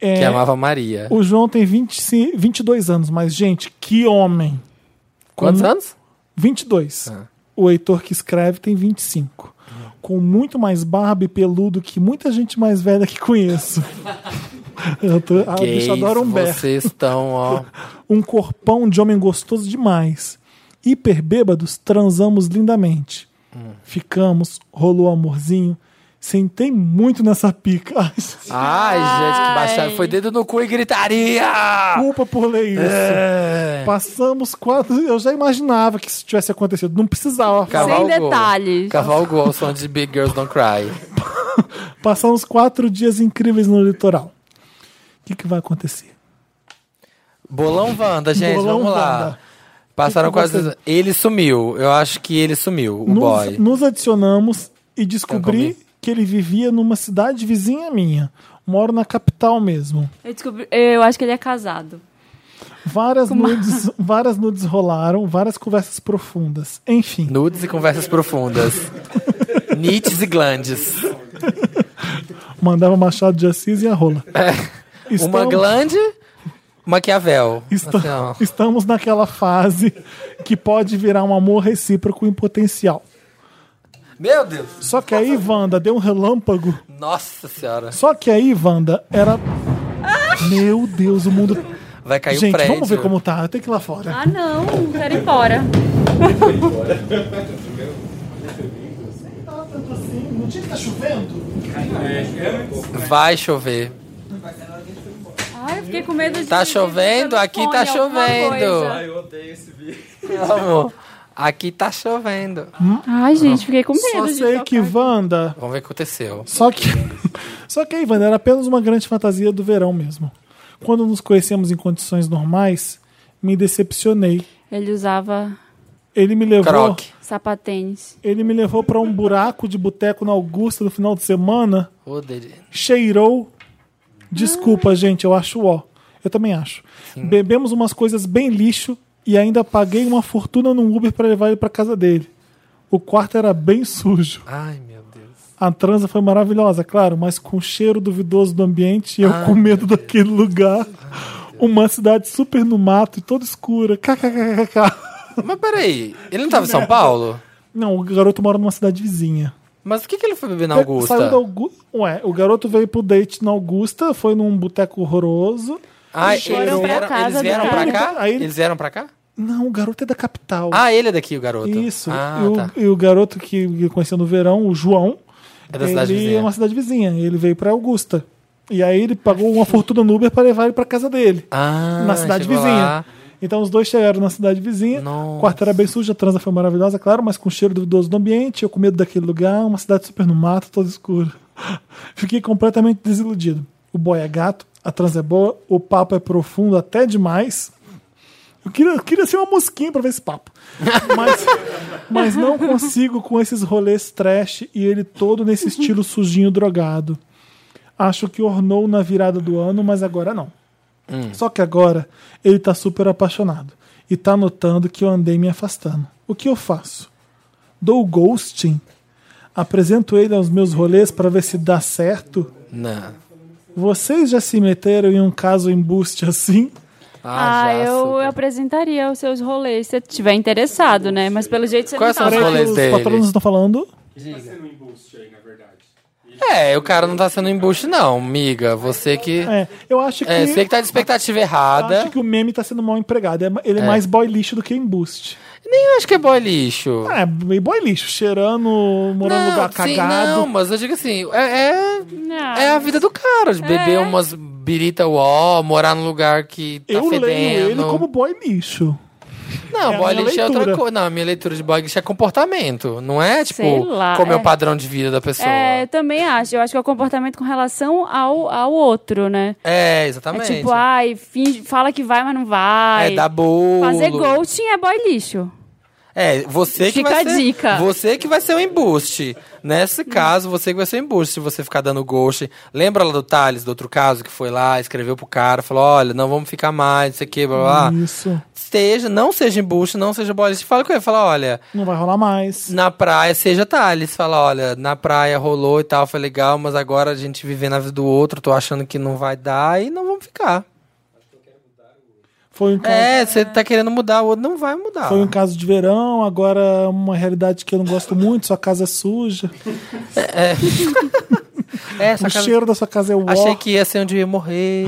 É,
Que amava Maria.
O João tem 25 22 anos, mas gente, que homem!
Quantos
Como-
anos?
22.
Ah.
O Heitor que escreve tem 25. Com muito mais barba e peludo que muita gente mais velha que conheço. Eu tô, ah,
Gays,
bicho, adoro um berro.
vocês estão, ó.
Um corpão de homem gostoso demais. Hiper bêbados, transamos lindamente. Ficamos, rolou amorzinho. Sentei muito nessa pica. Ai,
Ai, gente, que baixada. Foi dedo no cu e gritaria!
Desculpa por ler isso.
É.
Passamos quase. Eu já imaginava que isso tivesse acontecido. Não precisava.
Cavalgou.
Sem detalhes.
Cavalgou ao som de Big Girls Don't Cry.
Passamos quatro dias incríveis no litoral. O que, que vai acontecer?
Bolão Wanda, gente,
Bolão
vamos lá.
Wanda.
Passaram
O que que
quase. Ele sumiu. Eu acho que ele sumiu, o
nos,
Um boy.
nos adicionamos e
Eu
descobri
comi.
que ele vivia numa cidade vizinha minha. Moro na capital mesmo.
Eu, descobri- eu acho que ele é casado.
Várias nudes, várias nudes rolaram, várias conversas profundas. Enfim,
Nudes e conversas profundas. Nietzsche e glandes. É,
mandava Machado de Assis e a rola. Estamos-
Uma glande, Maquiavel.
Esta-
Assim, ó.
Estamos naquela fase que pode virar um amor recíproco em potencial.
Meu Deus!
Só que aí, Wanda, deu um relâmpago.
Nossa senhora!
Só que aí, Wanda, era. Meu Deus, o mundo.
Vai cair um
Gente,
prédio.
vamos ver como tá. Eu tenho que ir lá fora.
Ah, não, quero ir embora.
Não tinha que tá chovendo?
Vai chover.
Ai, eu fiquei com medo de.
Tá
de-
chovendo?
de- de-
Aqui tá
alguma
chovendo.
coisa.
Eu odeio esse vídeo.
Amor, aqui tá chovendo.
Ai, gente, fiquei com
Só
medo. de
sei
tocar.
que Wanda.
Vamos ver o que aconteceu.
Só que. Só que aí, Wanda, era apenas uma grande fantasia do verão mesmo. Quando nos conhecemos em condições normais, me decepcionei.
Ele usava
Ele me levou.
Croc.
sapatênis.
Ele me levou pra um buraco de boteco na Augusta no final de semana.
Ô, dele.
cheirou. Desculpa, gente, eu acho ó. Eu também acho. Bebemos umas coisas bem lixo e ainda paguei uma fortuna num Uber para levar ele para casa dele. O quarto era bem sujo.
Ai, meu Deus.
A transa foi maravilhosa, claro, mas com o cheiro duvidoso do ambiente e
Ah,
eu com medo daquele lugar. Uma cidade super no mato e toda escura. KKKKK.
Mas peraí, ele não tava em São Paulo?
Não, o garoto mora numa cidade vizinha.
Mas o que, que ele foi beber na Augusta?
É, Saiu da Augusta. Ué, o garoto veio pro date na Augusta, foi num boteco horroroso.
Ah,
Eles foram pra casa
eles
do
vieram pra
cara.
cá?
Aí ele-
Eles vieram pra cá?
Não, o garoto é da capital.
Ah, ele é daqui, o garoto.
Isso.
Ah,
e, o,
tá.
e o garoto que eu conheci no verão, o João,
É da cidade
ele
vizinha.
é uma cidade vizinha. Ele veio pra Augusta. E aí ele pagou uma fortuna no Uber para levar ele pra casa dele,
Ah,
na cidade
chegou
vizinha.
lá.
Então os dois chegaram na cidade vizinha.
Nossa.
O quarto era bem sujo, a transa foi maravilhosa, claro, mas com cheiro duvidoso do ambiente, eu com medo daquele lugar, uma cidade super no mato, toda escura. Fiquei completamente desiludido. O boy é gato, a transa é boa, o papo é profundo até demais. Eu queria, eu queria ser uma mosquinha pra ver esse papo. Mas, mas não consigo com esses rolês trash e ele todo nesse estilo sujinho drogado. Acho que ornou na virada do ano, mas agora não. Só que agora ele tá super apaixonado e tá notando que eu andei me afastando. O que eu faço? Dou ghosting? Apresento ele aos meus rolês pra ver se dá certo?
Não.
Vocês já se meteram em um caso embuste assim?
Ah,
já,
eu,
super.
eu apresentaria os seus rolês se você estiver interessado, né? Mas pelo jeito você
Quais
não
são
tá
os
lá.
rolês?
os
dele.
patronos estão falando?
É, o cara não tá sendo embuste, não, amiga. Você que.
É, eu acho que.
É, você que tá de expectativa errada.
acho que o meme tá sendo mal empregado. É- Ele é, mais boy lixo do que embuste.
Nem acho que é boy lixo.
Ah, É, meio boy lixo, cheirando, morando num um lugar
sim,
cagado.
não, mas eu digo assim, é,
Não.
é, é a vida do cara, de beber
É.
umas birita uó, morar num lugar que tá
eu
fedendo.
leio ele como boy lixo.
Não,
é a
boy
minha
lixo é outra
leitura.
coisa. Não, a minha leitura de boy lixo é comportamento, não é, tipo,
Sei lá,
como é. o
é.
padrão de vida da pessoa.
É, eu
É,
também acho. Eu acho que é o comportamento com relação ao, ao outro, né? É
exatamente.
tipo, ai, finge, fala que vai, mas não vai.
É dar bolo.
Fazer ghosting é boy lixo.
É, você que
Fica
vai
a
ser,
dica.
Você que vai ser o embuste. Nesse caso, você que vai ser o embuste, se você ficar dando ghost. Lembra lá do Thales, do outro caso, que foi lá, escreveu pro cara, falou, olha, não vamos ficar mais, não sei o que, blá, blá,
Hum.
blá.
Isso.
Seja, não seja embuste, não seja bolista. Fala com ele, fala, olha,
Não vai rolar mais.
na praia, seja Thales. Fala, olha, na praia rolou e tal, foi legal, mas agora a gente vivendo a vida do outro, tô achando que não vai dar e não vamos ficar.
Foi um caso,
É, você tá querendo mudar, o outro não vai mudar.
foi um caso de verão, agora é uma realidade que eu não gosto muito, sua casa é suja.
É,
o
sua casa-
cheiro da sua casa é o
Achei que ia ser onde eu ia morrer.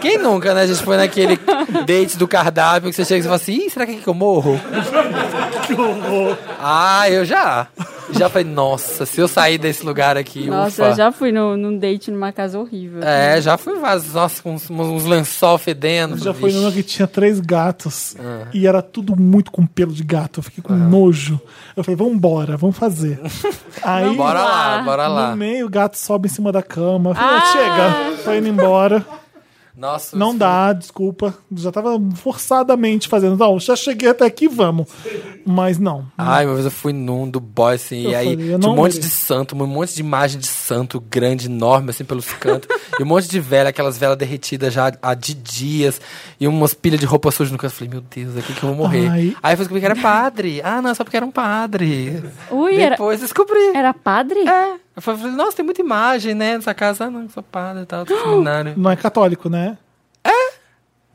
Quem nunca, né? A gente foi naquele date do cardápio que você chega e você fala assim, Ih, será que é aqui que eu morro? ah, eu já. Já falei, nossa, se eu sair desse lugar aqui,
Nossa,
ufa.
eu já fui no, num date numa casa horrível.
É, já fui vários, nossa, com uns, uns lençol fedendo.
Já foi numa
Vixe.
que tinha três gatos
Ah.
e era tudo muito com pelo de gato. Eu fiquei com nojo. Eu falei, vamos embora, vamos fazer. Aí,
Bora lá, bora lá.
no meio, o gato sobe em cima da cama. Eu falei,
Ah.
chega, tô indo embora.
Nossa,
Não
os-
dá, desculpa. Já tava forçadamente fazendo. Não, já cheguei até aqui, vamos. Mas não.
Ai, uma vez eu fui num do boy, assim,
Eu
e aí
falei, eu
tinha um
não
monte de
mereço.
santo, um monte de imagem de santo grande, enorme, assim, pelos cantos. e um monte de vela, aquelas velas derretidas já há de dias, e umas pilhas de roupa suja no canto. Eu falei, meu Deus, aqui que eu vou morrer.
Ai.
Aí eu descobri que era padre. Ah, não, só porque era um padre.
Ui, era,
Depois descobri.
era padre?
É. Eu falei, nossa, tem muita imagem, né, nessa casa. Ah, não, sou padre e tal, do seminário.
Não é católico, né?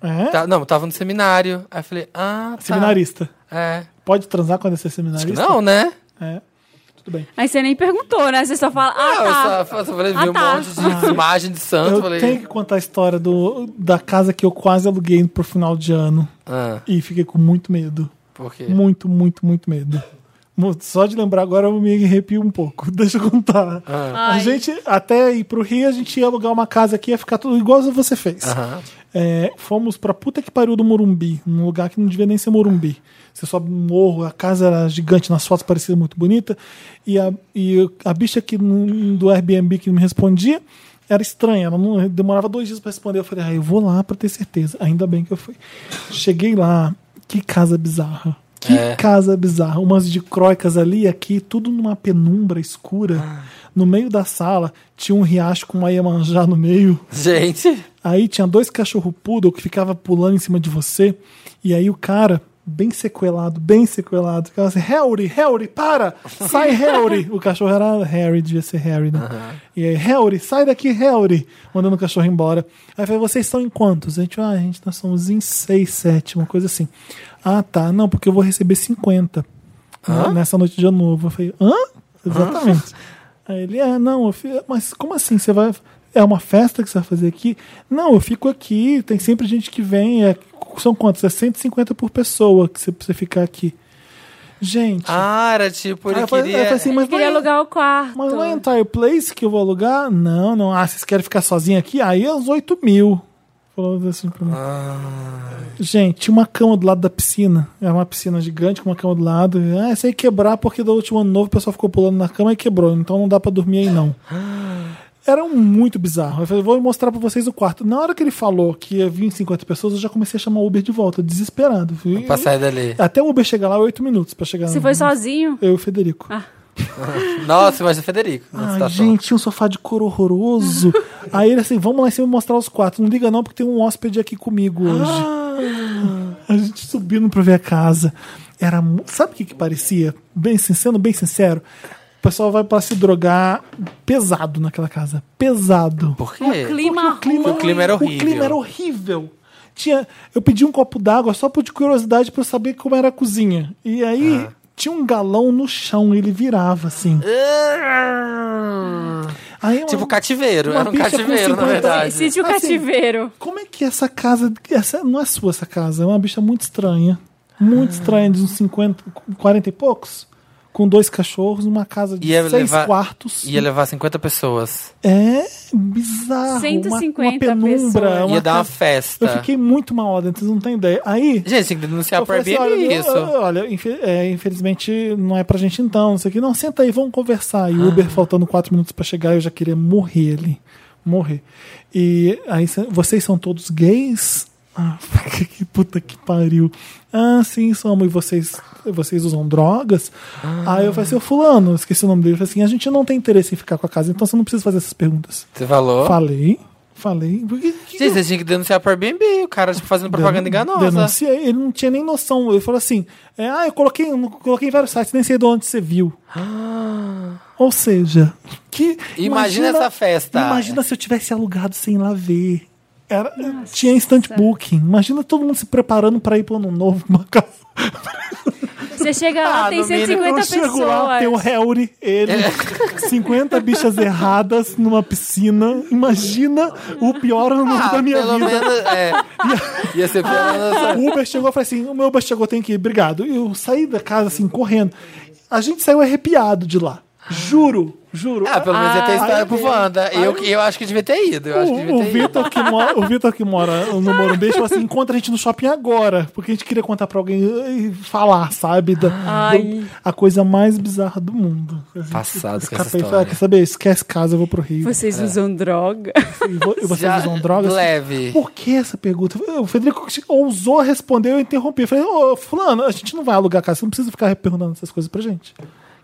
É?
Tá- não, eu tava no seminário. Aí eu falei, ah, tá.
Seminarista.
É.
Pode transar quando é ser
Acho que
seminarista?
não, né?
É. Tudo bem.
Aí você nem perguntou, né? Você só fala,
Não,
ah, tá.
eu só, eu só falei,
Ah,
vi um
tá.
monte de imagem de santo.
Eu
falei,
tenho que contar a história do, da casa que eu quase aluguei pro final de ano.
ah,
E fiquei com muito medo.
por quê?
Muito, muito, muito medo. Mu- Só de lembrar agora eu me arrepio um pouco. Deixa eu contar. A
Ah.
Ai.
gente, até ir pro Rio, a gente ia alugar uma casa aqui, ia ficar tudo igual você fez.
Aham.
É, fomos pra puta que pariu do Morumbi, um lugar que não devia nem ser Morumbi. Você sobe um morro, a casa era gigante, nas fotos parecia muito bonita. E a, e a bicha que, não- do Airbnb que me respondia era estranha, ela não, demorava dois dias pra responder. Eu falei, ah, eu vou lá pra ter certeza. Ainda bem que eu fui. Cheguei lá, que casa bizarra. Que
É.
casa bizarra. Umas de croicas ali e aqui, tudo numa penumbra escura. No meio da sala tinha um riacho com uma Iemanjá no meio.
Gente,
Aí tinha dois cachorro poodle que ficava pulando em cima de você. E aí o cara, bem sequelado, bem sequelado, ficava assim: Harry, Harry, para! Sai, Harry! o cachorro era Harry, devia ser Harry, né? E aí, Harry, sai daqui, Harry! Mandando o cachorro embora. Aí eu falei: vocês são em quantos? A gente, ah, a gente, nós somos em seis, sete, uma coisa assim. Ah, tá, não, porque eu vou receber 50 né, nessa noite de ano novo. Eu falei: hã? Exatamente. Aí ele, ah, não, eu fi- mas como assim? Você vai. É uma festa que você vai fazer aqui? Não, eu fico aqui, tem sempre gente que vem. é- são quantos? É 150 por pessoa que você precisa ficar aqui. Gente.
ah, era tipo, ele
Aí eu falei- aí eu
queria...
falei assim,
Ele
mas
queria
não é-
alugar o quarto.
mas não é entire place que eu vou alugar? Não, não. Ah, vocês querem ficar sozinho aqui? Aí é uns 8 mil. Falou assim pra mim. Gente, tinha uma cama do lado da piscina. Era uma piscina gigante com uma cama do lado. Ah, essa aí quebrar porque do último ano novo o pessoal ficou pulando na cama e quebrou. Então não dá pra dormir aí não. Era um muito bizarro. Eu falei, vou mostrar pra vocês o quarto. Na hora que ele falou que ia vir 50 pessoas, eu já comecei a chamar o Uber de volta, desesperado. Fui-
Pra sair dali.
Até o Uber chegar lá, 8 minutos pra chegar
Você foi sozinho?
Eu e o Federico.
Nossa, imagina o Federico. na
Ai,
situação.
gente, tinha um sofá de cor horroroso. Aí ele assim, vamos lá em cima mostrar os quatro. Não liga não, porque tem um hóspede aqui comigo hoje.
Ah!
A gente subindo pra ver a casa. Era, mu- sabe o que que parecia? Bem sincero, bem sincero. O pessoal vai pra se drogar pesado naquela casa. Pesado.
Por quê?
Clima
O clima,
O clima era
O
horrível.
clima era horrível. Tinha, eu pedi um copo d'água só por de curiosidade pra eu saber como era a cozinha. E aí
Ah.
tinha um galão no chão, ele virava assim. Aí eu-
Ah. Tipo cativeiro,
Uma
era um
bicha com
cativeiro, na
50
verdade.
Sítio
Assim,
cativeiro.
Como é que essa casa. Essa não é sua essa casa, é uma bicha muito estranha.
Ah.
Muito estranha, de uns 50, 40 e poucos. Com dois cachorros, numa casa de
Ia
seis
levar-
quartos.
Ia levar 50 pessoas.
É bizarro.
150
uma, uma penumbra.
pessoas.
É uma
Ia dar uma
casa-
festa.
Eu fiquei muito mal ordem, vocês não têm ideia. Aí.
Gente, tem que denunciar
eu
pro
falei assim,
Airbnb
olha,
Tá, isso.
eu- eu- olha, infe- é, infelizmente não é pra gente então, não sei o que. Não, senta aí, vamos conversar. E o Uber faltando quatro minutos pra chegar, eu já queria morrer ali. Morrer. E aí, cê- vocês são todos gays? Ah, que puta que pariu. Ah, sim, somos. E vocês, vocês usam drogas? Aí eu falei assim, ô fulano, eu esqueci o nome dele. Eu falei assim, a gente não tem interesse em ficar com a casa, então você não precisa fazer essas perguntas.
Você falou?
Falei, falei. Por que- que-
Gente, você tinha que denunciar pro Airbnb, o cara tipo, fazendo propaganda
Denun-
enganosa.
Denunciei, ele não tinha nem noção. Ele falou assim: é, ah, eu coloquei, eu coloquei em vários sites, nem sei de onde você viu. Ou seja, que.
Ah. Imagina essa festa.
Imagina se eu tivesse alugado sem ir lá ver. Era, eh, tinha instant booking. Imagina todo mundo se preparando para ir para ano novo, pra uma casa.
Você chega lá,
Ah,
tem
no mínimo,
150
Eu
pessoas.
chego lá,
um
tem o Harry, ele,
É.
50 bichas erradas numa piscina. Imagina o pior ano novo
Ah,
da minha
pelo
vida.
menos, é. Ia ser pelo menos...
O Uber chegou e falei assim: o meu Uber chegou, tem que ir, obrigado. E eu saí da casa assim, correndo. A gente saiu arrepiado de lá. Juro, juro.
Ah, pelo menos ia ter história
Aí-
pro Wanda. Eu, eu acho que devia ter ido. Eu acho que
é. o, o
devia ter ido.
Vitor que mora, o Vitor que mora no Morumbi falou assim: encontra a gente no shopping agora. Porque a gente queria contar pra alguém e falar, sabe? Da, do- a coisa mais bizarra do mundo. A gente
Passado com essa
escapei e falei,
história.
"Ah, quer saber? Esquece casa, eu vou pro Rio.
Vocês
É.
usam droga.
E vo- e vocês
Já
usam drogas?
leve.
Por que essa pergunta? O Federico ousou responder, eu interrompi. Eu falei, ô, fulano, a gente não vai alugar casa, você não precisa ficar perguntando essas coisas pra gente.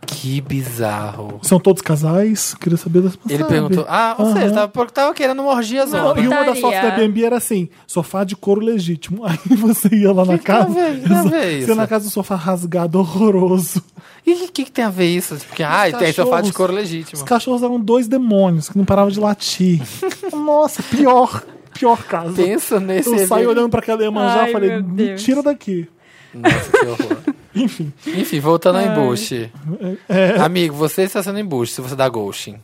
Que bizarro.
São todos casais? Queria saber das pessoas.
Ele perguntou, ah, ou seja, tava, porque tava querendo uma orgia zona.
E uma das fotos
Putaria.
da Airbnb era assim, sofá de couro legítimo. Aí você ia lá na
a
casa,
ver? Nada a ver
você
então isso.
ia na casa do sofá rasgado, horroroso.
E o que, que, que tem a ver isso? Porque, ah, tem sofá de
cachorros-
couro
Os
legítimo.
cachorros eram dois demônios que não paravam de latir. Nossa, pior. pior caso.
Pensa nesse
eu saí
evento.
olhando pra aquela Iemanjá
Ai,
e falei,
meu
me
Deus.
tira daqui.
Nossa, que horror.
Enfim, É,
Enfim, voltando ao embuste. Amigo, você está sendo embuste se você dá ghosting.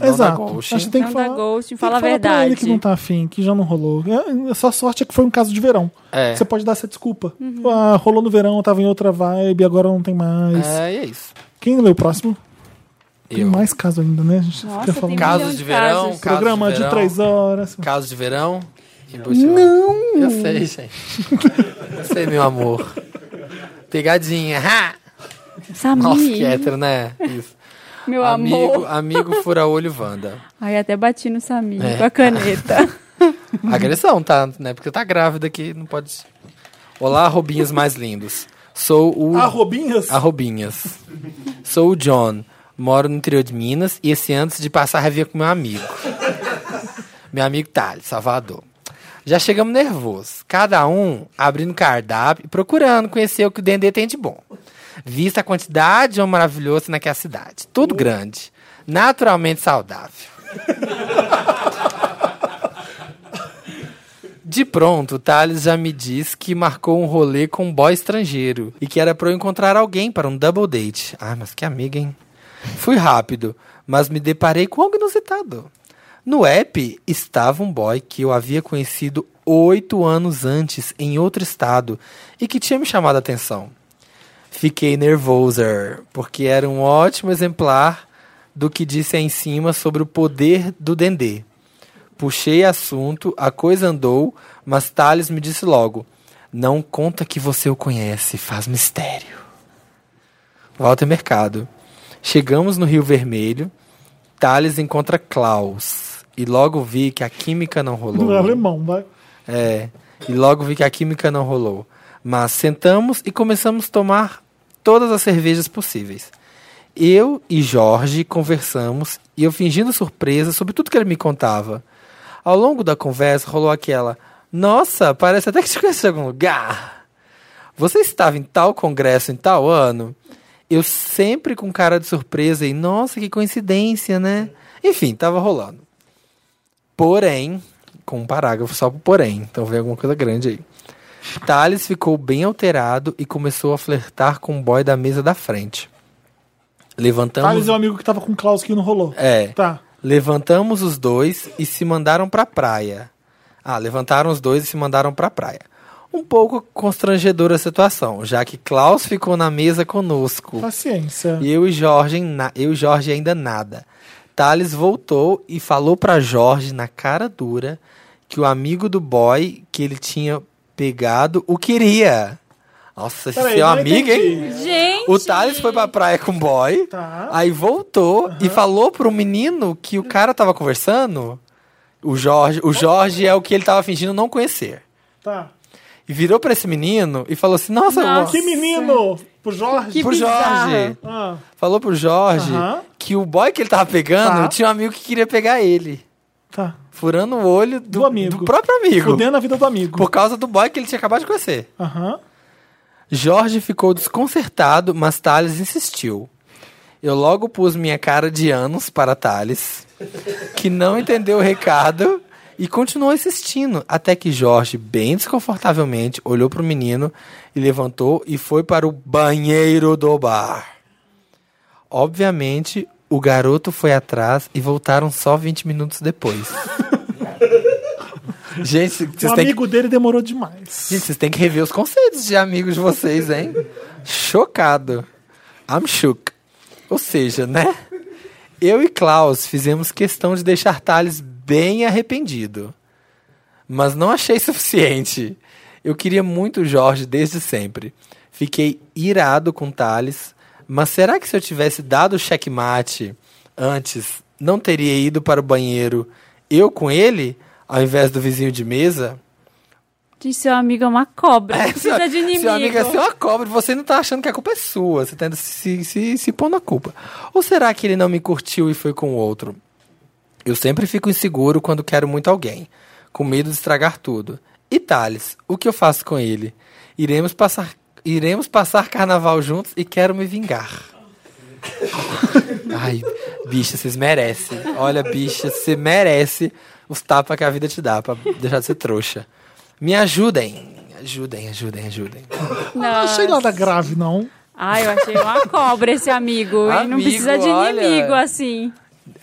Não
exato.
Dá
Acho
ghosting.
que tem que
Não dá
falar.
ghosting,
tem que
fala
falar
a
Pra ele
verdade.
que não tá afim, que já não rolou. É, Só a sorte é que foi um caso de verão.
É.
Você pode dar essa desculpa.
Uhum.
Ah, rolou no verão, eu tava em outra vibe, agora não tem mais.
É, e é isso.
Quem lê o próximo? Tem
Eu.
mais caso ainda, né? A gente
Nossa,
fica
tem
falando.
muito
Casos de verão,
Casos.
casos
Programa
de,
de
verão,
três horas.
Casos de verão. Embuste Não! Eu sei, gente. Eu sei, meu amor. Pegadinha. Ha!
Samir,
Nossa, que hétero, né? Isso.
meu
Amigo,
amor.
amigo fura-olho Wanda.
Aí até bati no Samir
É.
com a caneta.
Agressão, tá? Né? Porque tá grávida aqui, não pode. Olá, robinhas mais lindos. Sou o.
Arrobinhas?
Arrobinhas. Sou o John, moro no interior de Minas e esse ano decidi passar a revia com meu amigo. meu amigo Thales, Salvador. Já chegamos nervosos, cada um abrindo cardápio e procurando conhecer o que o Dendê tem de bom. Vista a quantidade de homem maravilhoso naquela cidade. Tudo grande, naturalmente saudável. De pronto, o Thales já me disse que marcou um rolê com um boy estrangeiro e que era pra eu encontrar alguém para um double date. Ah, mas que amiga, hein? Fui rápido, mas me deparei com algo inusitado. No app estava um boy que eu havia conhecido oito anos antes em outro estado e que tinha me chamado a atenção. Fiquei nervosa, porque era um ótimo exemplar do que disse aí em cima sobre o poder do Dendê. Puxei assunto, a coisa andou, mas Thales me disse logo: Não conta que você o conhece, faz mistério. Walter Mercado. Chegamos no Rio Vermelho, Thales encontra Klaus. E logo vi que a química não rolou.
É alemão, vai.
É, e logo vi que a química não rolou. Mas sentamos e começamos a tomar todas as cervejas possíveis. Eu e Jorge conversamos e eu fingindo surpresa sobre tudo que ele me contava. Ao longo da conversa rolou aquela: Nossa, parece até que te conheci em algum lugar. Você estava em tal congresso em tal ano? Eu sempre com cara de surpresa e nossa, que coincidência, né? Enfim, tava rolando. Porém, com um parágrafo só pro porém, então vem alguma coisa grande aí. Thales ficou bem alterado e começou a flertar com o boy da mesa da frente. Levantamos.
Thales é o amigo que tava com o Klaus que não rolou.
É.
Tá.
Levantamos os dois e se mandaram pra praia. Ah, levantaram os dois e se mandaram pra praia. Um pouco constrangedora a situação, já que Klaus ficou na mesa conosco.
Paciência.
E eu e Jorge, em na- eu e Jorge ainda nada. Thales voltou e falou pra Jorge na cara dura que o amigo do boy que ele tinha pegado o queria. Nossa, esse
Peraí,
é um
não
amigo, hein? Ah.
entendi.
Gente!
O Thales foi pra praia com o boy,
Tá.
aí voltou e falou pro menino que o cara tava conversando. O Jorge, o Jorge é o que ele tava fingindo não conhecer.
Tá.
E virou pra esse menino e falou assim: Nossa,
Nossa.
Que menino! Pro Jorge?
Que
pro
bizarro.
Jorge.
Ah,
Falou pro Jorge
Aham.
que o boy que ele tava pegando
Tá.
tinha um amigo que queria pegar ele.
tá.
Furando o olho do,
Do amigo.
do próprio amigo.
Fudendo a vida do amigo.
Por causa do boy que ele tinha acabado de conhecer.
Aham.
Jorge ficou desconcertado, mas Thales insistiu. Eu logo pus minha cara de anos para Thales, que não entendeu o recado e continuou insistindo, até que Jorge, bem desconfortavelmente, olhou para o menino e levantou e foi para o banheiro do bar. Obviamente, o garoto foi atrás e voltaram só 20 minutos depois. Gente, vocês
O
têm que
Um amigo dele demorou demais.
Gente, vocês têm que rever os conceitos de amigos de vocês, hein? Chocado. I'm shook. Ou seja, né? Eu e Klaus fizemos questão de deixar Thales bem arrependido. Mas não achei suficiente. Eu queria muito o Jorge desde sempre. Fiquei irado com Thales. Mas será que se eu tivesse dado o checkmate antes, não teria ido para o banheiro eu com ele, ao invés do vizinho de mesa?
Gente, seu amigo é uma cobra. Não
Seu-
precisa de inimigo.
Seu amigo é seu a cobra, você não tá achando que a culpa é sua. Você tá indo se, se, se pondo a culpa. Ou será que ele não me curtiu e foi com outro? Eu sempre fico inseguro quando quero muito alguém, com medo de estragar tudo. E Thales, o que eu faço com ele? Iremos passar, iremos passar carnaval juntos e quero me vingar. Ai, bicha, vocês merecem. Olha, bicha, você merece os tapas que a vida te dá pra deixar de ser trouxa. Me ajudem. Ajudem, ajudem, ajudem.
Não achei nada grave, não.
Ai, eu achei uma cobra esse amigo. Ele não
Amigo,
precisa de
olha.
inimigo assim.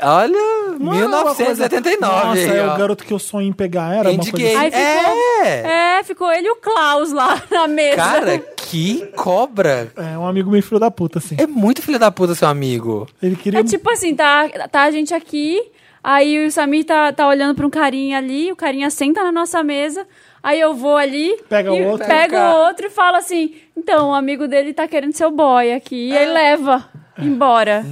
Olha,
Não era uma coisa-
1979.
Nossa,
aí,
é
ó.
o garoto que eu sonhei em pegar. Era uma
Andy
coisa
Gay.
assim.
Aí ficou-
É!
É, ficou ele e o Klaus lá na mesa.
Cara, que cobra!
É, um amigo meio filho da puta, assim.
É muito filho da puta seu amigo.
Ele queria...
É tipo assim, tá, tá a gente aqui, aí o Samir tá, tá olhando pra um carinha ali, o carinha senta na nossa mesa, aí eu vou ali,
Pega
e
o outro.
pego o outro e falo assim, então, o amigo dele tá querendo seu boy aqui,
É.
e aí leva embora.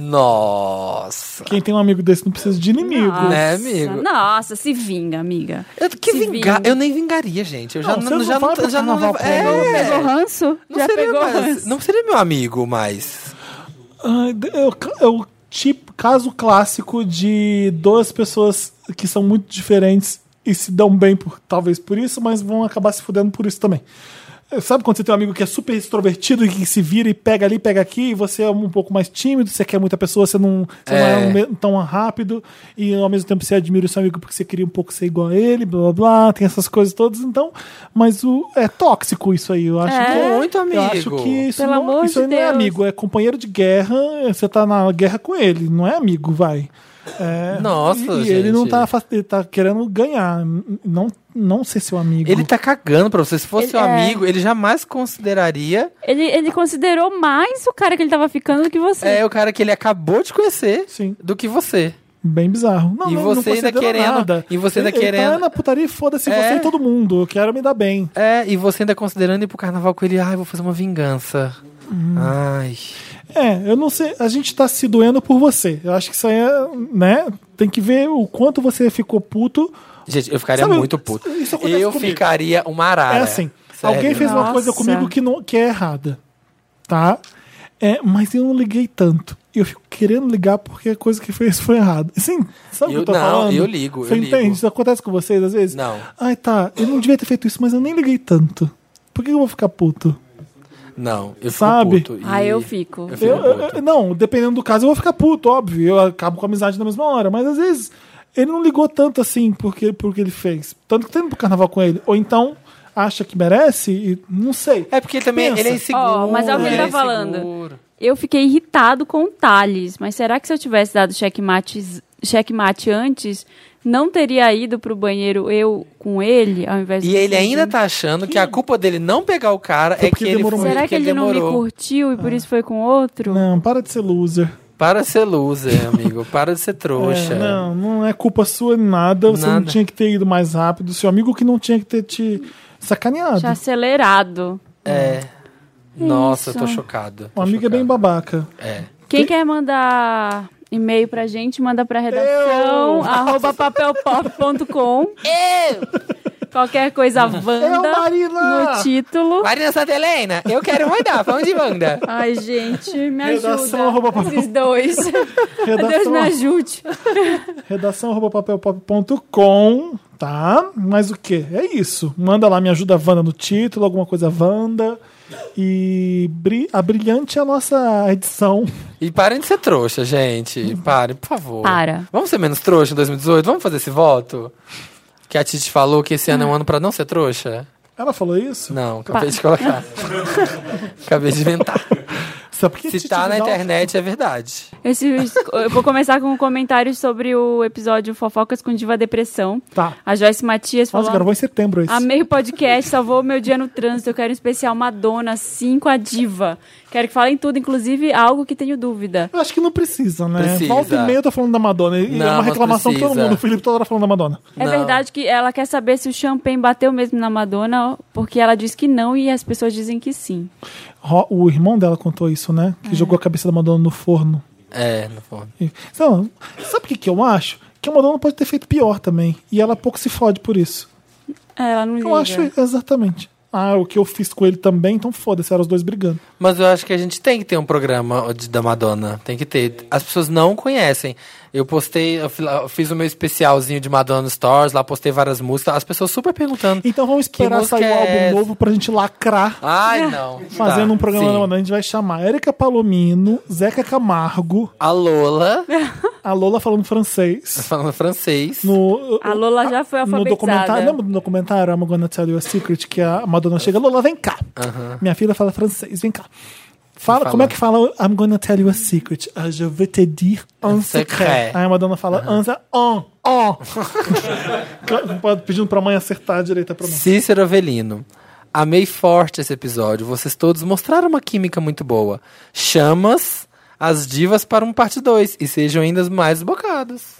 Nossa!
Quem tem um amigo desse não precisa de inimigo.
Nossa,
Né, amigo?
Nossa, se vinga, amiga.
Eu, que
Se
vingar,
vinga.
eu nem vingaria, gente. Eu já
Não,
não,
você não
já
vai
não,
pro
já não
carnaval
levo-
com ele.
é,
Pegou ranço?
não
Já
seria
pegou
mais-
ranço?
não seria meu amigo, mas
Ai, é o- é o tipo, caso clássico de duas pessoas que são muito diferentes e se dão bem, por, talvez por isso, mas vão acabar se fudendo por isso também. É, Sabe quando você tem um amigo que é super extrovertido e que se vira e pega ali, pega aqui, e você é um pouco mais tímido, você quer muita pessoa, você não, você não é
É.
um me- tão rápido, e ao mesmo tempo você admira o seu amigo porque você queria um pouco ser igual a ele, blá blá blá, tem essas coisas todas, então. Mas o, é tóxico isso aí, eu acho.
É.
que-
muito amigo.
eu acho que isso,
Pelo
não,
amor
isso
de
aí não é
Deus.
amigo, é companheiro de guerra, você tá na guerra com ele, não é amigo, vai. É,
Nossa,
e, e ele
gente.
não tá, fa- ele tá querendo ganhar, n- não, não ser seu amigo.
ele tá cagando pra você. Se fosse
Ele-
seu
é.
amigo, ele jamais consideraria
Ele, ele considerou mais o cara que ele tava ficando do que você.
é o cara que ele acabou de conhecer
Sim,
do que você.
bem bizarro. Não,
E
não-
você
não
ainda
considera
querendo-
Nada.
e você ainda
Ele- ele
querendo-
Tá na putaria e foda-se
É.
você e todo mundo, eu quero me dar bem.
É, e você ainda considerando ir pro carnaval com ele, ai, vou fazer uma vingança.
Hum.
Ai.
É, eu não sei, a gente tá se doendo por você. Eu acho que isso aí é, né? Tem que ver o quanto você ficou puto.
Gente, eu ficaria
Sabe,
muito puto.
isso acontece
Eu
comigo.
ficaria uma arara.
É assim,
Sério.
alguém fez uma coisa
Nossa.
comigo que, não, que é errada, tá? É, mas eu não liguei tanto. Eu fico querendo ligar porque a coisa que fez foi errada. Sim, sabe o
Eu-
que eu tô
não,
falando?
eu ligo,
Você
eu
entende?
ligo.
Isso acontece com vocês às vezes?
Não.
Ai, tá, eu não devia ter feito isso, mas eu nem liguei tanto. Por que eu vou ficar puto?
Não, eu fico
Sabe?
puto. e-
Ah, eu fico.
Eu fico
Eu, eu-
puto.
eu- não, dependendo do caso, eu vou ficar puto, óbvio. Eu acabo com a amizade na mesma hora. Mas às vezes ele não ligou tanto assim porque, porque ele fez. Tanto que tá indo pro carnaval com ele. Ou então acha que merece e não sei.
É porque também
Pensa.
ele é inseguro.
Ó, mas é o que ele
é
tá falando.
inseguro.
Eu fiquei irritado com o Thales, mas será que se eu tivesse dado checkmate, checkmate antes, não teria ido pro banheiro eu com ele, ao invés
E
de
ele
vocês
ainda tá achando que a culpa dele não pegar o cara
Foi
é
porque
que ele
demorou
foi,
muito.
Será que ele não me
demorou. Ah.
curtiu e por isso foi com outro?
Não, para de ser loser.
Para de ser loser, amigo. Para de ser trouxa.
É, não, não é culpa sua nem nada. Você não
Nada.
tinha que ter ido mais rápido. Seu amigo que não tinha que ter te sacaneado.
Tinha Tá acelerado.
É. Nossa, eu tô
Isso.
chocado. Tô
Um amigo é bem
chocado.
babaca.
Quem quer mandar e-mail pra gente, manda pra redação, arroba papelpop.com. Qualquer coisa Wanda
Eu, Marina!
no título.
Marina Santa Helena, eu quero mandar. Vamos de banda.
Ai, gente, me
Redação
ajuda.
arroba
Esses dois. Deus
Redação,
me ajude.
redação arroba papelpop.com, tá? Mas o que? É isso. Manda lá, me ajuda a Wanda no título, alguma coisa Wanda. E bri a brilhante é a nossa edição.
E parem de ser trouxa, gente. Parem, por favor.
Para.
Vamos ser menos trouxa em 2018? Vamos fazer esse voto? Que a Titi falou que esse ano é um ano pra não ser trouxa?
Ela falou isso?
Não, acabei de colocar. acabei de inventar.
Sabe por que
Se
Titi
tá na
Vidal-
internet, é verdade.
Esse- eu vou começar com um comentário sobre o episódio Fofocas com Diva Depressão.
Tá.
A Joyce Matias falou...
Nossa, gravou em setembro esse.
Amei o podcast, salvou meu dia no trânsito. Eu quero um especial Madonna 5 a diva. Quero que falem tudo, inclusive algo que tenho dúvida.
Eu acho que não precisa, né?
Precisa.
Volta e meia eu tô falando da Madonna. E
Não,
é uma
mas
reclamação de todo
precisa.
mundo. O Felipe toda hora falando da Madonna.
É
Não.
verdade que ela quer saber se o champanhe bateu mesmo na Madonna, porque ela diz que não e as pessoas dizem que sim.
Ro- O irmão dela contou isso, né? Que jogou a cabeça da Madonna no forno.
É, no fundo.
E- Sabe sabe o que, que eu acho? Que a Madonna pode ter feito pior também. E ela pouco se fode por isso.
É, Ela não liga.
Eu acho exatamente. Ah, o que eu fiz com ele também, então foda-se, eram os dois brigando.
Mas eu acho que a gente tem que ter um programa de- da Madonna. Tem que ter. As pessoas não conhecem. Eu postei, eu fi- eu fiz o meu especialzinho de Madonna Stars, lá postei várias músicas, as pessoas super perguntando.
Então vamos
Que
esperar
música
sair o
é
álbum
essa?
novo pra gente lacrar.
Ai, não.
É. Fazendo
Tá,
um programa
sim.
na Madonna, a gente vai chamar Érica Palomino, Zeca Camargo,
A Lola,
a Lola falando francês.
falando francês.
No,
A Lola já foi
no
alfabetizada.
documentário, lembra do documentário I'm Gonna Tell You a Secret? Que a Madonna chega, Lola, vem cá. Minha filha fala francês, vem cá. Fala,
Fala.
Como é que fala I'm gonna tell you a secret? Ah, je vais te dire un
secret.
secret. Aí a Madonna fala, un, se- un, un. Pedindo pra mãe acertar a direita pra mãe.
Cícero Avelino. Amei forte esse episódio. Vocês todos mostraram uma química muito boa. Chamas as divas para um parte 2 e sejam ainda mais bocados.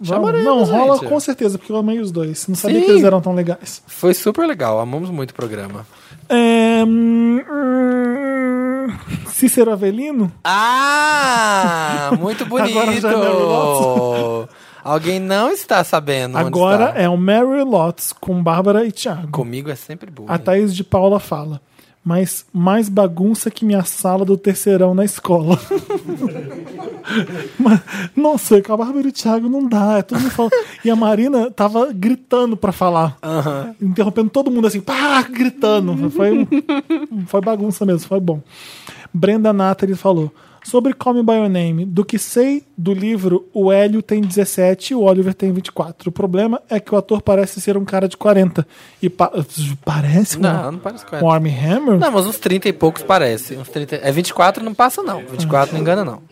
Vamos.
Chamaremos,
Não, rola
gente.
com certeza, porque eu amei os dois. Não sabia
Sim.
que eles eram tão legais.
Foi super legal, amamos muito o programa.
É, hum, hum, Cícero Avelino?
Ah! Muito
Agora
bonito!
já não
Alguém não está sabendo. onde
Agora
está.
é o Mary Lots com Bárbara e Thiago.
Comigo é sempre bom.
A Thaís de Paula fala. Mas mais bagunça que minha sala do terceirão na escola. Mas, nossa, com a Bárbara e o Thiago não dá. É todo mundo falando. E a Marina tava gritando pra falar. Interrompendo todo mundo assim, pá, gritando. Foi, um- foi bagunça mesmo, foi bom. Brenda Nathalie falou. Sobre Call Me By Your Name, do que sei do livro, o Hélio tem 17 e o Oliver tem 24. O problema é que o ator parece ser um cara de 40. E pa- parece um-
Não, não parece com
um
ela.
Army Hammer?
Não, mas uns 30 e poucos parece. Uns 30... É 24, não passa não. 24 não engana não.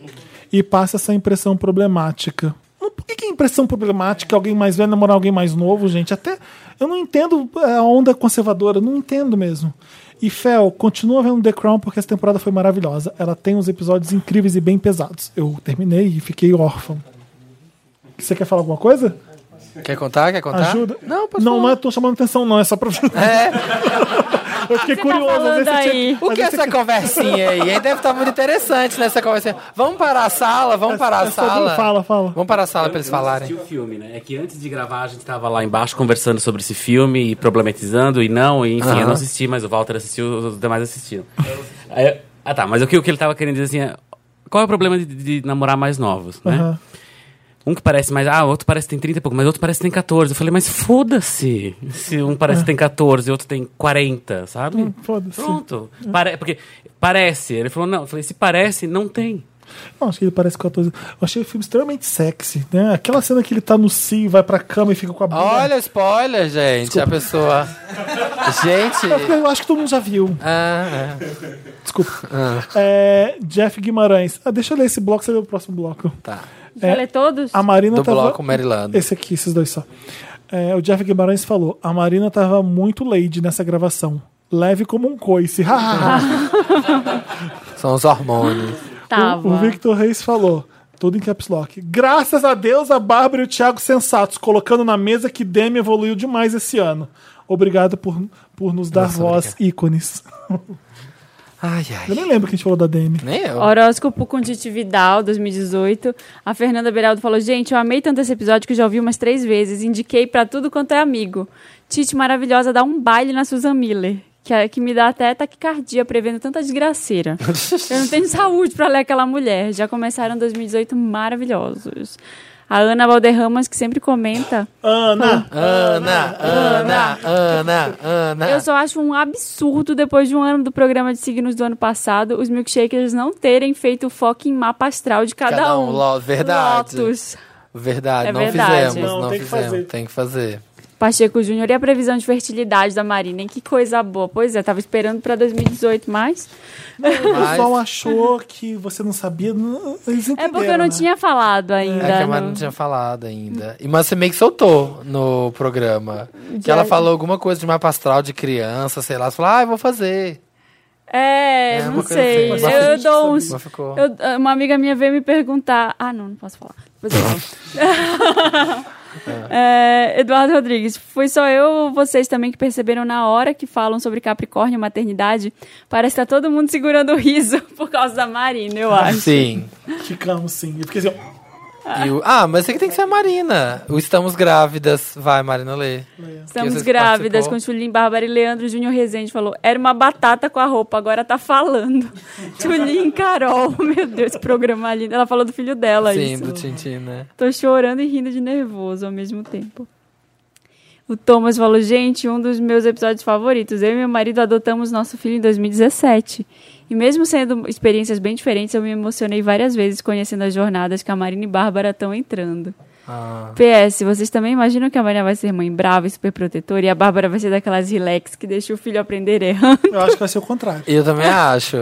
e passa essa impressão problemática. Mas Por que, que é impressão problemática? Alguém mais velho namorar alguém mais novo, gente? Até eu não entendo é, a onda conservadora, não entendo mesmo. E Fel, continua vendo The Crown porque essa temporada foi maravilhosa. Ela tem uns episódios incríveis e bem pesados. Eu terminei e fiquei órfão. Você quer falar alguma coisa?
Quer contar? Quer contar?
Ajuda?
Tá. Não, pode
não,
falar.
não é, tô chamando atenção, não. É só pra.
É.
eu fiquei
tá
curioso. às vezes
falando
você
aí?
tinha-
O que é essa conversinha aí? Aí deve estar muito interessante nessa conversinha. Vamos parar a sala, vamos parar a
é só-
sala.
fala, fala.
Vamos parar a sala pra eles falarem.
o filme, né? É que antes de gravar a gente tava lá embaixo conversando sobre esse filme e problematizando e não, e enfim, eu não assisti, mas o Walter assistiu, os demais assistiram. Aí eu- ah tá, mas o que, o que ele tava querendo dizer assim é, qual é o problema de, de namorar mais novos, né?
Aham.
Um que parece mais. Ah, outro parece que tem 30 e pouco, mas outro parece que tem 14. Eu falei, mas foda-se! Se um parece que tem 14 e outro tem 40, sabe?
Foda-se.
Pronto. Pare- porque parece. Ele falou, não. Eu falei, se parece, não tem.
Não, acho que ele parece 14. Eu achei o filme extremamente sexy, né? Aquela cena que ele tá no cio, vai pra cama e fica com a bunda.
Olha o spoiler, gente. A pessoa. Gente.
Eu acho que todo mundo já viu.
Ah, é. Ah.
Desculpa. É, Jeff Guimarães. Ah, deixa eu ler esse bloco, você lê o próximo bloco.
tá.
Já lê todos?
É, A Marina
Do
tava...
bloco Maryland.
tá Esse aqui, esses dois só. É, o Jeff Guimarães falou: a Marina tava muito lady nessa gravação. Leve como um coice.
São os hormônios.
Tava.
Então, o Victor Reis falou. Tudo em caps lock. Graças a Deus, a Bárbara e o Thiago sensatos, colocando na mesa que Demi evoluiu demais esse ano. Obrigado por, por nos dar voz, ícones.
Ai,
Eu
ai.
nem lembro que a gente falou da Demi.
Nem eu.
Horóscopo com Titi Vidal, 2018. A Fernanda Beraldo falou: Gente, eu amei tanto esse episódio que eu já ouvi umas três vezes. Indiquei pra tudo quanto é amigo. Titi maravilhosa dá um baile na Susan Miller. Que, é- que me dá até taquicardia prevendo tanta desgraceira. Eu não tenho saúde pra ler aquela mulher. Já começaram 2018 maravilhosos. A Ana Valderramas, que sempre comenta.
Ana!
Ana, Ana, Ana, Ana.
Eu só acho um absurdo, depois de um ano do programa de signos do ano passado, os milkshakers não terem feito o foco em mapa astral de cada,
Cada um, lo- verdade.
Lotus.
Verdade,
É
não
verdade.
fizemos.
Não,
Não,
tem que
fizemos.
fazer.
Tem que fazer.
Pacheco Júnior e a previsão de fertilidade da Marina, hein? Que coisa boa. Pois é, tava esperando pra 2018, mas.
O pessoal
Mas-
achou que você não sabia. não- Eles
É
entenderam,
porque eu não
né?
tinha falado ainda.
É que a Mari não
no-
tinha falado ainda. E mas você meio que soltou no programa. Que
Já-
ela falou alguma coisa de mapa astral de criança, sei lá. Você falou, ah, eu vou fazer.
É,
É,
não
uma coisa
sei.
assim.
Eu,
Mas
eu dou uns.
Mas ficou.
eu- uma amiga minha veio me perguntar. Ah, não, não posso falar. Depois eu falo. É, Eduardo Rodrigues, foi só eu ou vocês também que perceberam na hora que falam sobre Capricórnio e maternidade? Parece que tá todo mundo segurando o riso por causa da Marina, eu acho.
Sim.
Ficamos sim. Eu fiquei assim, ó.
E o- ah, mas é que tem que ser a Marina. O Estamos Grávidas. Vai, Marina, lê.
Estamos
vocês
grávidas
participou?
com Tulin Bárbara e Leandro Júnior Rezende falou: era uma batata com a roupa, agora tá falando. Tulin Carol, meu Deus, que programa lindo. Ela falou do filho dela,
Sim,
isso.
do Tintin, né?
Tô chorando e rindo de nervoso ao mesmo tempo. O Thomas falou, gente, um dos meus episódios favoritos. Eu e meu marido adotamos nosso filho em 2017. E mesmo sendo experiências bem diferentes, eu me emocionei várias vezes conhecendo as jornadas que a Marina e Bárbara estão entrando. PS, vocês também imaginam que a Marina vai ser mãe brava e super protetora e a Bárbara vai ser daquelas relax que deixa o filho aprender errando?
Eu acho que vai ser o contrário.
Eu também acho.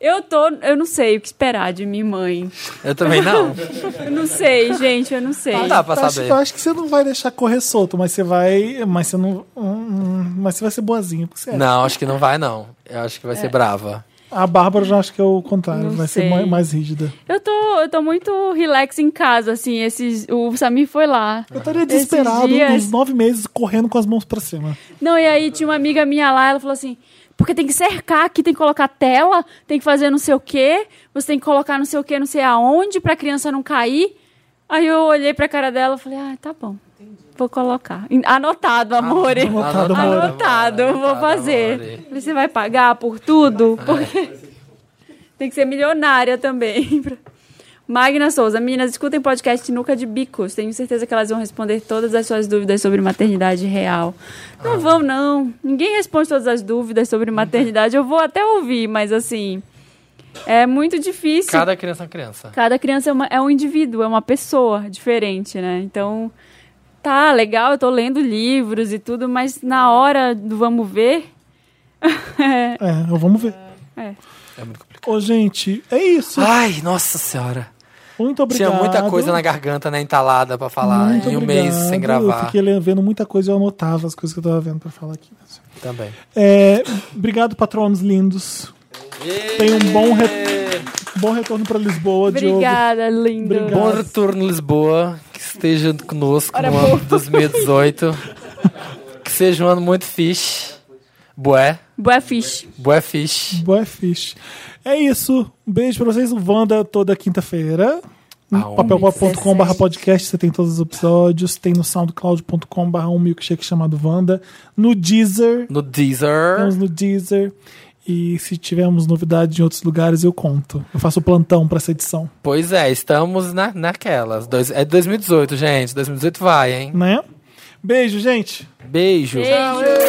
Eu tô, eu não sei o que esperar de mim, mãe.
Eu também não.
Eu não sei, gente, eu não sei.
Não dá pra
Eu acho,
saber.
eu acho que você não vai deixar correr solto, mas você vai. Mas você não. hum, hum, mas você vai ser boazinha, porque você é.
Não, acho que não vai, não. Eu acho que vai ser brava.
A Bárbara eu já acho que é o contrário,
Não
vai
sei.
ser mais, mais rígida.
Eu tô, eu tô muito relax em casa, assim, esses, o Samir foi lá.
Eu estaria
Esses
desesperado
dias-
uns nove meses correndo com as mãos pra cima.
Não, e aí tinha uma amiga minha lá, ela falou assim, porque tem que cercar aqui, tem que colocar tela, tem que fazer não sei o quê, você tem que colocar não sei o quê, não sei aonde, pra criança não cair. Aí eu olhei pra cara dela e falei, ah, tá bom, vou colocar. Anotado, amor.
Anotado, amore.
Anotado, vou
Anotado,
fazer.
amore.
Falei, Você vai pagar por tudo? Porque tem que ser milionária também. Magna Souza, meninas, escutem o podcast Nuca de Bicos. Tenho certeza que elas vão responder todas as suas dúvidas sobre maternidade real.
Ah.
Não vão, não. Ninguém responde todas as dúvidas sobre maternidade. Eu vou até ouvir, mas assim. É muito difícil.
Cada criança é uma criança.
Cada criança é, uma- é um indivíduo, é uma pessoa diferente, né? Então, tá legal, eu tô lendo livros e tudo, mas na hora do vamos ver.
É, vamos ver.
É muito complicado.
Ô, gente, é isso.
Ai, nossa senhora.
Muito obrigado.
Tinha muita coisa na garganta, né? Entalada pra falar.
Muito
e um
obrigado.
mês sem
Eu
gravar
fiquei le- vendo muita coisa, eu anotava as coisas que eu tava vendo pra falar aqui.
também.
É, obrigado, patronos lindos. Tem um bom, re- bom retorno pra Lisboa, Diogo.
Obrigada, lindo.
Obrigado.
Bom retorno Lisboa, que esteja conosco no ano de 2018. que seja um ano muito fixe. Bué,
Boa fish.
bué fixe.
Boa fish. É isso. Um beijo pra vocês. O Wanda toda quinta-feira. Hum,
Aonde?
papelpop.com.br podcast, você tem todos os episódios, tem no soundcloud.com.br um milkshake chamado Wanda, no Deezer,
No Deezer.
estamos no Deezer, e se tivermos novidades em outros lugares eu conto. Eu faço plantão pra essa edição,
Pois é, estamos na, naquelas. Dois, é 2018, gente. 2018 vai, hein?
né? Beijo, gente!
Beijo.
Beijo.